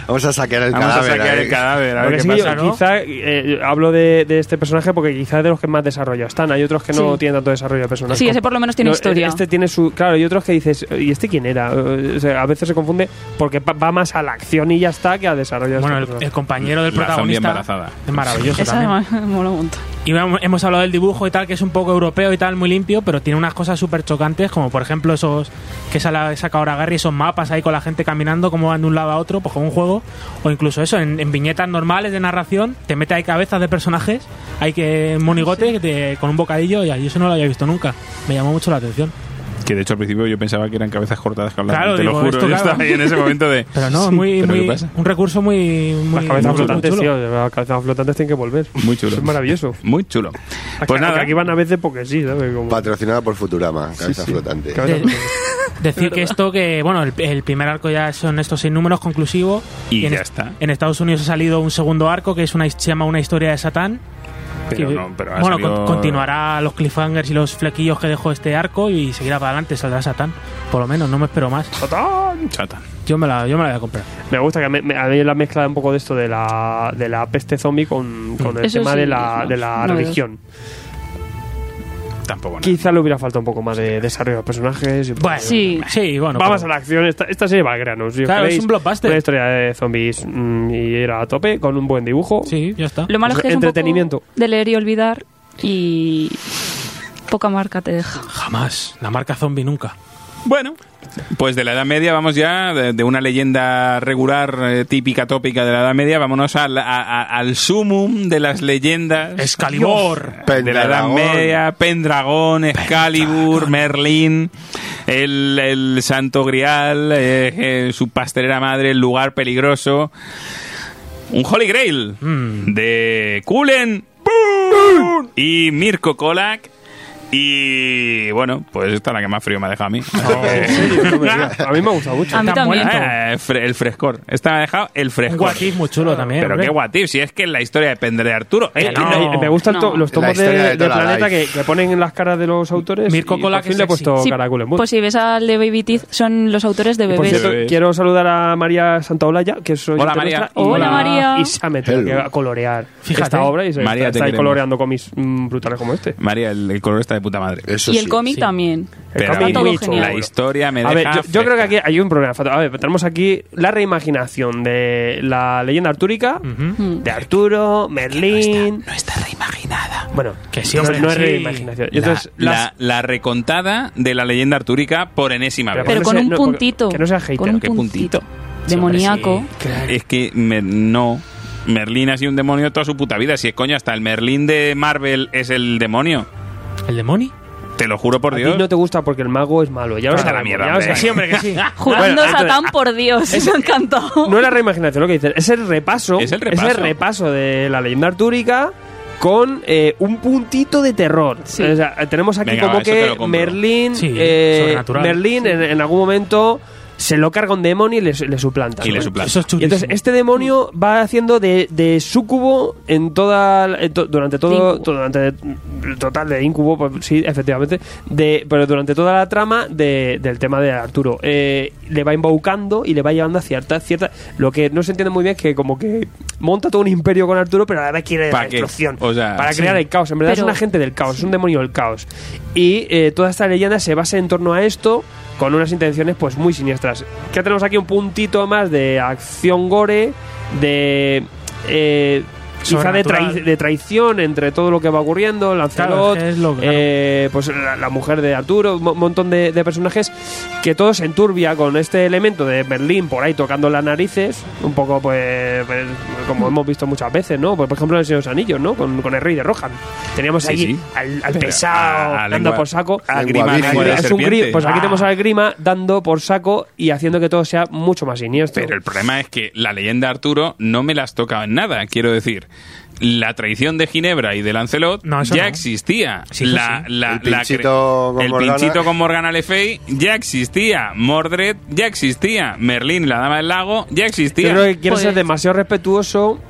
[SPEAKER 3] Vamos a saquear el
[SPEAKER 2] Vamos
[SPEAKER 3] cadáver.
[SPEAKER 2] a sacar
[SPEAKER 3] ahí.
[SPEAKER 2] el cadáver, a
[SPEAKER 1] Lo
[SPEAKER 2] ver
[SPEAKER 1] que
[SPEAKER 2] qué
[SPEAKER 1] sí,
[SPEAKER 2] pasa.
[SPEAKER 4] ¿no?
[SPEAKER 1] quizá eh, hablo de, de este personaje porque quizá es de los que más desarrollo están. Hay otros que no
[SPEAKER 5] Sí.
[SPEAKER 1] tienen tanto desarrollo de personaje.
[SPEAKER 5] Sí, ese por lo menos tiene
[SPEAKER 1] No,
[SPEAKER 5] historia.
[SPEAKER 1] Este tiene su. Claro, y otros que dices, ¿y este quién era? Eh, o sea, a veces se confunde porque pa- va más a la acción y ya está que a desarrollo. de
[SPEAKER 4] bueno,
[SPEAKER 1] este
[SPEAKER 4] el,
[SPEAKER 1] personaje.
[SPEAKER 4] el compañero del
[SPEAKER 2] La zombie
[SPEAKER 4] protagonista
[SPEAKER 2] embarazada.
[SPEAKER 4] es maravilloso
[SPEAKER 5] Esa
[SPEAKER 4] también.
[SPEAKER 5] me mola un montón.
[SPEAKER 4] Y vamos- hemos hablado del dibujo y tal, que es un poco europeo y tal, muy limpio, pero tiene unas cosas súper chocantes, como por ejemplo esos que sale- saca ahora Gary, esos mapas ahí con la gente caminando, como van de un lado a otro, pues como un juego, o incluso eso, en, en viñetas normales de narración, te mete ahí cabezas de personajes, hay que monigote que te- con un bocadillo, y ahí eso no lo había visto nunca, me llamó mucho la atención.
[SPEAKER 2] Que de hecho al principio yo pensaba que eran cabezas cortadas con la
[SPEAKER 4] Claro,
[SPEAKER 2] te
[SPEAKER 4] digo,
[SPEAKER 2] lo juro.
[SPEAKER 4] esto,
[SPEAKER 2] yo
[SPEAKER 4] claro.
[SPEAKER 2] estaba ahí en ese momento de.
[SPEAKER 4] Pero no, es muy,
[SPEAKER 2] ¿Pero qué
[SPEAKER 4] muy-
[SPEAKER 2] pasa?
[SPEAKER 4] un recurso muy... muy
[SPEAKER 1] Las cabezas
[SPEAKER 4] muy
[SPEAKER 1] flotantes,
[SPEAKER 4] chulo.
[SPEAKER 1] tío. Las cabezas flotantes tienen que volver.
[SPEAKER 2] Muy chulo.
[SPEAKER 1] Es maravilloso.
[SPEAKER 2] Muy chulo.
[SPEAKER 1] Porque-
[SPEAKER 2] Pues nada.
[SPEAKER 1] porque Aquí van a veces porque sí, ¿sabes? Como-
[SPEAKER 3] Patrocinada por Futurama, cabeza flotante.
[SPEAKER 1] Cabeza
[SPEAKER 4] De- decir que esto que bueno el, el primer arco ya son estos seis números conclusivos
[SPEAKER 2] Y
[SPEAKER 4] en
[SPEAKER 2] ya
[SPEAKER 4] est-
[SPEAKER 2] está.
[SPEAKER 4] en Estados Unidos ha salido un segundo arco que es una se llama una historia de Satán
[SPEAKER 2] Pero
[SPEAKER 4] que-
[SPEAKER 2] no, pero ha
[SPEAKER 4] bueno
[SPEAKER 2] salido-
[SPEAKER 4] con- continuará los cliffhangers y los flequillos que dejó este arco y seguirá para adelante saldrá Satán por lo menos no me espero más
[SPEAKER 1] ¡Satán!
[SPEAKER 2] Chata.
[SPEAKER 4] yo me la yo me la voy a comprar
[SPEAKER 1] Me gusta que me- me- a mí la mezcla un poco de esto de la, de la peste zombie con, con el
[SPEAKER 5] Eso
[SPEAKER 1] tema
[SPEAKER 5] sí,
[SPEAKER 1] de la,
[SPEAKER 5] es
[SPEAKER 1] de la
[SPEAKER 5] más novedoso.
[SPEAKER 1] religión.
[SPEAKER 2] Tampoco nada.
[SPEAKER 1] Quizá le hubiera faltado un poco más de desarrollo de personajes. y-
[SPEAKER 4] bueno
[SPEAKER 5] Sí.
[SPEAKER 4] sí bueno
[SPEAKER 1] Vamos a
[SPEAKER 4] pero-
[SPEAKER 1] la acción. Esta, esta serie va al grano. Si os
[SPEAKER 4] Claro,
[SPEAKER 1] queréis,
[SPEAKER 4] es un blockbuster.
[SPEAKER 1] Una historia de zombies mm, y era a tope con un buen dibujo.
[SPEAKER 4] sí ya está
[SPEAKER 5] Lo malo es que es un
[SPEAKER 1] Pues Entretenimiento.
[SPEAKER 5] poco de leer y olvidar y poca marca te deja.
[SPEAKER 4] jamás la marca zombie nunca
[SPEAKER 2] Bueno, pues de la Edad Media vamos ya, de, de una leyenda regular, eh, típica, tópica de la Edad Media, vámonos al, a- a- al sumum de las leyendas. De la
[SPEAKER 4] Excalibur
[SPEAKER 2] Edad
[SPEAKER 3] Pendragón.
[SPEAKER 2] Media, Pendragón, Excalibur, Merlín, el, el Santo Grial, eh, eh, su pastelera madre, el lugar peligroso. Un Holy Grail de Kulen Boon y Mirko Kolak Y bueno, pues esta es la que más frío me ha dejado a mí.
[SPEAKER 1] ¿En serio? No me digas. A mí me gusta mucho.
[SPEAKER 5] A mí
[SPEAKER 4] Está
[SPEAKER 5] también.
[SPEAKER 4] muerto.
[SPEAKER 2] Ah, fre- el frescor. Esta me ha dejado el
[SPEAKER 4] Un
[SPEAKER 2] frescor.
[SPEAKER 4] guatif muy chulo también.
[SPEAKER 2] Pero
[SPEAKER 4] hombre.
[SPEAKER 2] qué guatif, si es que la historia depende de Arturo.
[SPEAKER 4] Que
[SPEAKER 2] Eh,
[SPEAKER 4] no.
[SPEAKER 2] no.
[SPEAKER 1] Me- Me gustan to-
[SPEAKER 5] No.
[SPEAKER 1] los
[SPEAKER 3] La
[SPEAKER 1] tomos de,
[SPEAKER 3] historia de
[SPEAKER 1] de
[SPEAKER 3] toda la
[SPEAKER 1] Planeta que,
[SPEAKER 3] life.
[SPEAKER 1] que ponen en las caras de los autores.
[SPEAKER 4] Mirko
[SPEAKER 1] y
[SPEAKER 4] Cola,
[SPEAKER 1] por
[SPEAKER 4] que
[SPEAKER 1] fin le he
[SPEAKER 4] sexy.
[SPEAKER 1] puesto
[SPEAKER 5] Sí,
[SPEAKER 1] cara a Gutenberg.
[SPEAKER 5] pues si ves al de Baby Teeth, son los autores de
[SPEAKER 1] Y por
[SPEAKER 5] bebés.
[SPEAKER 1] cierto,
[SPEAKER 2] Bebés.
[SPEAKER 1] quiero saludar a María Santaolalla, que es oyente
[SPEAKER 2] Hola, María.
[SPEAKER 1] nuestra, y-
[SPEAKER 5] Hola, María.
[SPEAKER 1] Y se ha metido
[SPEAKER 3] Hello.
[SPEAKER 1] aquí a colorear
[SPEAKER 4] Fíjate.
[SPEAKER 1] esta obra y se
[SPEAKER 2] María, te
[SPEAKER 1] está, está
[SPEAKER 2] queremos.
[SPEAKER 1] coloreando cómics mm, brutales como este.
[SPEAKER 2] María, el, el color está de puta madre.
[SPEAKER 3] Eso
[SPEAKER 5] y el
[SPEAKER 3] sí.
[SPEAKER 5] cómic
[SPEAKER 4] sí.
[SPEAKER 5] también.
[SPEAKER 2] Pero
[SPEAKER 1] cambio
[SPEAKER 2] a mí
[SPEAKER 5] todo genial.
[SPEAKER 2] la historia me
[SPEAKER 1] a ver,
[SPEAKER 2] deja
[SPEAKER 1] yo, yo creo que
[SPEAKER 2] fresca.
[SPEAKER 1] aquí hay un problema. fatal. A ver, tenemos aquí la reimaginación de la leyenda artúrica,
[SPEAKER 5] Mm.
[SPEAKER 1] de Arturo, Merlín.
[SPEAKER 2] No está reimaginada.
[SPEAKER 1] Bueno,
[SPEAKER 4] Que sí,
[SPEAKER 1] no-
[SPEAKER 4] hombre,
[SPEAKER 1] no, es
[SPEAKER 4] sí.
[SPEAKER 1] reimaginación. Y Entonces,
[SPEAKER 2] la,
[SPEAKER 1] las-
[SPEAKER 2] la- la recontada de la leyenda artúrica por enésima
[SPEAKER 1] Pero
[SPEAKER 2] vez.
[SPEAKER 5] Pero
[SPEAKER 1] no
[SPEAKER 5] con
[SPEAKER 1] sea-
[SPEAKER 5] un
[SPEAKER 1] no, porque-
[SPEAKER 5] puntito.
[SPEAKER 1] que no sea hater,
[SPEAKER 5] Con un
[SPEAKER 2] ¿qué puntito?
[SPEAKER 5] puntito.
[SPEAKER 4] Sí, hombre,
[SPEAKER 5] Demoníaco.
[SPEAKER 4] sí.
[SPEAKER 2] Es que me- no. Merlín ha sido un demonio toda su puta vida. Si es coño, hasta el Merlín de Marvel es el demonio.
[SPEAKER 4] ¿El demonio?
[SPEAKER 2] Te lo juro por
[SPEAKER 1] a ti
[SPEAKER 2] Dios.
[SPEAKER 1] no te gusta porque el mago es malo. Ya lo
[SPEAKER 2] Vete a la
[SPEAKER 1] sabemos,
[SPEAKER 2] mierda,
[SPEAKER 1] ya lo
[SPEAKER 2] hombre.
[SPEAKER 1] sabemos.
[SPEAKER 4] Sí, hombre, que sí.
[SPEAKER 5] Jurando
[SPEAKER 1] Bueno,
[SPEAKER 5] Satán, por Dios. me ha encantado.
[SPEAKER 1] No es la reimaginación lo que dices, es el repaso.
[SPEAKER 2] Es el repaso.
[SPEAKER 1] repaso de la leyenda artúrica con eh, un puntito de terror.
[SPEAKER 5] Sí.
[SPEAKER 1] O sea, tenemos aquí
[SPEAKER 2] Venga,
[SPEAKER 1] como
[SPEAKER 2] va, eso te
[SPEAKER 1] que
[SPEAKER 2] lo compro.
[SPEAKER 1] Merlín,
[SPEAKER 4] Sí,
[SPEAKER 1] eh,
[SPEAKER 4] sobrenatural.
[SPEAKER 1] Merlín en, en algún momento se lo carga un demonio y le, le suplanta.
[SPEAKER 2] Y le
[SPEAKER 1] ¿no?
[SPEAKER 2] suplanta.
[SPEAKER 4] Eso es
[SPEAKER 1] Y
[SPEAKER 4] chulísimo.
[SPEAKER 1] entonces este demonio va haciendo de, de súcubo en toda en to- durante todo,
[SPEAKER 5] Incubo.
[SPEAKER 1] durante el total de incubo pues, sí efectivamente de, pero durante toda la trama de- del tema de Arturo Eh, le va embaucando y le va llevando a cierta cierta lo que no se entiende muy bien es que como que monta todo un imperio con Arturo pero a la vez quiere la
[SPEAKER 2] ¿Para qué?
[SPEAKER 1] destrucción
[SPEAKER 2] O sea,
[SPEAKER 1] para
[SPEAKER 2] sí.
[SPEAKER 1] crear el caos en verdad es
[SPEAKER 5] Pero-
[SPEAKER 1] un agente del caos es un demonio del caos y eh, toda esta leyenda se basa en torno a esto con unas intenciones pues muy siniestras. Ya tenemos aquí un puntito más de acción gore, de... eh, quizá de,
[SPEAKER 4] Sobrenatural.
[SPEAKER 1] trai- de traición entre todo lo que va ocurriendo, Lancelot,
[SPEAKER 4] Claro, es lo- claro.
[SPEAKER 1] eh, pues la, la mujer de Arturo, un mo- montón de, de personajes que todo se enturbia con este elemento de Berlín por ahí tocando las narices, un poco pues, pues, como hemos visto muchas veces, ¿no? Pues, por ejemplo en el Señor de los Anillos, ¿no? Con, con el rey de Rohan. Teníamos
[SPEAKER 2] Sí,
[SPEAKER 1] allí
[SPEAKER 2] sí.
[SPEAKER 1] al, al pesado,
[SPEAKER 2] A- a
[SPEAKER 1] dando
[SPEAKER 2] lengua-
[SPEAKER 1] por saco.
[SPEAKER 2] a
[SPEAKER 3] Lengua
[SPEAKER 2] grima,
[SPEAKER 3] virgen.
[SPEAKER 2] lengua de
[SPEAKER 1] Es un
[SPEAKER 2] serpiente.
[SPEAKER 1] gri- pues aquí
[SPEAKER 4] Ah.
[SPEAKER 1] tenemos al Grima dando por saco y haciendo que todo sea mucho más siniestro.
[SPEAKER 2] Pero el problema es que la leyenda de Arturo no me las tocaba en nada. Quiero decir, la traición de Ginebra y de Lancelot
[SPEAKER 4] No, eso
[SPEAKER 2] ya
[SPEAKER 4] no.
[SPEAKER 2] existía.
[SPEAKER 4] Sí, eso
[SPEAKER 2] la,
[SPEAKER 4] sí.
[SPEAKER 2] la-
[SPEAKER 3] El
[SPEAKER 2] la cre-
[SPEAKER 3] pinchito con
[SPEAKER 2] el
[SPEAKER 3] Morgana.
[SPEAKER 2] pinchito con Morgana Le Fay ya existía. Mordred ya existía. Merlín, y la dama del lago, ya
[SPEAKER 1] Yo
[SPEAKER 2] existía.
[SPEAKER 1] creo que quieres
[SPEAKER 5] Pues-
[SPEAKER 1] ser demasiado respetuoso.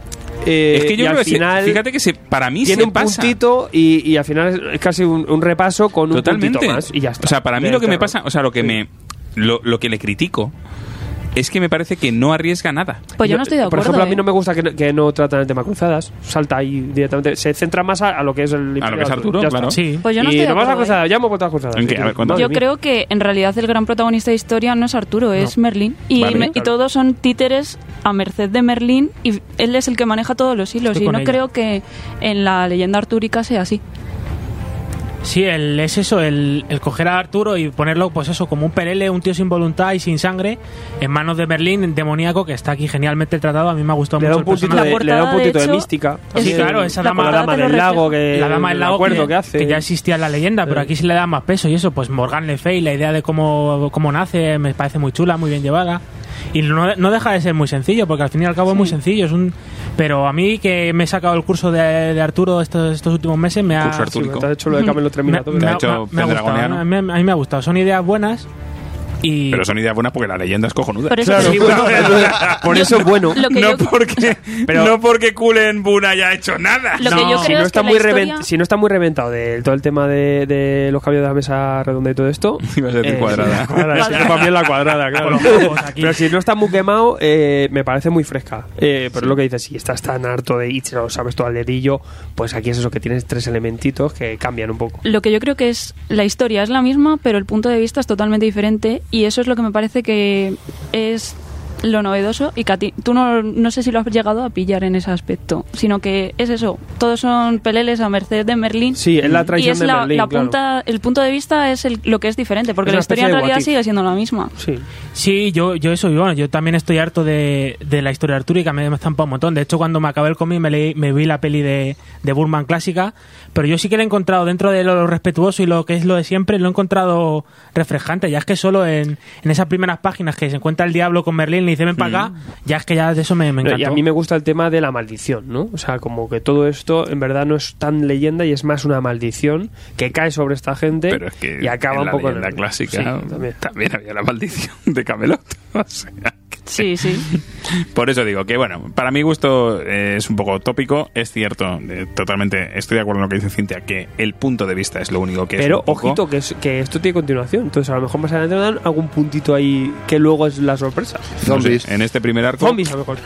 [SPEAKER 1] eh,
[SPEAKER 2] es que yo
[SPEAKER 1] y al
[SPEAKER 2] creo que se-
[SPEAKER 1] final
[SPEAKER 2] fíjate que se- para mí
[SPEAKER 1] tiene
[SPEAKER 2] se
[SPEAKER 1] un
[SPEAKER 2] pasa.
[SPEAKER 1] puntito y, y al final es- es casi un, un repaso con un
[SPEAKER 2] Totalmente.
[SPEAKER 1] puntito más y ya está.
[SPEAKER 2] O sea, para mí
[SPEAKER 1] Del
[SPEAKER 2] lo que me
[SPEAKER 1] terror.
[SPEAKER 2] pasa, o sea, lo que
[SPEAKER 1] Sí.
[SPEAKER 2] me lo, lo que le critico es que me parece que no arriesga nada.
[SPEAKER 5] Pues yo no estoy de acuerdo.
[SPEAKER 1] Por ejemplo, a
[SPEAKER 5] ¿eh?
[SPEAKER 1] mí no me gusta que no, que no tratan el tema cruzadas. Salta ahí directamente. Se centra más a, a lo que es el.
[SPEAKER 2] A lo que es Arturo,
[SPEAKER 1] Ya
[SPEAKER 2] claro.
[SPEAKER 1] está.
[SPEAKER 4] Sí.
[SPEAKER 5] Pues yo no
[SPEAKER 1] y
[SPEAKER 5] estoy de
[SPEAKER 1] nos vamos a
[SPEAKER 5] acuerdo,
[SPEAKER 1] cruzadas.
[SPEAKER 5] ¿eh?
[SPEAKER 1] Ya hemos vuelto a cruzadas.
[SPEAKER 2] ¿En qué? A ver, cuéntame.
[SPEAKER 1] Madre
[SPEAKER 5] Yo
[SPEAKER 1] mía.
[SPEAKER 5] creo que en realidad el gran protagonista de historia no es Arturo, es Merlín. Y,
[SPEAKER 2] Vale.
[SPEAKER 5] me- y
[SPEAKER 1] Claro.
[SPEAKER 5] todos son títeres a merced de Merlín y él es el que maneja todos los hilos.
[SPEAKER 4] Estoy
[SPEAKER 5] y
[SPEAKER 4] con
[SPEAKER 5] no
[SPEAKER 4] ella.
[SPEAKER 5] creo que en la leyenda artúrica sea así.
[SPEAKER 4] Sí, el, es eso, el, el coger a Arturo y ponerlo, pues eso, como un perele, un tío sin voluntad y sin sangre, en manos de Berlín, demoníaco, que está aquí genialmente tratado. A mí me ha gustado
[SPEAKER 1] Le da
[SPEAKER 4] mucho
[SPEAKER 1] un
[SPEAKER 4] el personaje.
[SPEAKER 1] puntito, de,
[SPEAKER 5] La
[SPEAKER 1] le da un
[SPEAKER 5] portada, de
[SPEAKER 1] puntito de,
[SPEAKER 5] hecho,
[SPEAKER 1] mística.
[SPEAKER 5] es-
[SPEAKER 1] Sí,
[SPEAKER 4] claro, esa
[SPEAKER 5] la
[SPEAKER 4] dama-
[SPEAKER 1] la
[SPEAKER 5] portada
[SPEAKER 1] dama
[SPEAKER 5] te lo
[SPEAKER 1] del
[SPEAKER 5] refleja.
[SPEAKER 1] lago que
[SPEAKER 4] la dama del
[SPEAKER 1] el
[SPEAKER 4] lago
[SPEAKER 1] eh, acuerdo
[SPEAKER 4] que,
[SPEAKER 1] que, hace Eh.
[SPEAKER 4] que ya existía en la leyenda, pero
[SPEAKER 1] Sí.
[SPEAKER 4] aquí se le da más peso y eso, pues Morgan Le Fay, la idea de cómo, cómo nace me parece muy chula, muy bien llevada. Y no, no deja de ser muy sencillo, porque al fin y al cabo es muy sencillo. Es un, pero a mí que me he sacado el curso de, de Arturo estos, estos últimos meses, me ha,
[SPEAKER 2] Curso Arturo.
[SPEAKER 1] Sí, me has hecho lo de Camelo
[SPEAKER 4] me,
[SPEAKER 1] Terminator.
[SPEAKER 4] me
[SPEAKER 2] ha
[SPEAKER 4] ha-
[SPEAKER 2] hecho
[SPEAKER 4] me ha gustado.
[SPEAKER 2] Pendragoniano.
[SPEAKER 4] A mí, a mí me ha gustado. Son ideas buenas y...
[SPEAKER 2] Pero son ideas buenas porque la leyenda es cojonuda.
[SPEAKER 5] Por eso
[SPEAKER 1] Claro,
[SPEAKER 5] te digo,
[SPEAKER 1] bueno, por eso es bueno.
[SPEAKER 5] lo que
[SPEAKER 2] no
[SPEAKER 5] yo,
[SPEAKER 2] porque
[SPEAKER 1] Pero-
[SPEAKER 2] no porque Kulen Bun haya hecho nada.
[SPEAKER 5] Lo que yo
[SPEAKER 1] si
[SPEAKER 5] creo
[SPEAKER 1] no
[SPEAKER 5] es
[SPEAKER 1] está
[SPEAKER 5] que la
[SPEAKER 1] muy
[SPEAKER 5] historia-
[SPEAKER 1] reven- si no está muy reventado de todo el tema de, de los cambios de la mesa redonda y todo esto
[SPEAKER 2] Iba a decir cuadrada.
[SPEAKER 1] cuadrada, sí, para mí es la cuadrada claro
[SPEAKER 4] Con los ojos aquí.
[SPEAKER 1] pero si no está muy quemado eh, me parece muy fresca Eh, pero lo que dices si estás tan harto de y lo sabes todo al dedillo pues aquí es eso que tienes tres elementitos que cambian un poco
[SPEAKER 5] lo que yo creo que es la historia es la misma, pero el punto de vista es totalmente diferente y eso es lo que me parece que es lo novedoso y que a ti- tú no, no sé si lo has llegado a pillar en ese aspecto, sino que es eso, todos son peleles a merced de Merlín.
[SPEAKER 1] sí es la
[SPEAKER 5] Y
[SPEAKER 1] traición
[SPEAKER 5] es
[SPEAKER 1] de
[SPEAKER 5] la,
[SPEAKER 1] Merlín
[SPEAKER 5] la
[SPEAKER 1] claro.
[SPEAKER 5] punta, el punto de vista es el- lo que es diferente, porque
[SPEAKER 1] Es
[SPEAKER 5] la
[SPEAKER 1] una
[SPEAKER 5] historia
[SPEAKER 1] especie
[SPEAKER 5] en
[SPEAKER 1] de
[SPEAKER 5] realidad
[SPEAKER 1] what if.
[SPEAKER 5] sigue siendo la misma.
[SPEAKER 1] sí
[SPEAKER 4] Sí, yo, yo eso, yo, bueno, yo también estoy harto de, de la historia artúrica, me me ha estampado un montón. De hecho, cuando me acabé el cómic me, leí- me vi la peli de, de Burman clásica, pero yo sí que lo he encontrado dentro de lo respetuoso y lo que es lo de siempre, lo he encontrado refrescante. Ya es que solo en, en esas primeras páginas que se encuentra el diablo con Merlín y dice ven
[SPEAKER 2] Mm.
[SPEAKER 4] para acá, ya es que ya de eso me, me encantó.
[SPEAKER 1] Y a mí me gusta el tema de la maldición, ¿no? O sea, como que todo esto en verdad no es tan leyenda y es más una maldición que cae sobre esta gente
[SPEAKER 2] Pero es que
[SPEAKER 1] y acaba
[SPEAKER 2] en
[SPEAKER 1] un
[SPEAKER 2] la
[SPEAKER 1] poco
[SPEAKER 2] leyenda
[SPEAKER 1] el-
[SPEAKER 2] clásica
[SPEAKER 1] Sí, también.
[SPEAKER 2] también había la maldición de Camelot. O sea,
[SPEAKER 5] Sí, sí.
[SPEAKER 2] Por eso digo que, bueno, para mi gusto eh, es un poco tópico. Es cierto, eh, totalmente estoy de acuerdo en lo que dice Cintia, que el punto de vista es lo único que es.
[SPEAKER 1] Pero
[SPEAKER 2] un poco-
[SPEAKER 1] ojito, que, es- que esto tiene continuación. Entonces, a lo mejor más adelante nos dan algún puntito ahí que luego es la sorpresa.
[SPEAKER 2] no sé,
[SPEAKER 3] Zombies.
[SPEAKER 2] en este primer arco.
[SPEAKER 1] Zombies, a lo mejor.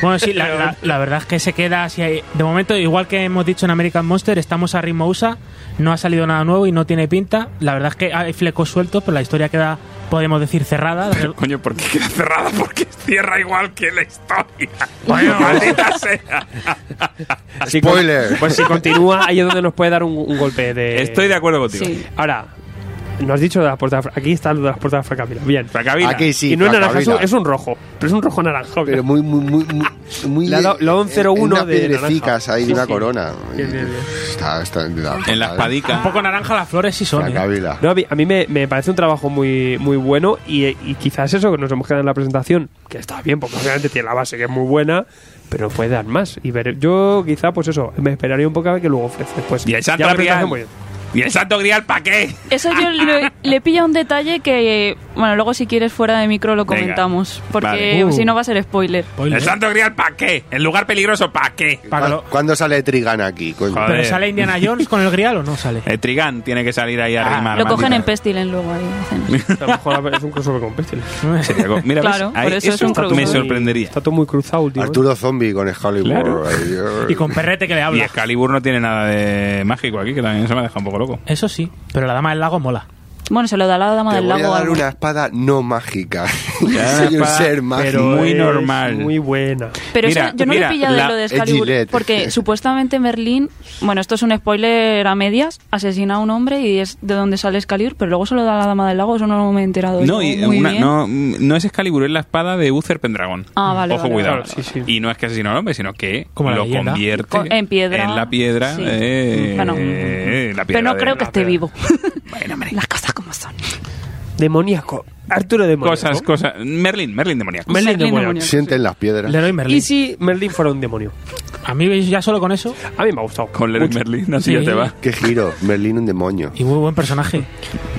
[SPEAKER 4] Bueno, sí, la, la- la verdad es que se queda así. ahí. De momento, igual que hemos dicho en American Monster, estamos a ritmo USA, no ha salido nada nuevo y no tiene pinta. La verdad es que hay flecos sueltos, pero la historia queda, podemos decir, cerrada.
[SPEAKER 2] Coño, ¿por qué queda cerrada? Porque cierra igual que la historia. maldita sea.
[SPEAKER 1] Si con-
[SPEAKER 3] Spoiler.
[SPEAKER 1] pues si continúa, ahí es donde nos puede dar un, un golpe de.
[SPEAKER 2] Estoy de acuerdo contigo.
[SPEAKER 5] Sí.
[SPEAKER 1] Ahora, no has dicho de las puertas. Aquí está lo de las puertas fracapilas. Bien.
[SPEAKER 2] Fracavila.
[SPEAKER 3] Aquí sí,
[SPEAKER 1] y no es naranja, es
[SPEAKER 3] Francavila.
[SPEAKER 1] un, es un rojo. Pero es un rojo naranja.
[SPEAKER 3] Pero muy, muy, muy. muy, muy
[SPEAKER 1] Le ha dado- le ha dado un
[SPEAKER 3] en-
[SPEAKER 1] 0-1
[SPEAKER 3] en unas
[SPEAKER 1] de
[SPEAKER 3] piedrecicas
[SPEAKER 1] naranja.
[SPEAKER 3] ahí,
[SPEAKER 1] Sí,
[SPEAKER 3] una
[SPEAKER 1] sí.
[SPEAKER 3] corona.
[SPEAKER 1] Bien, bien, bien.
[SPEAKER 3] Está, está,
[SPEAKER 2] En la espadica.
[SPEAKER 4] Un poco naranja las flores sí son.
[SPEAKER 3] ¿eh? La
[SPEAKER 4] ¿eh?
[SPEAKER 3] cabila.
[SPEAKER 1] No, a mí, a mí me, me parece un trabajo muy, muy bueno y, y quizás eso que nos hemos quedado en la presentación, que está bien, porque obviamente tiene la base que es muy buena, pero puede dar más. Y ver, yo quizá, pues eso, me esperaría un poco a ver qué luego ofrece. Pues,
[SPEAKER 2] Y el
[SPEAKER 1] ya
[SPEAKER 2] santo
[SPEAKER 1] la
[SPEAKER 2] grial.
[SPEAKER 1] presentación muy bien.
[SPEAKER 2] ¿Y el santo grial para qué?
[SPEAKER 5] Eso yo le, le pilla un detalle que, bueno, luego si quieres fuera de micro lo
[SPEAKER 2] Venga.
[SPEAKER 5] comentamos, porque
[SPEAKER 2] Vale.
[SPEAKER 1] Uh.
[SPEAKER 5] si no va a ser spoiler.
[SPEAKER 4] Spoiler.
[SPEAKER 2] ¿El santo grial para qué? ¿El lugar peligroso para qué?
[SPEAKER 4] Para que lo-
[SPEAKER 3] ¿Cuándo- ¿Cuándo sale Trigana aquí? coño?
[SPEAKER 2] Joder.
[SPEAKER 4] ¿Pero sale Indiana Jones con el grial o no sale?
[SPEAKER 2] El Trigán tiene que salir ahí a rimar.
[SPEAKER 5] Ah, Lo cogen en Pestilence luego ahí. hacen.
[SPEAKER 1] A lo mejor es un crossover con Pestilence.
[SPEAKER 2] Mira, ¿ves?
[SPEAKER 5] Claro,
[SPEAKER 2] Ahí-
[SPEAKER 5] por eso es un
[SPEAKER 2] está-
[SPEAKER 5] crossover.
[SPEAKER 2] me sorprendería.
[SPEAKER 1] Está todo muy cruzado ¿eh? últimamente.
[SPEAKER 3] Arturo Zombie con Excalibur.
[SPEAKER 2] Claro.
[SPEAKER 3] ahí,
[SPEAKER 4] Y con perrete que le
[SPEAKER 2] Y
[SPEAKER 4] habla.
[SPEAKER 2] Excalibur no tiene nada de mágico aquí, que también se me ha dejado un poco loco.
[SPEAKER 4] Eso sí, pero la dama del lago mola.
[SPEAKER 5] Bueno, se lo da la dama
[SPEAKER 3] Te
[SPEAKER 5] del
[SPEAKER 3] voy a
[SPEAKER 5] lago.
[SPEAKER 3] dar
[SPEAKER 5] algo.
[SPEAKER 3] una espada no mágica.
[SPEAKER 2] Ya,
[SPEAKER 3] Soy un
[SPEAKER 2] espada,
[SPEAKER 3] ser mágico.
[SPEAKER 1] Pero eh,
[SPEAKER 2] Muy
[SPEAKER 1] es
[SPEAKER 2] normal.
[SPEAKER 1] Muy buena.
[SPEAKER 5] Pero
[SPEAKER 2] Mira,
[SPEAKER 5] eso yo no
[SPEAKER 2] mira,
[SPEAKER 5] le he pillado
[SPEAKER 2] la-
[SPEAKER 5] lo de
[SPEAKER 3] es
[SPEAKER 5] Excalibur,
[SPEAKER 3] Gillette.
[SPEAKER 5] porque supuestamente Merlín, bueno, esto es un spoiler a medias, asesina a un hombre y es de donde sale Excalibur, pero luego se lo da la dama del lago, eso no me he enterado.
[SPEAKER 2] No,
[SPEAKER 5] yo.
[SPEAKER 2] y
[SPEAKER 5] Muy
[SPEAKER 2] una-
[SPEAKER 5] bien.
[SPEAKER 2] no, no es Excalibur, es la espada de Uther Pendragon.
[SPEAKER 5] Ah, vale,
[SPEAKER 2] Ojo,
[SPEAKER 5] vale,
[SPEAKER 2] cuidado.
[SPEAKER 1] vale, vale, vale.
[SPEAKER 2] Y no es que asesino al hombre, sino que
[SPEAKER 4] Como la
[SPEAKER 2] lo
[SPEAKER 4] leyenda.
[SPEAKER 2] convierte
[SPEAKER 5] Co- en piedra.
[SPEAKER 2] En la piedra.
[SPEAKER 5] Sí.
[SPEAKER 2] eh,
[SPEAKER 5] Bueno,
[SPEAKER 2] eh, la
[SPEAKER 5] Pero
[SPEAKER 2] piedra
[SPEAKER 5] no
[SPEAKER 2] de-
[SPEAKER 5] creo que
[SPEAKER 2] la
[SPEAKER 5] esté
[SPEAKER 2] piedra.
[SPEAKER 5] vivo.
[SPEAKER 2] Bueno, hombre.
[SPEAKER 5] Las cosas como son.
[SPEAKER 1] Demoníaco. Arturo demoníaco.
[SPEAKER 2] Cosas, cosas. Merlin, Merlin demoníaco.
[SPEAKER 1] Merlin
[SPEAKER 5] Merlin
[SPEAKER 1] demoníaco.
[SPEAKER 5] demoníaco.
[SPEAKER 3] Sienten las piedras.
[SPEAKER 4] Leroy
[SPEAKER 1] ¿Y
[SPEAKER 4] Merlin.
[SPEAKER 1] si Merlin fuera un demonio?
[SPEAKER 4] A mí ya solo con eso.
[SPEAKER 1] A mí me ha gustado.
[SPEAKER 2] Con Leroy
[SPEAKER 1] mucho.
[SPEAKER 2] Merlin, así
[SPEAKER 4] Sí.
[SPEAKER 2] ya te va.
[SPEAKER 3] Qué giro. Merlín, un demonio.
[SPEAKER 4] Y muy buen personaje.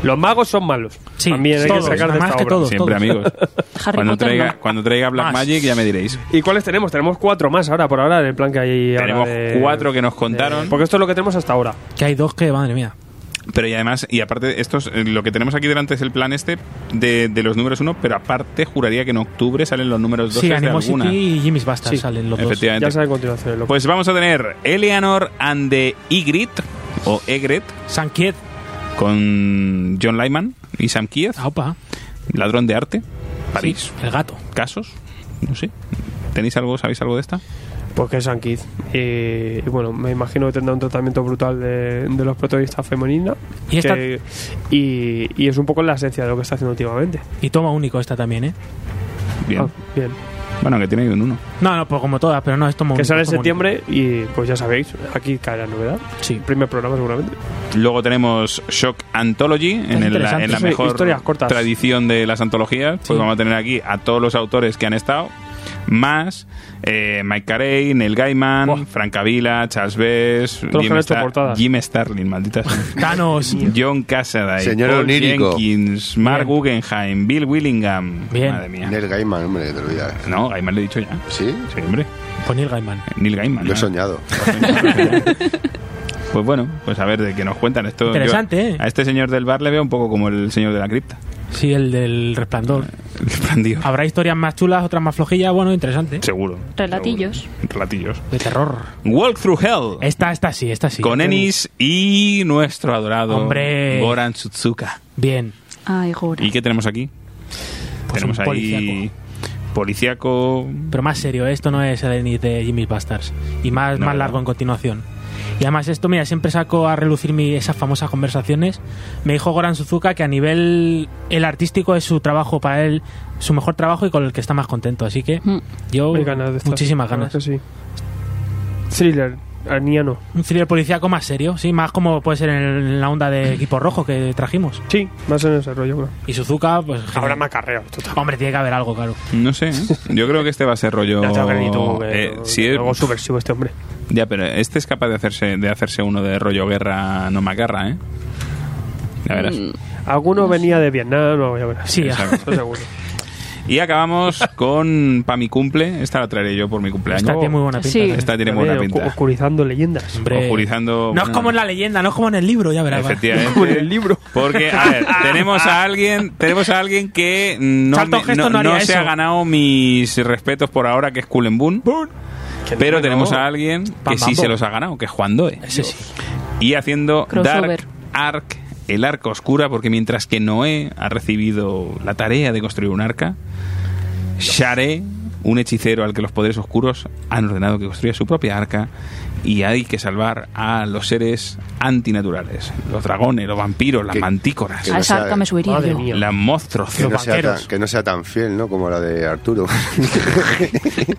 [SPEAKER 1] Los magos son malos.
[SPEAKER 4] Sí,
[SPEAKER 1] También hay
[SPEAKER 4] todos,
[SPEAKER 1] que sacar de
[SPEAKER 4] más
[SPEAKER 1] esta
[SPEAKER 4] que
[SPEAKER 1] obra.
[SPEAKER 4] todos.
[SPEAKER 2] Siempre, amigos.
[SPEAKER 5] Harry
[SPEAKER 2] cuando,
[SPEAKER 5] Potter,
[SPEAKER 2] traiga,
[SPEAKER 5] no.
[SPEAKER 2] cuando traiga Black
[SPEAKER 4] Más.
[SPEAKER 2] Magic ya me diréis.
[SPEAKER 1] ¿Y cuáles tenemos? Tenemos cuatro más ahora, por ahora, en el plan que hay ahora
[SPEAKER 2] Tenemos
[SPEAKER 1] de-
[SPEAKER 2] cuatro que nos contaron.
[SPEAKER 1] Porque esto es lo que tenemos hasta ahora.
[SPEAKER 4] Que hay dos que, madre mía.
[SPEAKER 2] Pero y además, y aparte, estos, eh, lo que tenemos aquí delante es el plan este de, de los números 1, pero aparte juraría que en octubre salen los números 2
[SPEAKER 4] Sí,
[SPEAKER 2] de alguna.
[SPEAKER 4] Animosity y Jimmy's Bastard
[SPEAKER 1] Sí,
[SPEAKER 4] salen los dos.
[SPEAKER 2] Efectivamente.
[SPEAKER 1] Ya saben continuación. Lo...
[SPEAKER 2] Pues vamos a tener Eleanor and the Ygritte, o Egret,
[SPEAKER 4] San Kied.
[SPEAKER 2] con John Lyman y Sam Kiev,
[SPEAKER 4] Ah, opa.
[SPEAKER 2] ladrón de arte, París,
[SPEAKER 4] Sí, el gato.
[SPEAKER 2] casos, no sé. ¿Tenéis algo, sabéis algo de esta?
[SPEAKER 1] Pues que es San Kidd. Eh, y bueno, me imagino que tendrá un tratamiento brutal de, de los protagonistas femeninas.
[SPEAKER 4] Y esta-
[SPEAKER 1] que- y, y es un poco la esencia de lo que está haciendo últimamente.
[SPEAKER 4] Y toma único esta también, ¿eh?
[SPEAKER 2] Bien.
[SPEAKER 1] Ah, bien.
[SPEAKER 2] Bueno, que tiene un 1.
[SPEAKER 4] No, no, pues como todas, pero no, es toma único.
[SPEAKER 1] Que sale en
[SPEAKER 4] toma único.
[SPEAKER 1] septiembre y pues ya sabéis, aquí cae la novedad.
[SPEAKER 4] Sí.
[SPEAKER 1] Primer programa seguramente.
[SPEAKER 2] Luego tenemos Shock Anthology, en, el- la,
[SPEAKER 4] interesante.
[SPEAKER 2] en la
[SPEAKER 1] Sí,
[SPEAKER 2] mejor
[SPEAKER 1] historias cortas.
[SPEAKER 2] tradición de las antologías. Pues
[SPEAKER 4] Sí.
[SPEAKER 2] vamos a tener aquí a todos los autores que han estado, más eh, Mike Carey, Neil Gaiman,
[SPEAKER 1] Buah.
[SPEAKER 2] Frank Avila, Charles Bess,
[SPEAKER 1] los que han hecho
[SPEAKER 2] Star-
[SPEAKER 1] portadas.
[SPEAKER 2] Jim Starlin, maldita sea.
[SPEAKER 4] Thanos.
[SPEAKER 2] John Cassaday,
[SPEAKER 3] Señor
[SPEAKER 2] Paul
[SPEAKER 3] onírico.
[SPEAKER 2] Jenkins, Mark
[SPEAKER 4] Bien.
[SPEAKER 2] Guggenheim, Bill Willingham.
[SPEAKER 4] Bien.
[SPEAKER 2] Madre mía.
[SPEAKER 3] Neil Gaiman, hombre, te lo olvidas.
[SPEAKER 2] No, Gaiman lo he dicho ya.
[SPEAKER 3] ¿Sí?
[SPEAKER 2] Sí, hombre.
[SPEAKER 4] Con Neil Gaiman.
[SPEAKER 2] Neil Gaiman.
[SPEAKER 3] Lo he
[SPEAKER 2] ¿no?
[SPEAKER 3] soñado.
[SPEAKER 2] Pues bueno, pues a ver de qué nos cuentan esto. yo-
[SPEAKER 4] Interesante, ¿eh?
[SPEAKER 2] a este señor del bar le veo un poco como el señor de la cripta.
[SPEAKER 4] Sí, el del resplandor.
[SPEAKER 2] El brandio.
[SPEAKER 4] Habrá historias más chulas, otras más flojillas. Bueno, interesante.
[SPEAKER 2] Seguro.
[SPEAKER 5] Relatillos.
[SPEAKER 2] Seguro. Relatillos.
[SPEAKER 4] De terror.
[SPEAKER 2] Walk Through Hell.
[SPEAKER 4] Esta, esta sí, esta Eh, sí.
[SPEAKER 2] con Ennis y nuestro adorado
[SPEAKER 4] Hombre.
[SPEAKER 2] Goran Tsutsuka.
[SPEAKER 4] Bien.
[SPEAKER 5] Ay, jura.
[SPEAKER 2] ¿Y qué tenemos aquí?
[SPEAKER 4] Pues
[SPEAKER 2] tenemos
[SPEAKER 4] un
[SPEAKER 2] ahí. Policiaco.
[SPEAKER 4] Pero más serio, ¿eh? esto no es el Enid de Jimmy's Bastards. Y más,
[SPEAKER 2] No,
[SPEAKER 4] más
[SPEAKER 2] no.
[SPEAKER 4] largo en continuación. Y además esto, mira, siempre saco a relucir mi- esas famosas conversaciones. Me dijo Goran Suzuka que a nivel el artístico es su trabajo para él, su mejor trabajo y con el que está más contento. Así que
[SPEAKER 5] Mm.
[SPEAKER 4] yo
[SPEAKER 1] Hay ganas de estas-
[SPEAKER 4] Oh, muchísimas
[SPEAKER 1] la
[SPEAKER 4] ganas.
[SPEAKER 1] verdad que sí. Thriller, Arniano.
[SPEAKER 4] Un thriller policíaco más serio, sí, más como puede ser en la onda de equipo rojo que trajimos.
[SPEAKER 1] Sí, más en ese rollo, creo.
[SPEAKER 4] Y Suzuka, pues.
[SPEAKER 1] Habrá
[SPEAKER 4] genial.
[SPEAKER 1] macarreo. total.
[SPEAKER 4] Hombre, tiene que haber algo, claro.
[SPEAKER 2] No sé, ¿eh? yo creo que este va a ser rollo.
[SPEAKER 1] Ya te lo acredito, que-
[SPEAKER 2] eh, si
[SPEAKER 1] que
[SPEAKER 2] es-
[SPEAKER 1] Luego subversivo este hombre.
[SPEAKER 2] Ya, pero este es capaz de hacerse, de hacerse uno de rollo guerra, no macarra, ¿eh? Ya verás.
[SPEAKER 4] Mm,
[SPEAKER 1] Alguno venía de Vietnam, no, ya verás.
[SPEAKER 4] Sí,
[SPEAKER 2] Exacto.
[SPEAKER 1] Eso seguro.
[SPEAKER 2] Y acabamos con Pa' mi cumple. Esta la traeré yo por mi cumpleaños.
[SPEAKER 4] Esta tiene muy buena pinta.
[SPEAKER 5] Sí.
[SPEAKER 4] también.
[SPEAKER 2] Esta tiene
[SPEAKER 1] También
[SPEAKER 2] buena
[SPEAKER 1] oscu-
[SPEAKER 2] pinta.
[SPEAKER 1] Oscurizando leyendas.
[SPEAKER 4] Hombre,
[SPEAKER 2] Oscurizando.
[SPEAKER 4] No es como en la leyenda, no es como en el libro, ya verás. va.
[SPEAKER 2] Efectivamente.
[SPEAKER 1] Con el libro.
[SPEAKER 2] Porque, a ver, tenemos a alguien, tenemos a alguien que no,
[SPEAKER 4] Salto
[SPEAKER 2] me-
[SPEAKER 4] gesto
[SPEAKER 2] no-
[SPEAKER 4] no haría
[SPEAKER 2] no se
[SPEAKER 4] eso.
[SPEAKER 2] ha ganado mis respetos por ahora, que es Cullen Boon. Pero tenemos a alguien que
[SPEAKER 4] Pam,
[SPEAKER 2] sí
[SPEAKER 4] pam,
[SPEAKER 2] se
[SPEAKER 4] pam.
[SPEAKER 2] los ha ganado, que es Juan Doe.
[SPEAKER 4] Ese sí.
[SPEAKER 2] Y haciendo
[SPEAKER 5] Crossover.
[SPEAKER 2] Dark Ark, el arca oscura, porque mientras que Noé ha recibido la tarea de construir un arca, Share, un hechicero al que los poderes oscuros han ordenado que construya su propia arca, y hay que salvar a los seres antinaturales, los dragones, los vampiros, las
[SPEAKER 3] Que-
[SPEAKER 2] mantícoras,
[SPEAKER 3] que
[SPEAKER 5] A
[SPEAKER 3] no
[SPEAKER 5] esa
[SPEAKER 3] sea-
[SPEAKER 5] arca me subiría
[SPEAKER 1] Madre
[SPEAKER 5] yo.
[SPEAKER 1] mía.
[SPEAKER 2] los monstruos.
[SPEAKER 3] Que no,
[SPEAKER 4] Los
[SPEAKER 3] sea tan,
[SPEAKER 4] vaqueros.
[SPEAKER 3] que no sea tan fiel, ¿no? Como la de Arturo.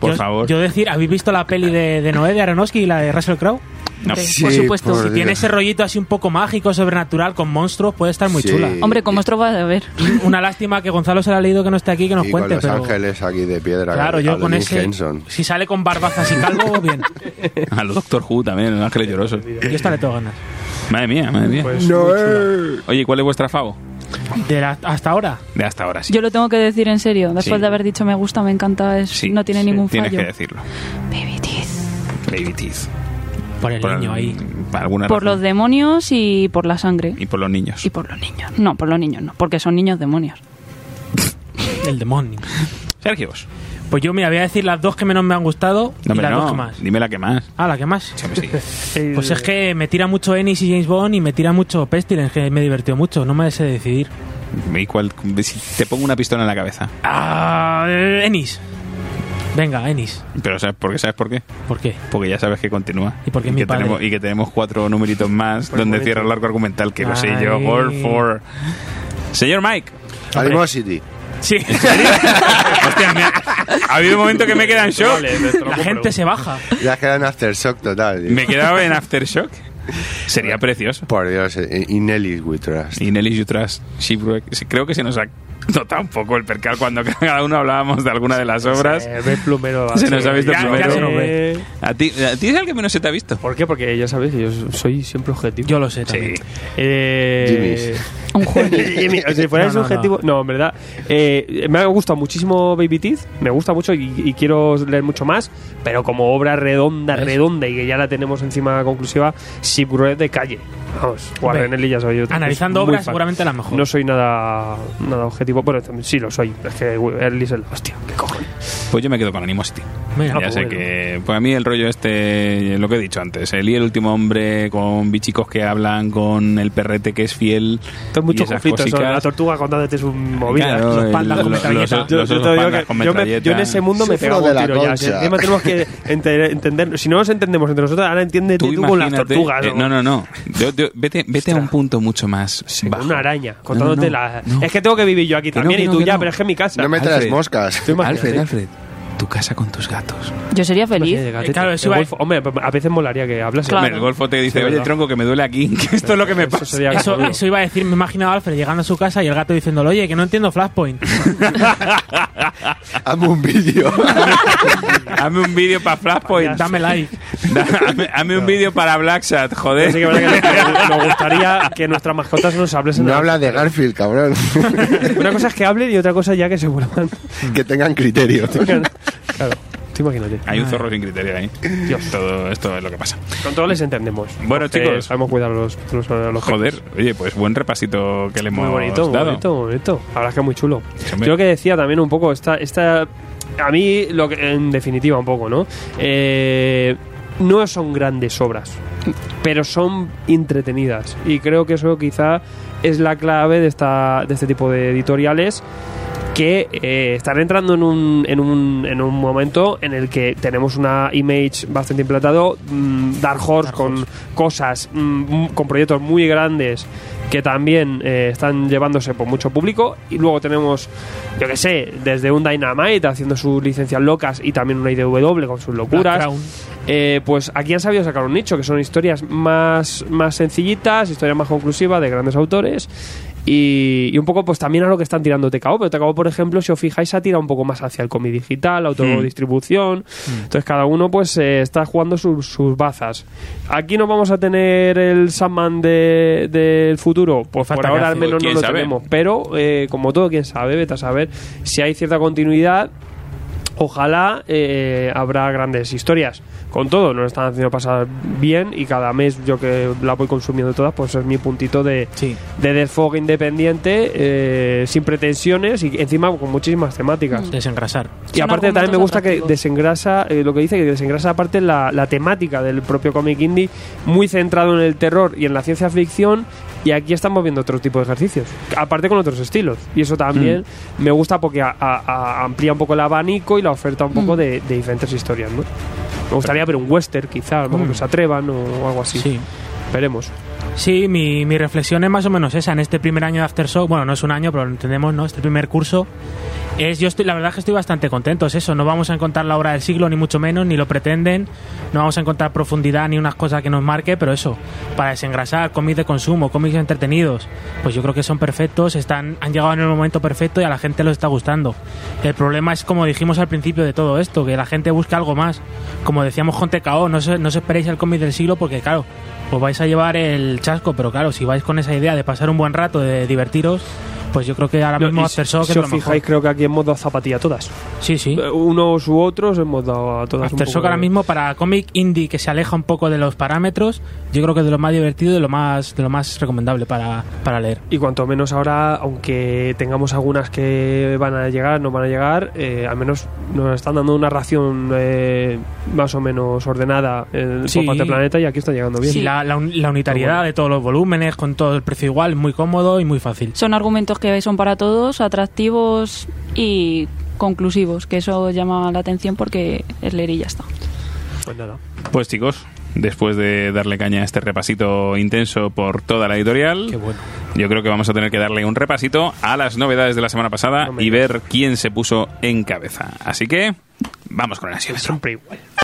[SPEAKER 2] Por
[SPEAKER 4] yo,
[SPEAKER 2] favor.
[SPEAKER 4] Yo decir, ¿habéis visto la peli de, de Noé de Aronofsky y la de Russell Crowe? Pues
[SPEAKER 2] No.
[SPEAKER 5] Sí. Por supuesto.
[SPEAKER 3] por
[SPEAKER 5] Si
[SPEAKER 3] Dios.
[SPEAKER 4] Tiene ese rollito así un poco mágico, sobrenatural, con monstruos, puede estar muy
[SPEAKER 3] Sí.
[SPEAKER 4] chula.
[SPEAKER 5] Hombre, ¿cómo esto va a ver?
[SPEAKER 4] Una lástima que Gonzalo se la ha leído que no esté aquí, que nos
[SPEAKER 3] Y con
[SPEAKER 4] cuente,
[SPEAKER 3] los
[SPEAKER 4] pero.
[SPEAKER 3] ángeles aquí de piedra.
[SPEAKER 4] Claro,
[SPEAKER 3] a
[SPEAKER 4] yo
[SPEAKER 3] lo
[SPEAKER 4] con
[SPEAKER 3] Jim
[SPEAKER 4] ese.
[SPEAKER 3] Henson.
[SPEAKER 4] Si sale con barbazas y calvo, bien.
[SPEAKER 2] A los Doctor Who también, los ángeles llorosos.
[SPEAKER 4] Yo esta le tengo ganas.
[SPEAKER 2] Madre mía, madre mía.
[SPEAKER 1] Pues, muy chula.
[SPEAKER 2] Oye, ¿cuál es vuestra favo?
[SPEAKER 4] De la- hasta ahora.
[SPEAKER 2] De hasta ahora, sí.
[SPEAKER 5] Yo lo tengo que decir en serio. Después
[SPEAKER 2] Sí.
[SPEAKER 5] de haber dicho me gusta, me encanta, es,
[SPEAKER 2] Sí,
[SPEAKER 5] no tiene
[SPEAKER 2] sí,
[SPEAKER 5] ningún fallo.
[SPEAKER 2] Tienes que decirlo.
[SPEAKER 5] Baby teeth.
[SPEAKER 2] Baby Teeth.
[SPEAKER 4] Por el niño ahí.
[SPEAKER 2] para alguna
[SPEAKER 5] Por los
[SPEAKER 2] razón.
[SPEAKER 5] demonios y por la sangre.
[SPEAKER 2] Y pues- por los niños.
[SPEAKER 5] Y por los niños. No, por los niños no, porque son niños demonios.
[SPEAKER 4] El demonio.
[SPEAKER 2] Sergio, vos.
[SPEAKER 4] Pues yo, mira, voy a decir las dos que menos me han gustado
[SPEAKER 2] No,
[SPEAKER 4] y
[SPEAKER 2] hombre,
[SPEAKER 4] las
[SPEAKER 2] no.
[SPEAKER 4] dos que más.
[SPEAKER 2] Dime la que más.
[SPEAKER 4] Ah, la que más.
[SPEAKER 2] Sí, hombre, sí.
[SPEAKER 1] El-
[SPEAKER 4] Pues es que me tira mucho Ennis y James Bond y me tira mucho Pestilence, que me divirtió mucho. No me sé decidir.
[SPEAKER 2] Me- cual- si te pongo una pistola en la cabeza.
[SPEAKER 4] Ah, Ennis. Venga, Ennis.
[SPEAKER 2] Pero ¿sabes por qué? ¿Sabes por qué?
[SPEAKER 4] ¿Por qué?
[SPEAKER 2] Porque ya sabes que continúa.
[SPEAKER 4] Y porque
[SPEAKER 2] que
[SPEAKER 4] es mi padre.
[SPEAKER 2] tenemos, y que tenemos cuatro numeritos más
[SPEAKER 1] Por el
[SPEAKER 2] donde
[SPEAKER 1] momento.
[SPEAKER 2] cierra el arco argumental, que lo sé yo.
[SPEAKER 4] Ay.
[SPEAKER 2] All for. Señor Mike.
[SPEAKER 3] Animosity.
[SPEAKER 4] Sí.
[SPEAKER 2] Hostia, me ha, ha habido un momento que me he quedado en shock.
[SPEAKER 1] Vale, te lo
[SPEAKER 4] la
[SPEAKER 1] compro.
[SPEAKER 4] gente se baja.
[SPEAKER 3] Ya que eran Aftershock total.
[SPEAKER 2] Me he quedado en Aftershock. Sería precioso.
[SPEAKER 3] Por Dios, eh, y Nelly with Trust.
[SPEAKER 2] Y Nelly Jutras, Shipwreck. Sí, Creo que se nos ha notado un poco el percal cuando cada uno hablábamos de alguna de las obras.
[SPEAKER 1] Eh, ve plumero.
[SPEAKER 2] Se nos ha visto
[SPEAKER 1] Ya- ya
[SPEAKER 2] plumero.
[SPEAKER 1] se nos ve.
[SPEAKER 2] ¿A ti, a ti es el que menos se te ha visto?
[SPEAKER 1] ¿Por qué? Porque ya sabes que yo soy siempre objetivo.
[SPEAKER 4] Yo lo sé también.
[SPEAKER 1] Eh,
[SPEAKER 5] Un juego.
[SPEAKER 1] Jimmy, si fuera
[SPEAKER 4] No, no,
[SPEAKER 1] subjetivo. No, en verdad. eh, me ha gustado muchísimo Baby Teeth. Me gusta mucho y, y quiero leer mucho más. Pero como obra redonda,
[SPEAKER 4] ¿Ves?
[SPEAKER 1] redonda y que ya la tenemos encima conclusiva, Shipwreck de calle. Vamos, Warren Ellis ya soy yo.
[SPEAKER 4] Analizando
[SPEAKER 1] es muy
[SPEAKER 4] obras,
[SPEAKER 1] fan.
[SPEAKER 4] seguramente la mejor.
[SPEAKER 1] No soy nada, nada objetivo. Bueno, también sí lo soy. Es que Ellis es la hostia. ¿Qué cojones?
[SPEAKER 2] Pues yo me quedo con Animosity.
[SPEAKER 4] Mira,
[SPEAKER 2] ya
[SPEAKER 1] pues
[SPEAKER 2] sé
[SPEAKER 1] bueno.
[SPEAKER 2] que. Pues a mí el rollo este, lo que he dicho antes, el y el último hombre con bichicos que hablan, con el perrete que es fiel.
[SPEAKER 1] Tengo
[SPEAKER 2] y
[SPEAKER 1] muchos
[SPEAKER 2] esas
[SPEAKER 1] conflictos sobre
[SPEAKER 2] cositas.
[SPEAKER 1] la tortuga contándote sus movidas.
[SPEAKER 2] Claro,
[SPEAKER 4] los
[SPEAKER 2] el-
[SPEAKER 4] pandas con
[SPEAKER 2] los-
[SPEAKER 4] metralleta.
[SPEAKER 2] los-
[SPEAKER 1] Yo,
[SPEAKER 2] los
[SPEAKER 1] yo
[SPEAKER 2] osos
[SPEAKER 1] te digo
[SPEAKER 2] pandas
[SPEAKER 1] que
[SPEAKER 2] con
[SPEAKER 1] yo, me-
[SPEAKER 2] metralleta.
[SPEAKER 1] yo en ese mundo me
[SPEAKER 3] Sufro
[SPEAKER 1] pegaba
[SPEAKER 3] de
[SPEAKER 1] un
[SPEAKER 3] la
[SPEAKER 1] tiro ya.
[SPEAKER 3] concha.
[SPEAKER 1] Encima tenemos que ente- entender. Si no nos entendemos entre nosotros, ahora entiende tú, con las
[SPEAKER 2] imagínate-
[SPEAKER 1] tortugas.
[SPEAKER 2] eh, no, no, no. Yo- yo- vete vete a un punto mucho más.
[SPEAKER 1] Con
[SPEAKER 2] bajo.
[SPEAKER 1] una araña,
[SPEAKER 2] No,
[SPEAKER 1] contándote
[SPEAKER 2] no,
[SPEAKER 1] la.
[SPEAKER 2] no.
[SPEAKER 1] Es que tengo que vivir yo aquí
[SPEAKER 2] Que no,
[SPEAKER 1] también
[SPEAKER 2] que no,
[SPEAKER 1] y tú eh?
[SPEAKER 2] que
[SPEAKER 1] ya,
[SPEAKER 2] no.
[SPEAKER 1] pero es que mi casa.
[SPEAKER 3] No me traes
[SPEAKER 2] Alfred.
[SPEAKER 3] moscas.
[SPEAKER 1] Tú imagínate.
[SPEAKER 2] Alfred, Alfred, tu casa con tus gatos.
[SPEAKER 5] Yo sería
[SPEAKER 1] Imagínate,
[SPEAKER 5] feliz.
[SPEAKER 1] gatete.
[SPEAKER 4] Claro,
[SPEAKER 1] El
[SPEAKER 4] eso iba a-
[SPEAKER 1] golfo- Hombre, pues, a veces molaría que hablase.
[SPEAKER 5] Claro.
[SPEAKER 2] Hombre, el golfo te dice,
[SPEAKER 1] Sí,
[SPEAKER 2] oye,
[SPEAKER 1] verdad.
[SPEAKER 2] tronco, que me duele aquí, que esto es lo que me
[SPEAKER 1] Eso
[SPEAKER 2] pasa.
[SPEAKER 1] sería
[SPEAKER 4] Eso,
[SPEAKER 1] cojonudo.
[SPEAKER 4] eso iba a decir, me imagino a Alfred llegando a su casa y el gato diciéndole, oye, que no entiendo Flashpoint.
[SPEAKER 3] Hazme un vídeo.
[SPEAKER 2] Hazme un vídeo para Flashpoint.
[SPEAKER 4] Dame like.
[SPEAKER 2] Dame, hazme un vídeo para Black Sat,
[SPEAKER 1] Pero
[SPEAKER 2] joder.
[SPEAKER 1] sí que es verdad que nos gustaría que nuestras mascotas nos hablesen.
[SPEAKER 3] No
[SPEAKER 1] de-
[SPEAKER 3] habla de Garfield, cabrón.
[SPEAKER 1] Una cosa es que hablen y otra cosa ya que se vuelvan.
[SPEAKER 3] que tengan criterio.
[SPEAKER 1] claro, tú imagínate.
[SPEAKER 2] Hay un zorro sin criterio ahí.
[SPEAKER 1] Dios.
[SPEAKER 2] Todo esto es lo que pasa.
[SPEAKER 1] Con todo les entendemos.
[SPEAKER 2] Bueno,
[SPEAKER 1] Porque
[SPEAKER 2] chicos.
[SPEAKER 1] Sabemos cuidar los, los, los
[SPEAKER 2] Joder, oye, pues buen repasito que le hemos
[SPEAKER 1] Muy bonito, muy
[SPEAKER 2] dado.
[SPEAKER 1] bonito, muy bonito. La verdad es que es muy chulo.
[SPEAKER 2] hombre.
[SPEAKER 1] Yo lo que decía también un poco, esta, esta a mí, lo que, en definitiva un poco, ¿no? Eh, no son grandes obras, pero son entretenidas. Y creo que eso quizá es la clave de, esta, de este tipo de editoriales que eh, están entrando en un, en, un, en un momento en el que tenemos una image bastante implantado, mm, Dark Horse
[SPEAKER 4] Dark
[SPEAKER 1] con
[SPEAKER 4] Horse.
[SPEAKER 1] cosas, mm, mm, con proyectos muy grandes que también eh, están llevándose por mucho público. Y luego tenemos, yo que sé, desde un Dynamite haciendo sus licencias locas y también una IDW con sus locuras.
[SPEAKER 4] Crown.
[SPEAKER 1] Eh, pues aquí han sabido sacar un nicho, que son historias más, más sencillitas, historias más conclusivas de grandes autores. Y, y un poco, pues también a lo que están tirando TKO. Pero TKO, por ejemplo, si os fijáis, se ha tirado un poco más hacia el cómic digital, autodistribución. Entonces, cada uno, pues, eh, está jugando sus, sus bazas. Aquí no vamos a tener el Sandman de- del futuro. Pues por
[SPEAKER 4] Falta que
[SPEAKER 1] ahora, al
[SPEAKER 4] hace.
[SPEAKER 1] menos, no
[SPEAKER 2] ¿Quién
[SPEAKER 1] lo
[SPEAKER 2] sabe?
[SPEAKER 1] tenemos. Pero, eh, como todo, quién sabe, vete a saber si hay cierta continuidad ojalá eh, habrá grandes historias. Con todo, nos lo están haciendo pasar bien y cada mes yo que la voy consumiendo todas, pues es mi puntito de,
[SPEAKER 4] Sí.
[SPEAKER 1] de desfogue independiente, eh, sin pretensiones y encima con muchísimas
[SPEAKER 4] Mm.
[SPEAKER 1] temáticas.
[SPEAKER 4] Desengrasar.
[SPEAKER 1] Y
[SPEAKER 5] Son
[SPEAKER 1] aparte también me
[SPEAKER 5] argumentos
[SPEAKER 1] gusta que
[SPEAKER 5] atractivos.
[SPEAKER 1] desengrasa, eh, lo que dice, que desengrasa aparte la, la temática del propio cómic indie, muy centrado en el terror y en la ciencia ficción, y aquí estamos viendo otro tipo de ejercicios, aparte con otros estilos. Y eso también
[SPEAKER 4] Mm.
[SPEAKER 1] me gusta porque a- a- a- amplía un poco el abanico y la oferta un
[SPEAKER 4] Mm.
[SPEAKER 1] poco de, de diferentes historias, ¿no? Me gustaría ver un western, quizá, como que se atrevan o algo así.
[SPEAKER 4] Mm. Sí.
[SPEAKER 1] Veremos.
[SPEAKER 4] Sí, mi, mi reflexión es más o menos esa. En este primer año de After Show, bueno, no es un año, pero lo entendemos, ¿no? Este primer curso. Es, yo estoy, la verdad es que estoy bastante contento, es eso. No vamos a encontrar la obra del siglo, ni mucho menos, ni lo pretenden. No vamos a encontrar profundidad ni unas cosas que nos marque, pero eso, para desengrasar, cómics de consumo, cómics entretenidos, pues yo creo que son perfectos, están, han llegado en el momento perfecto y a la gente lo está gustando. El problema es, como dijimos al principio de todo esto, que la gente busca algo más. Como decíamos con TKO, no, se- no os esperéis el cómic del siglo porque, claro, os vais a llevar el chasco, pero claro, si vais con esa idea de pasar un buen rato, de divertiros, pues yo creo que ahora mismo
[SPEAKER 1] No, y
[SPEAKER 4] After
[SPEAKER 1] si-
[SPEAKER 4] Shock es
[SPEAKER 1] si
[SPEAKER 4] lo
[SPEAKER 1] os
[SPEAKER 4] mejor.
[SPEAKER 1] fijáis, creo que aquí hemos dado zapatilla a todas.
[SPEAKER 4] Sí, sí.
[SPEAKER 1] Eh, Unos u otros hemos dado a todas. un
[SPEAKER 4] Aftershock
[SPEAKER 1] poco
[SPEAKER 4] ahora
[SPEAKER 1] de-
[SPEAKER 4] mismo para cómic indie que se aleja un poco de los parámetros, yo creo que es de lo más divertido y de lo más, de lo más recomendable para, para leer.
[SPEAKER 1] Y cuanto menos ahora, aunque tengamos algunas que van a llegar, no van a llegar, eh, al menos nos están dando una ración eh, más o menos ordenada en
[SPEAKER 4] Sí.
[SPEAKER 1] por parte del planeta y aquí está llegando bien.
[SPEAKER 4] Y la, la un- la unitariedad
[SPEAKER 1] Bueno.
[SPEAKER 4] de todos los volúmenes, con todo el precio igual, muy cómodo y muy fácil.
[SPEAKER 5] Son argumentos que son para todos, atractivos y conclusivos, que eso llama la atención porque es leer y ya está.
[SPEAKER 1] Pues nada.
[SPEAKER 2] Pues chicos, después de darle caña a este repasito intenso por toda la editorial,
[SPEAKER 4] bueno.
[SPEAKER 2] yo creo que vamos a tener que darle un repasito a las novedades de la semana pasada
[SPEAKER 1] No me
[SPEAKER 2] y ver quién se puso en cabeza. Así que, vamos con el ansiómetro.
[SPEAKER 1] Siempre igual.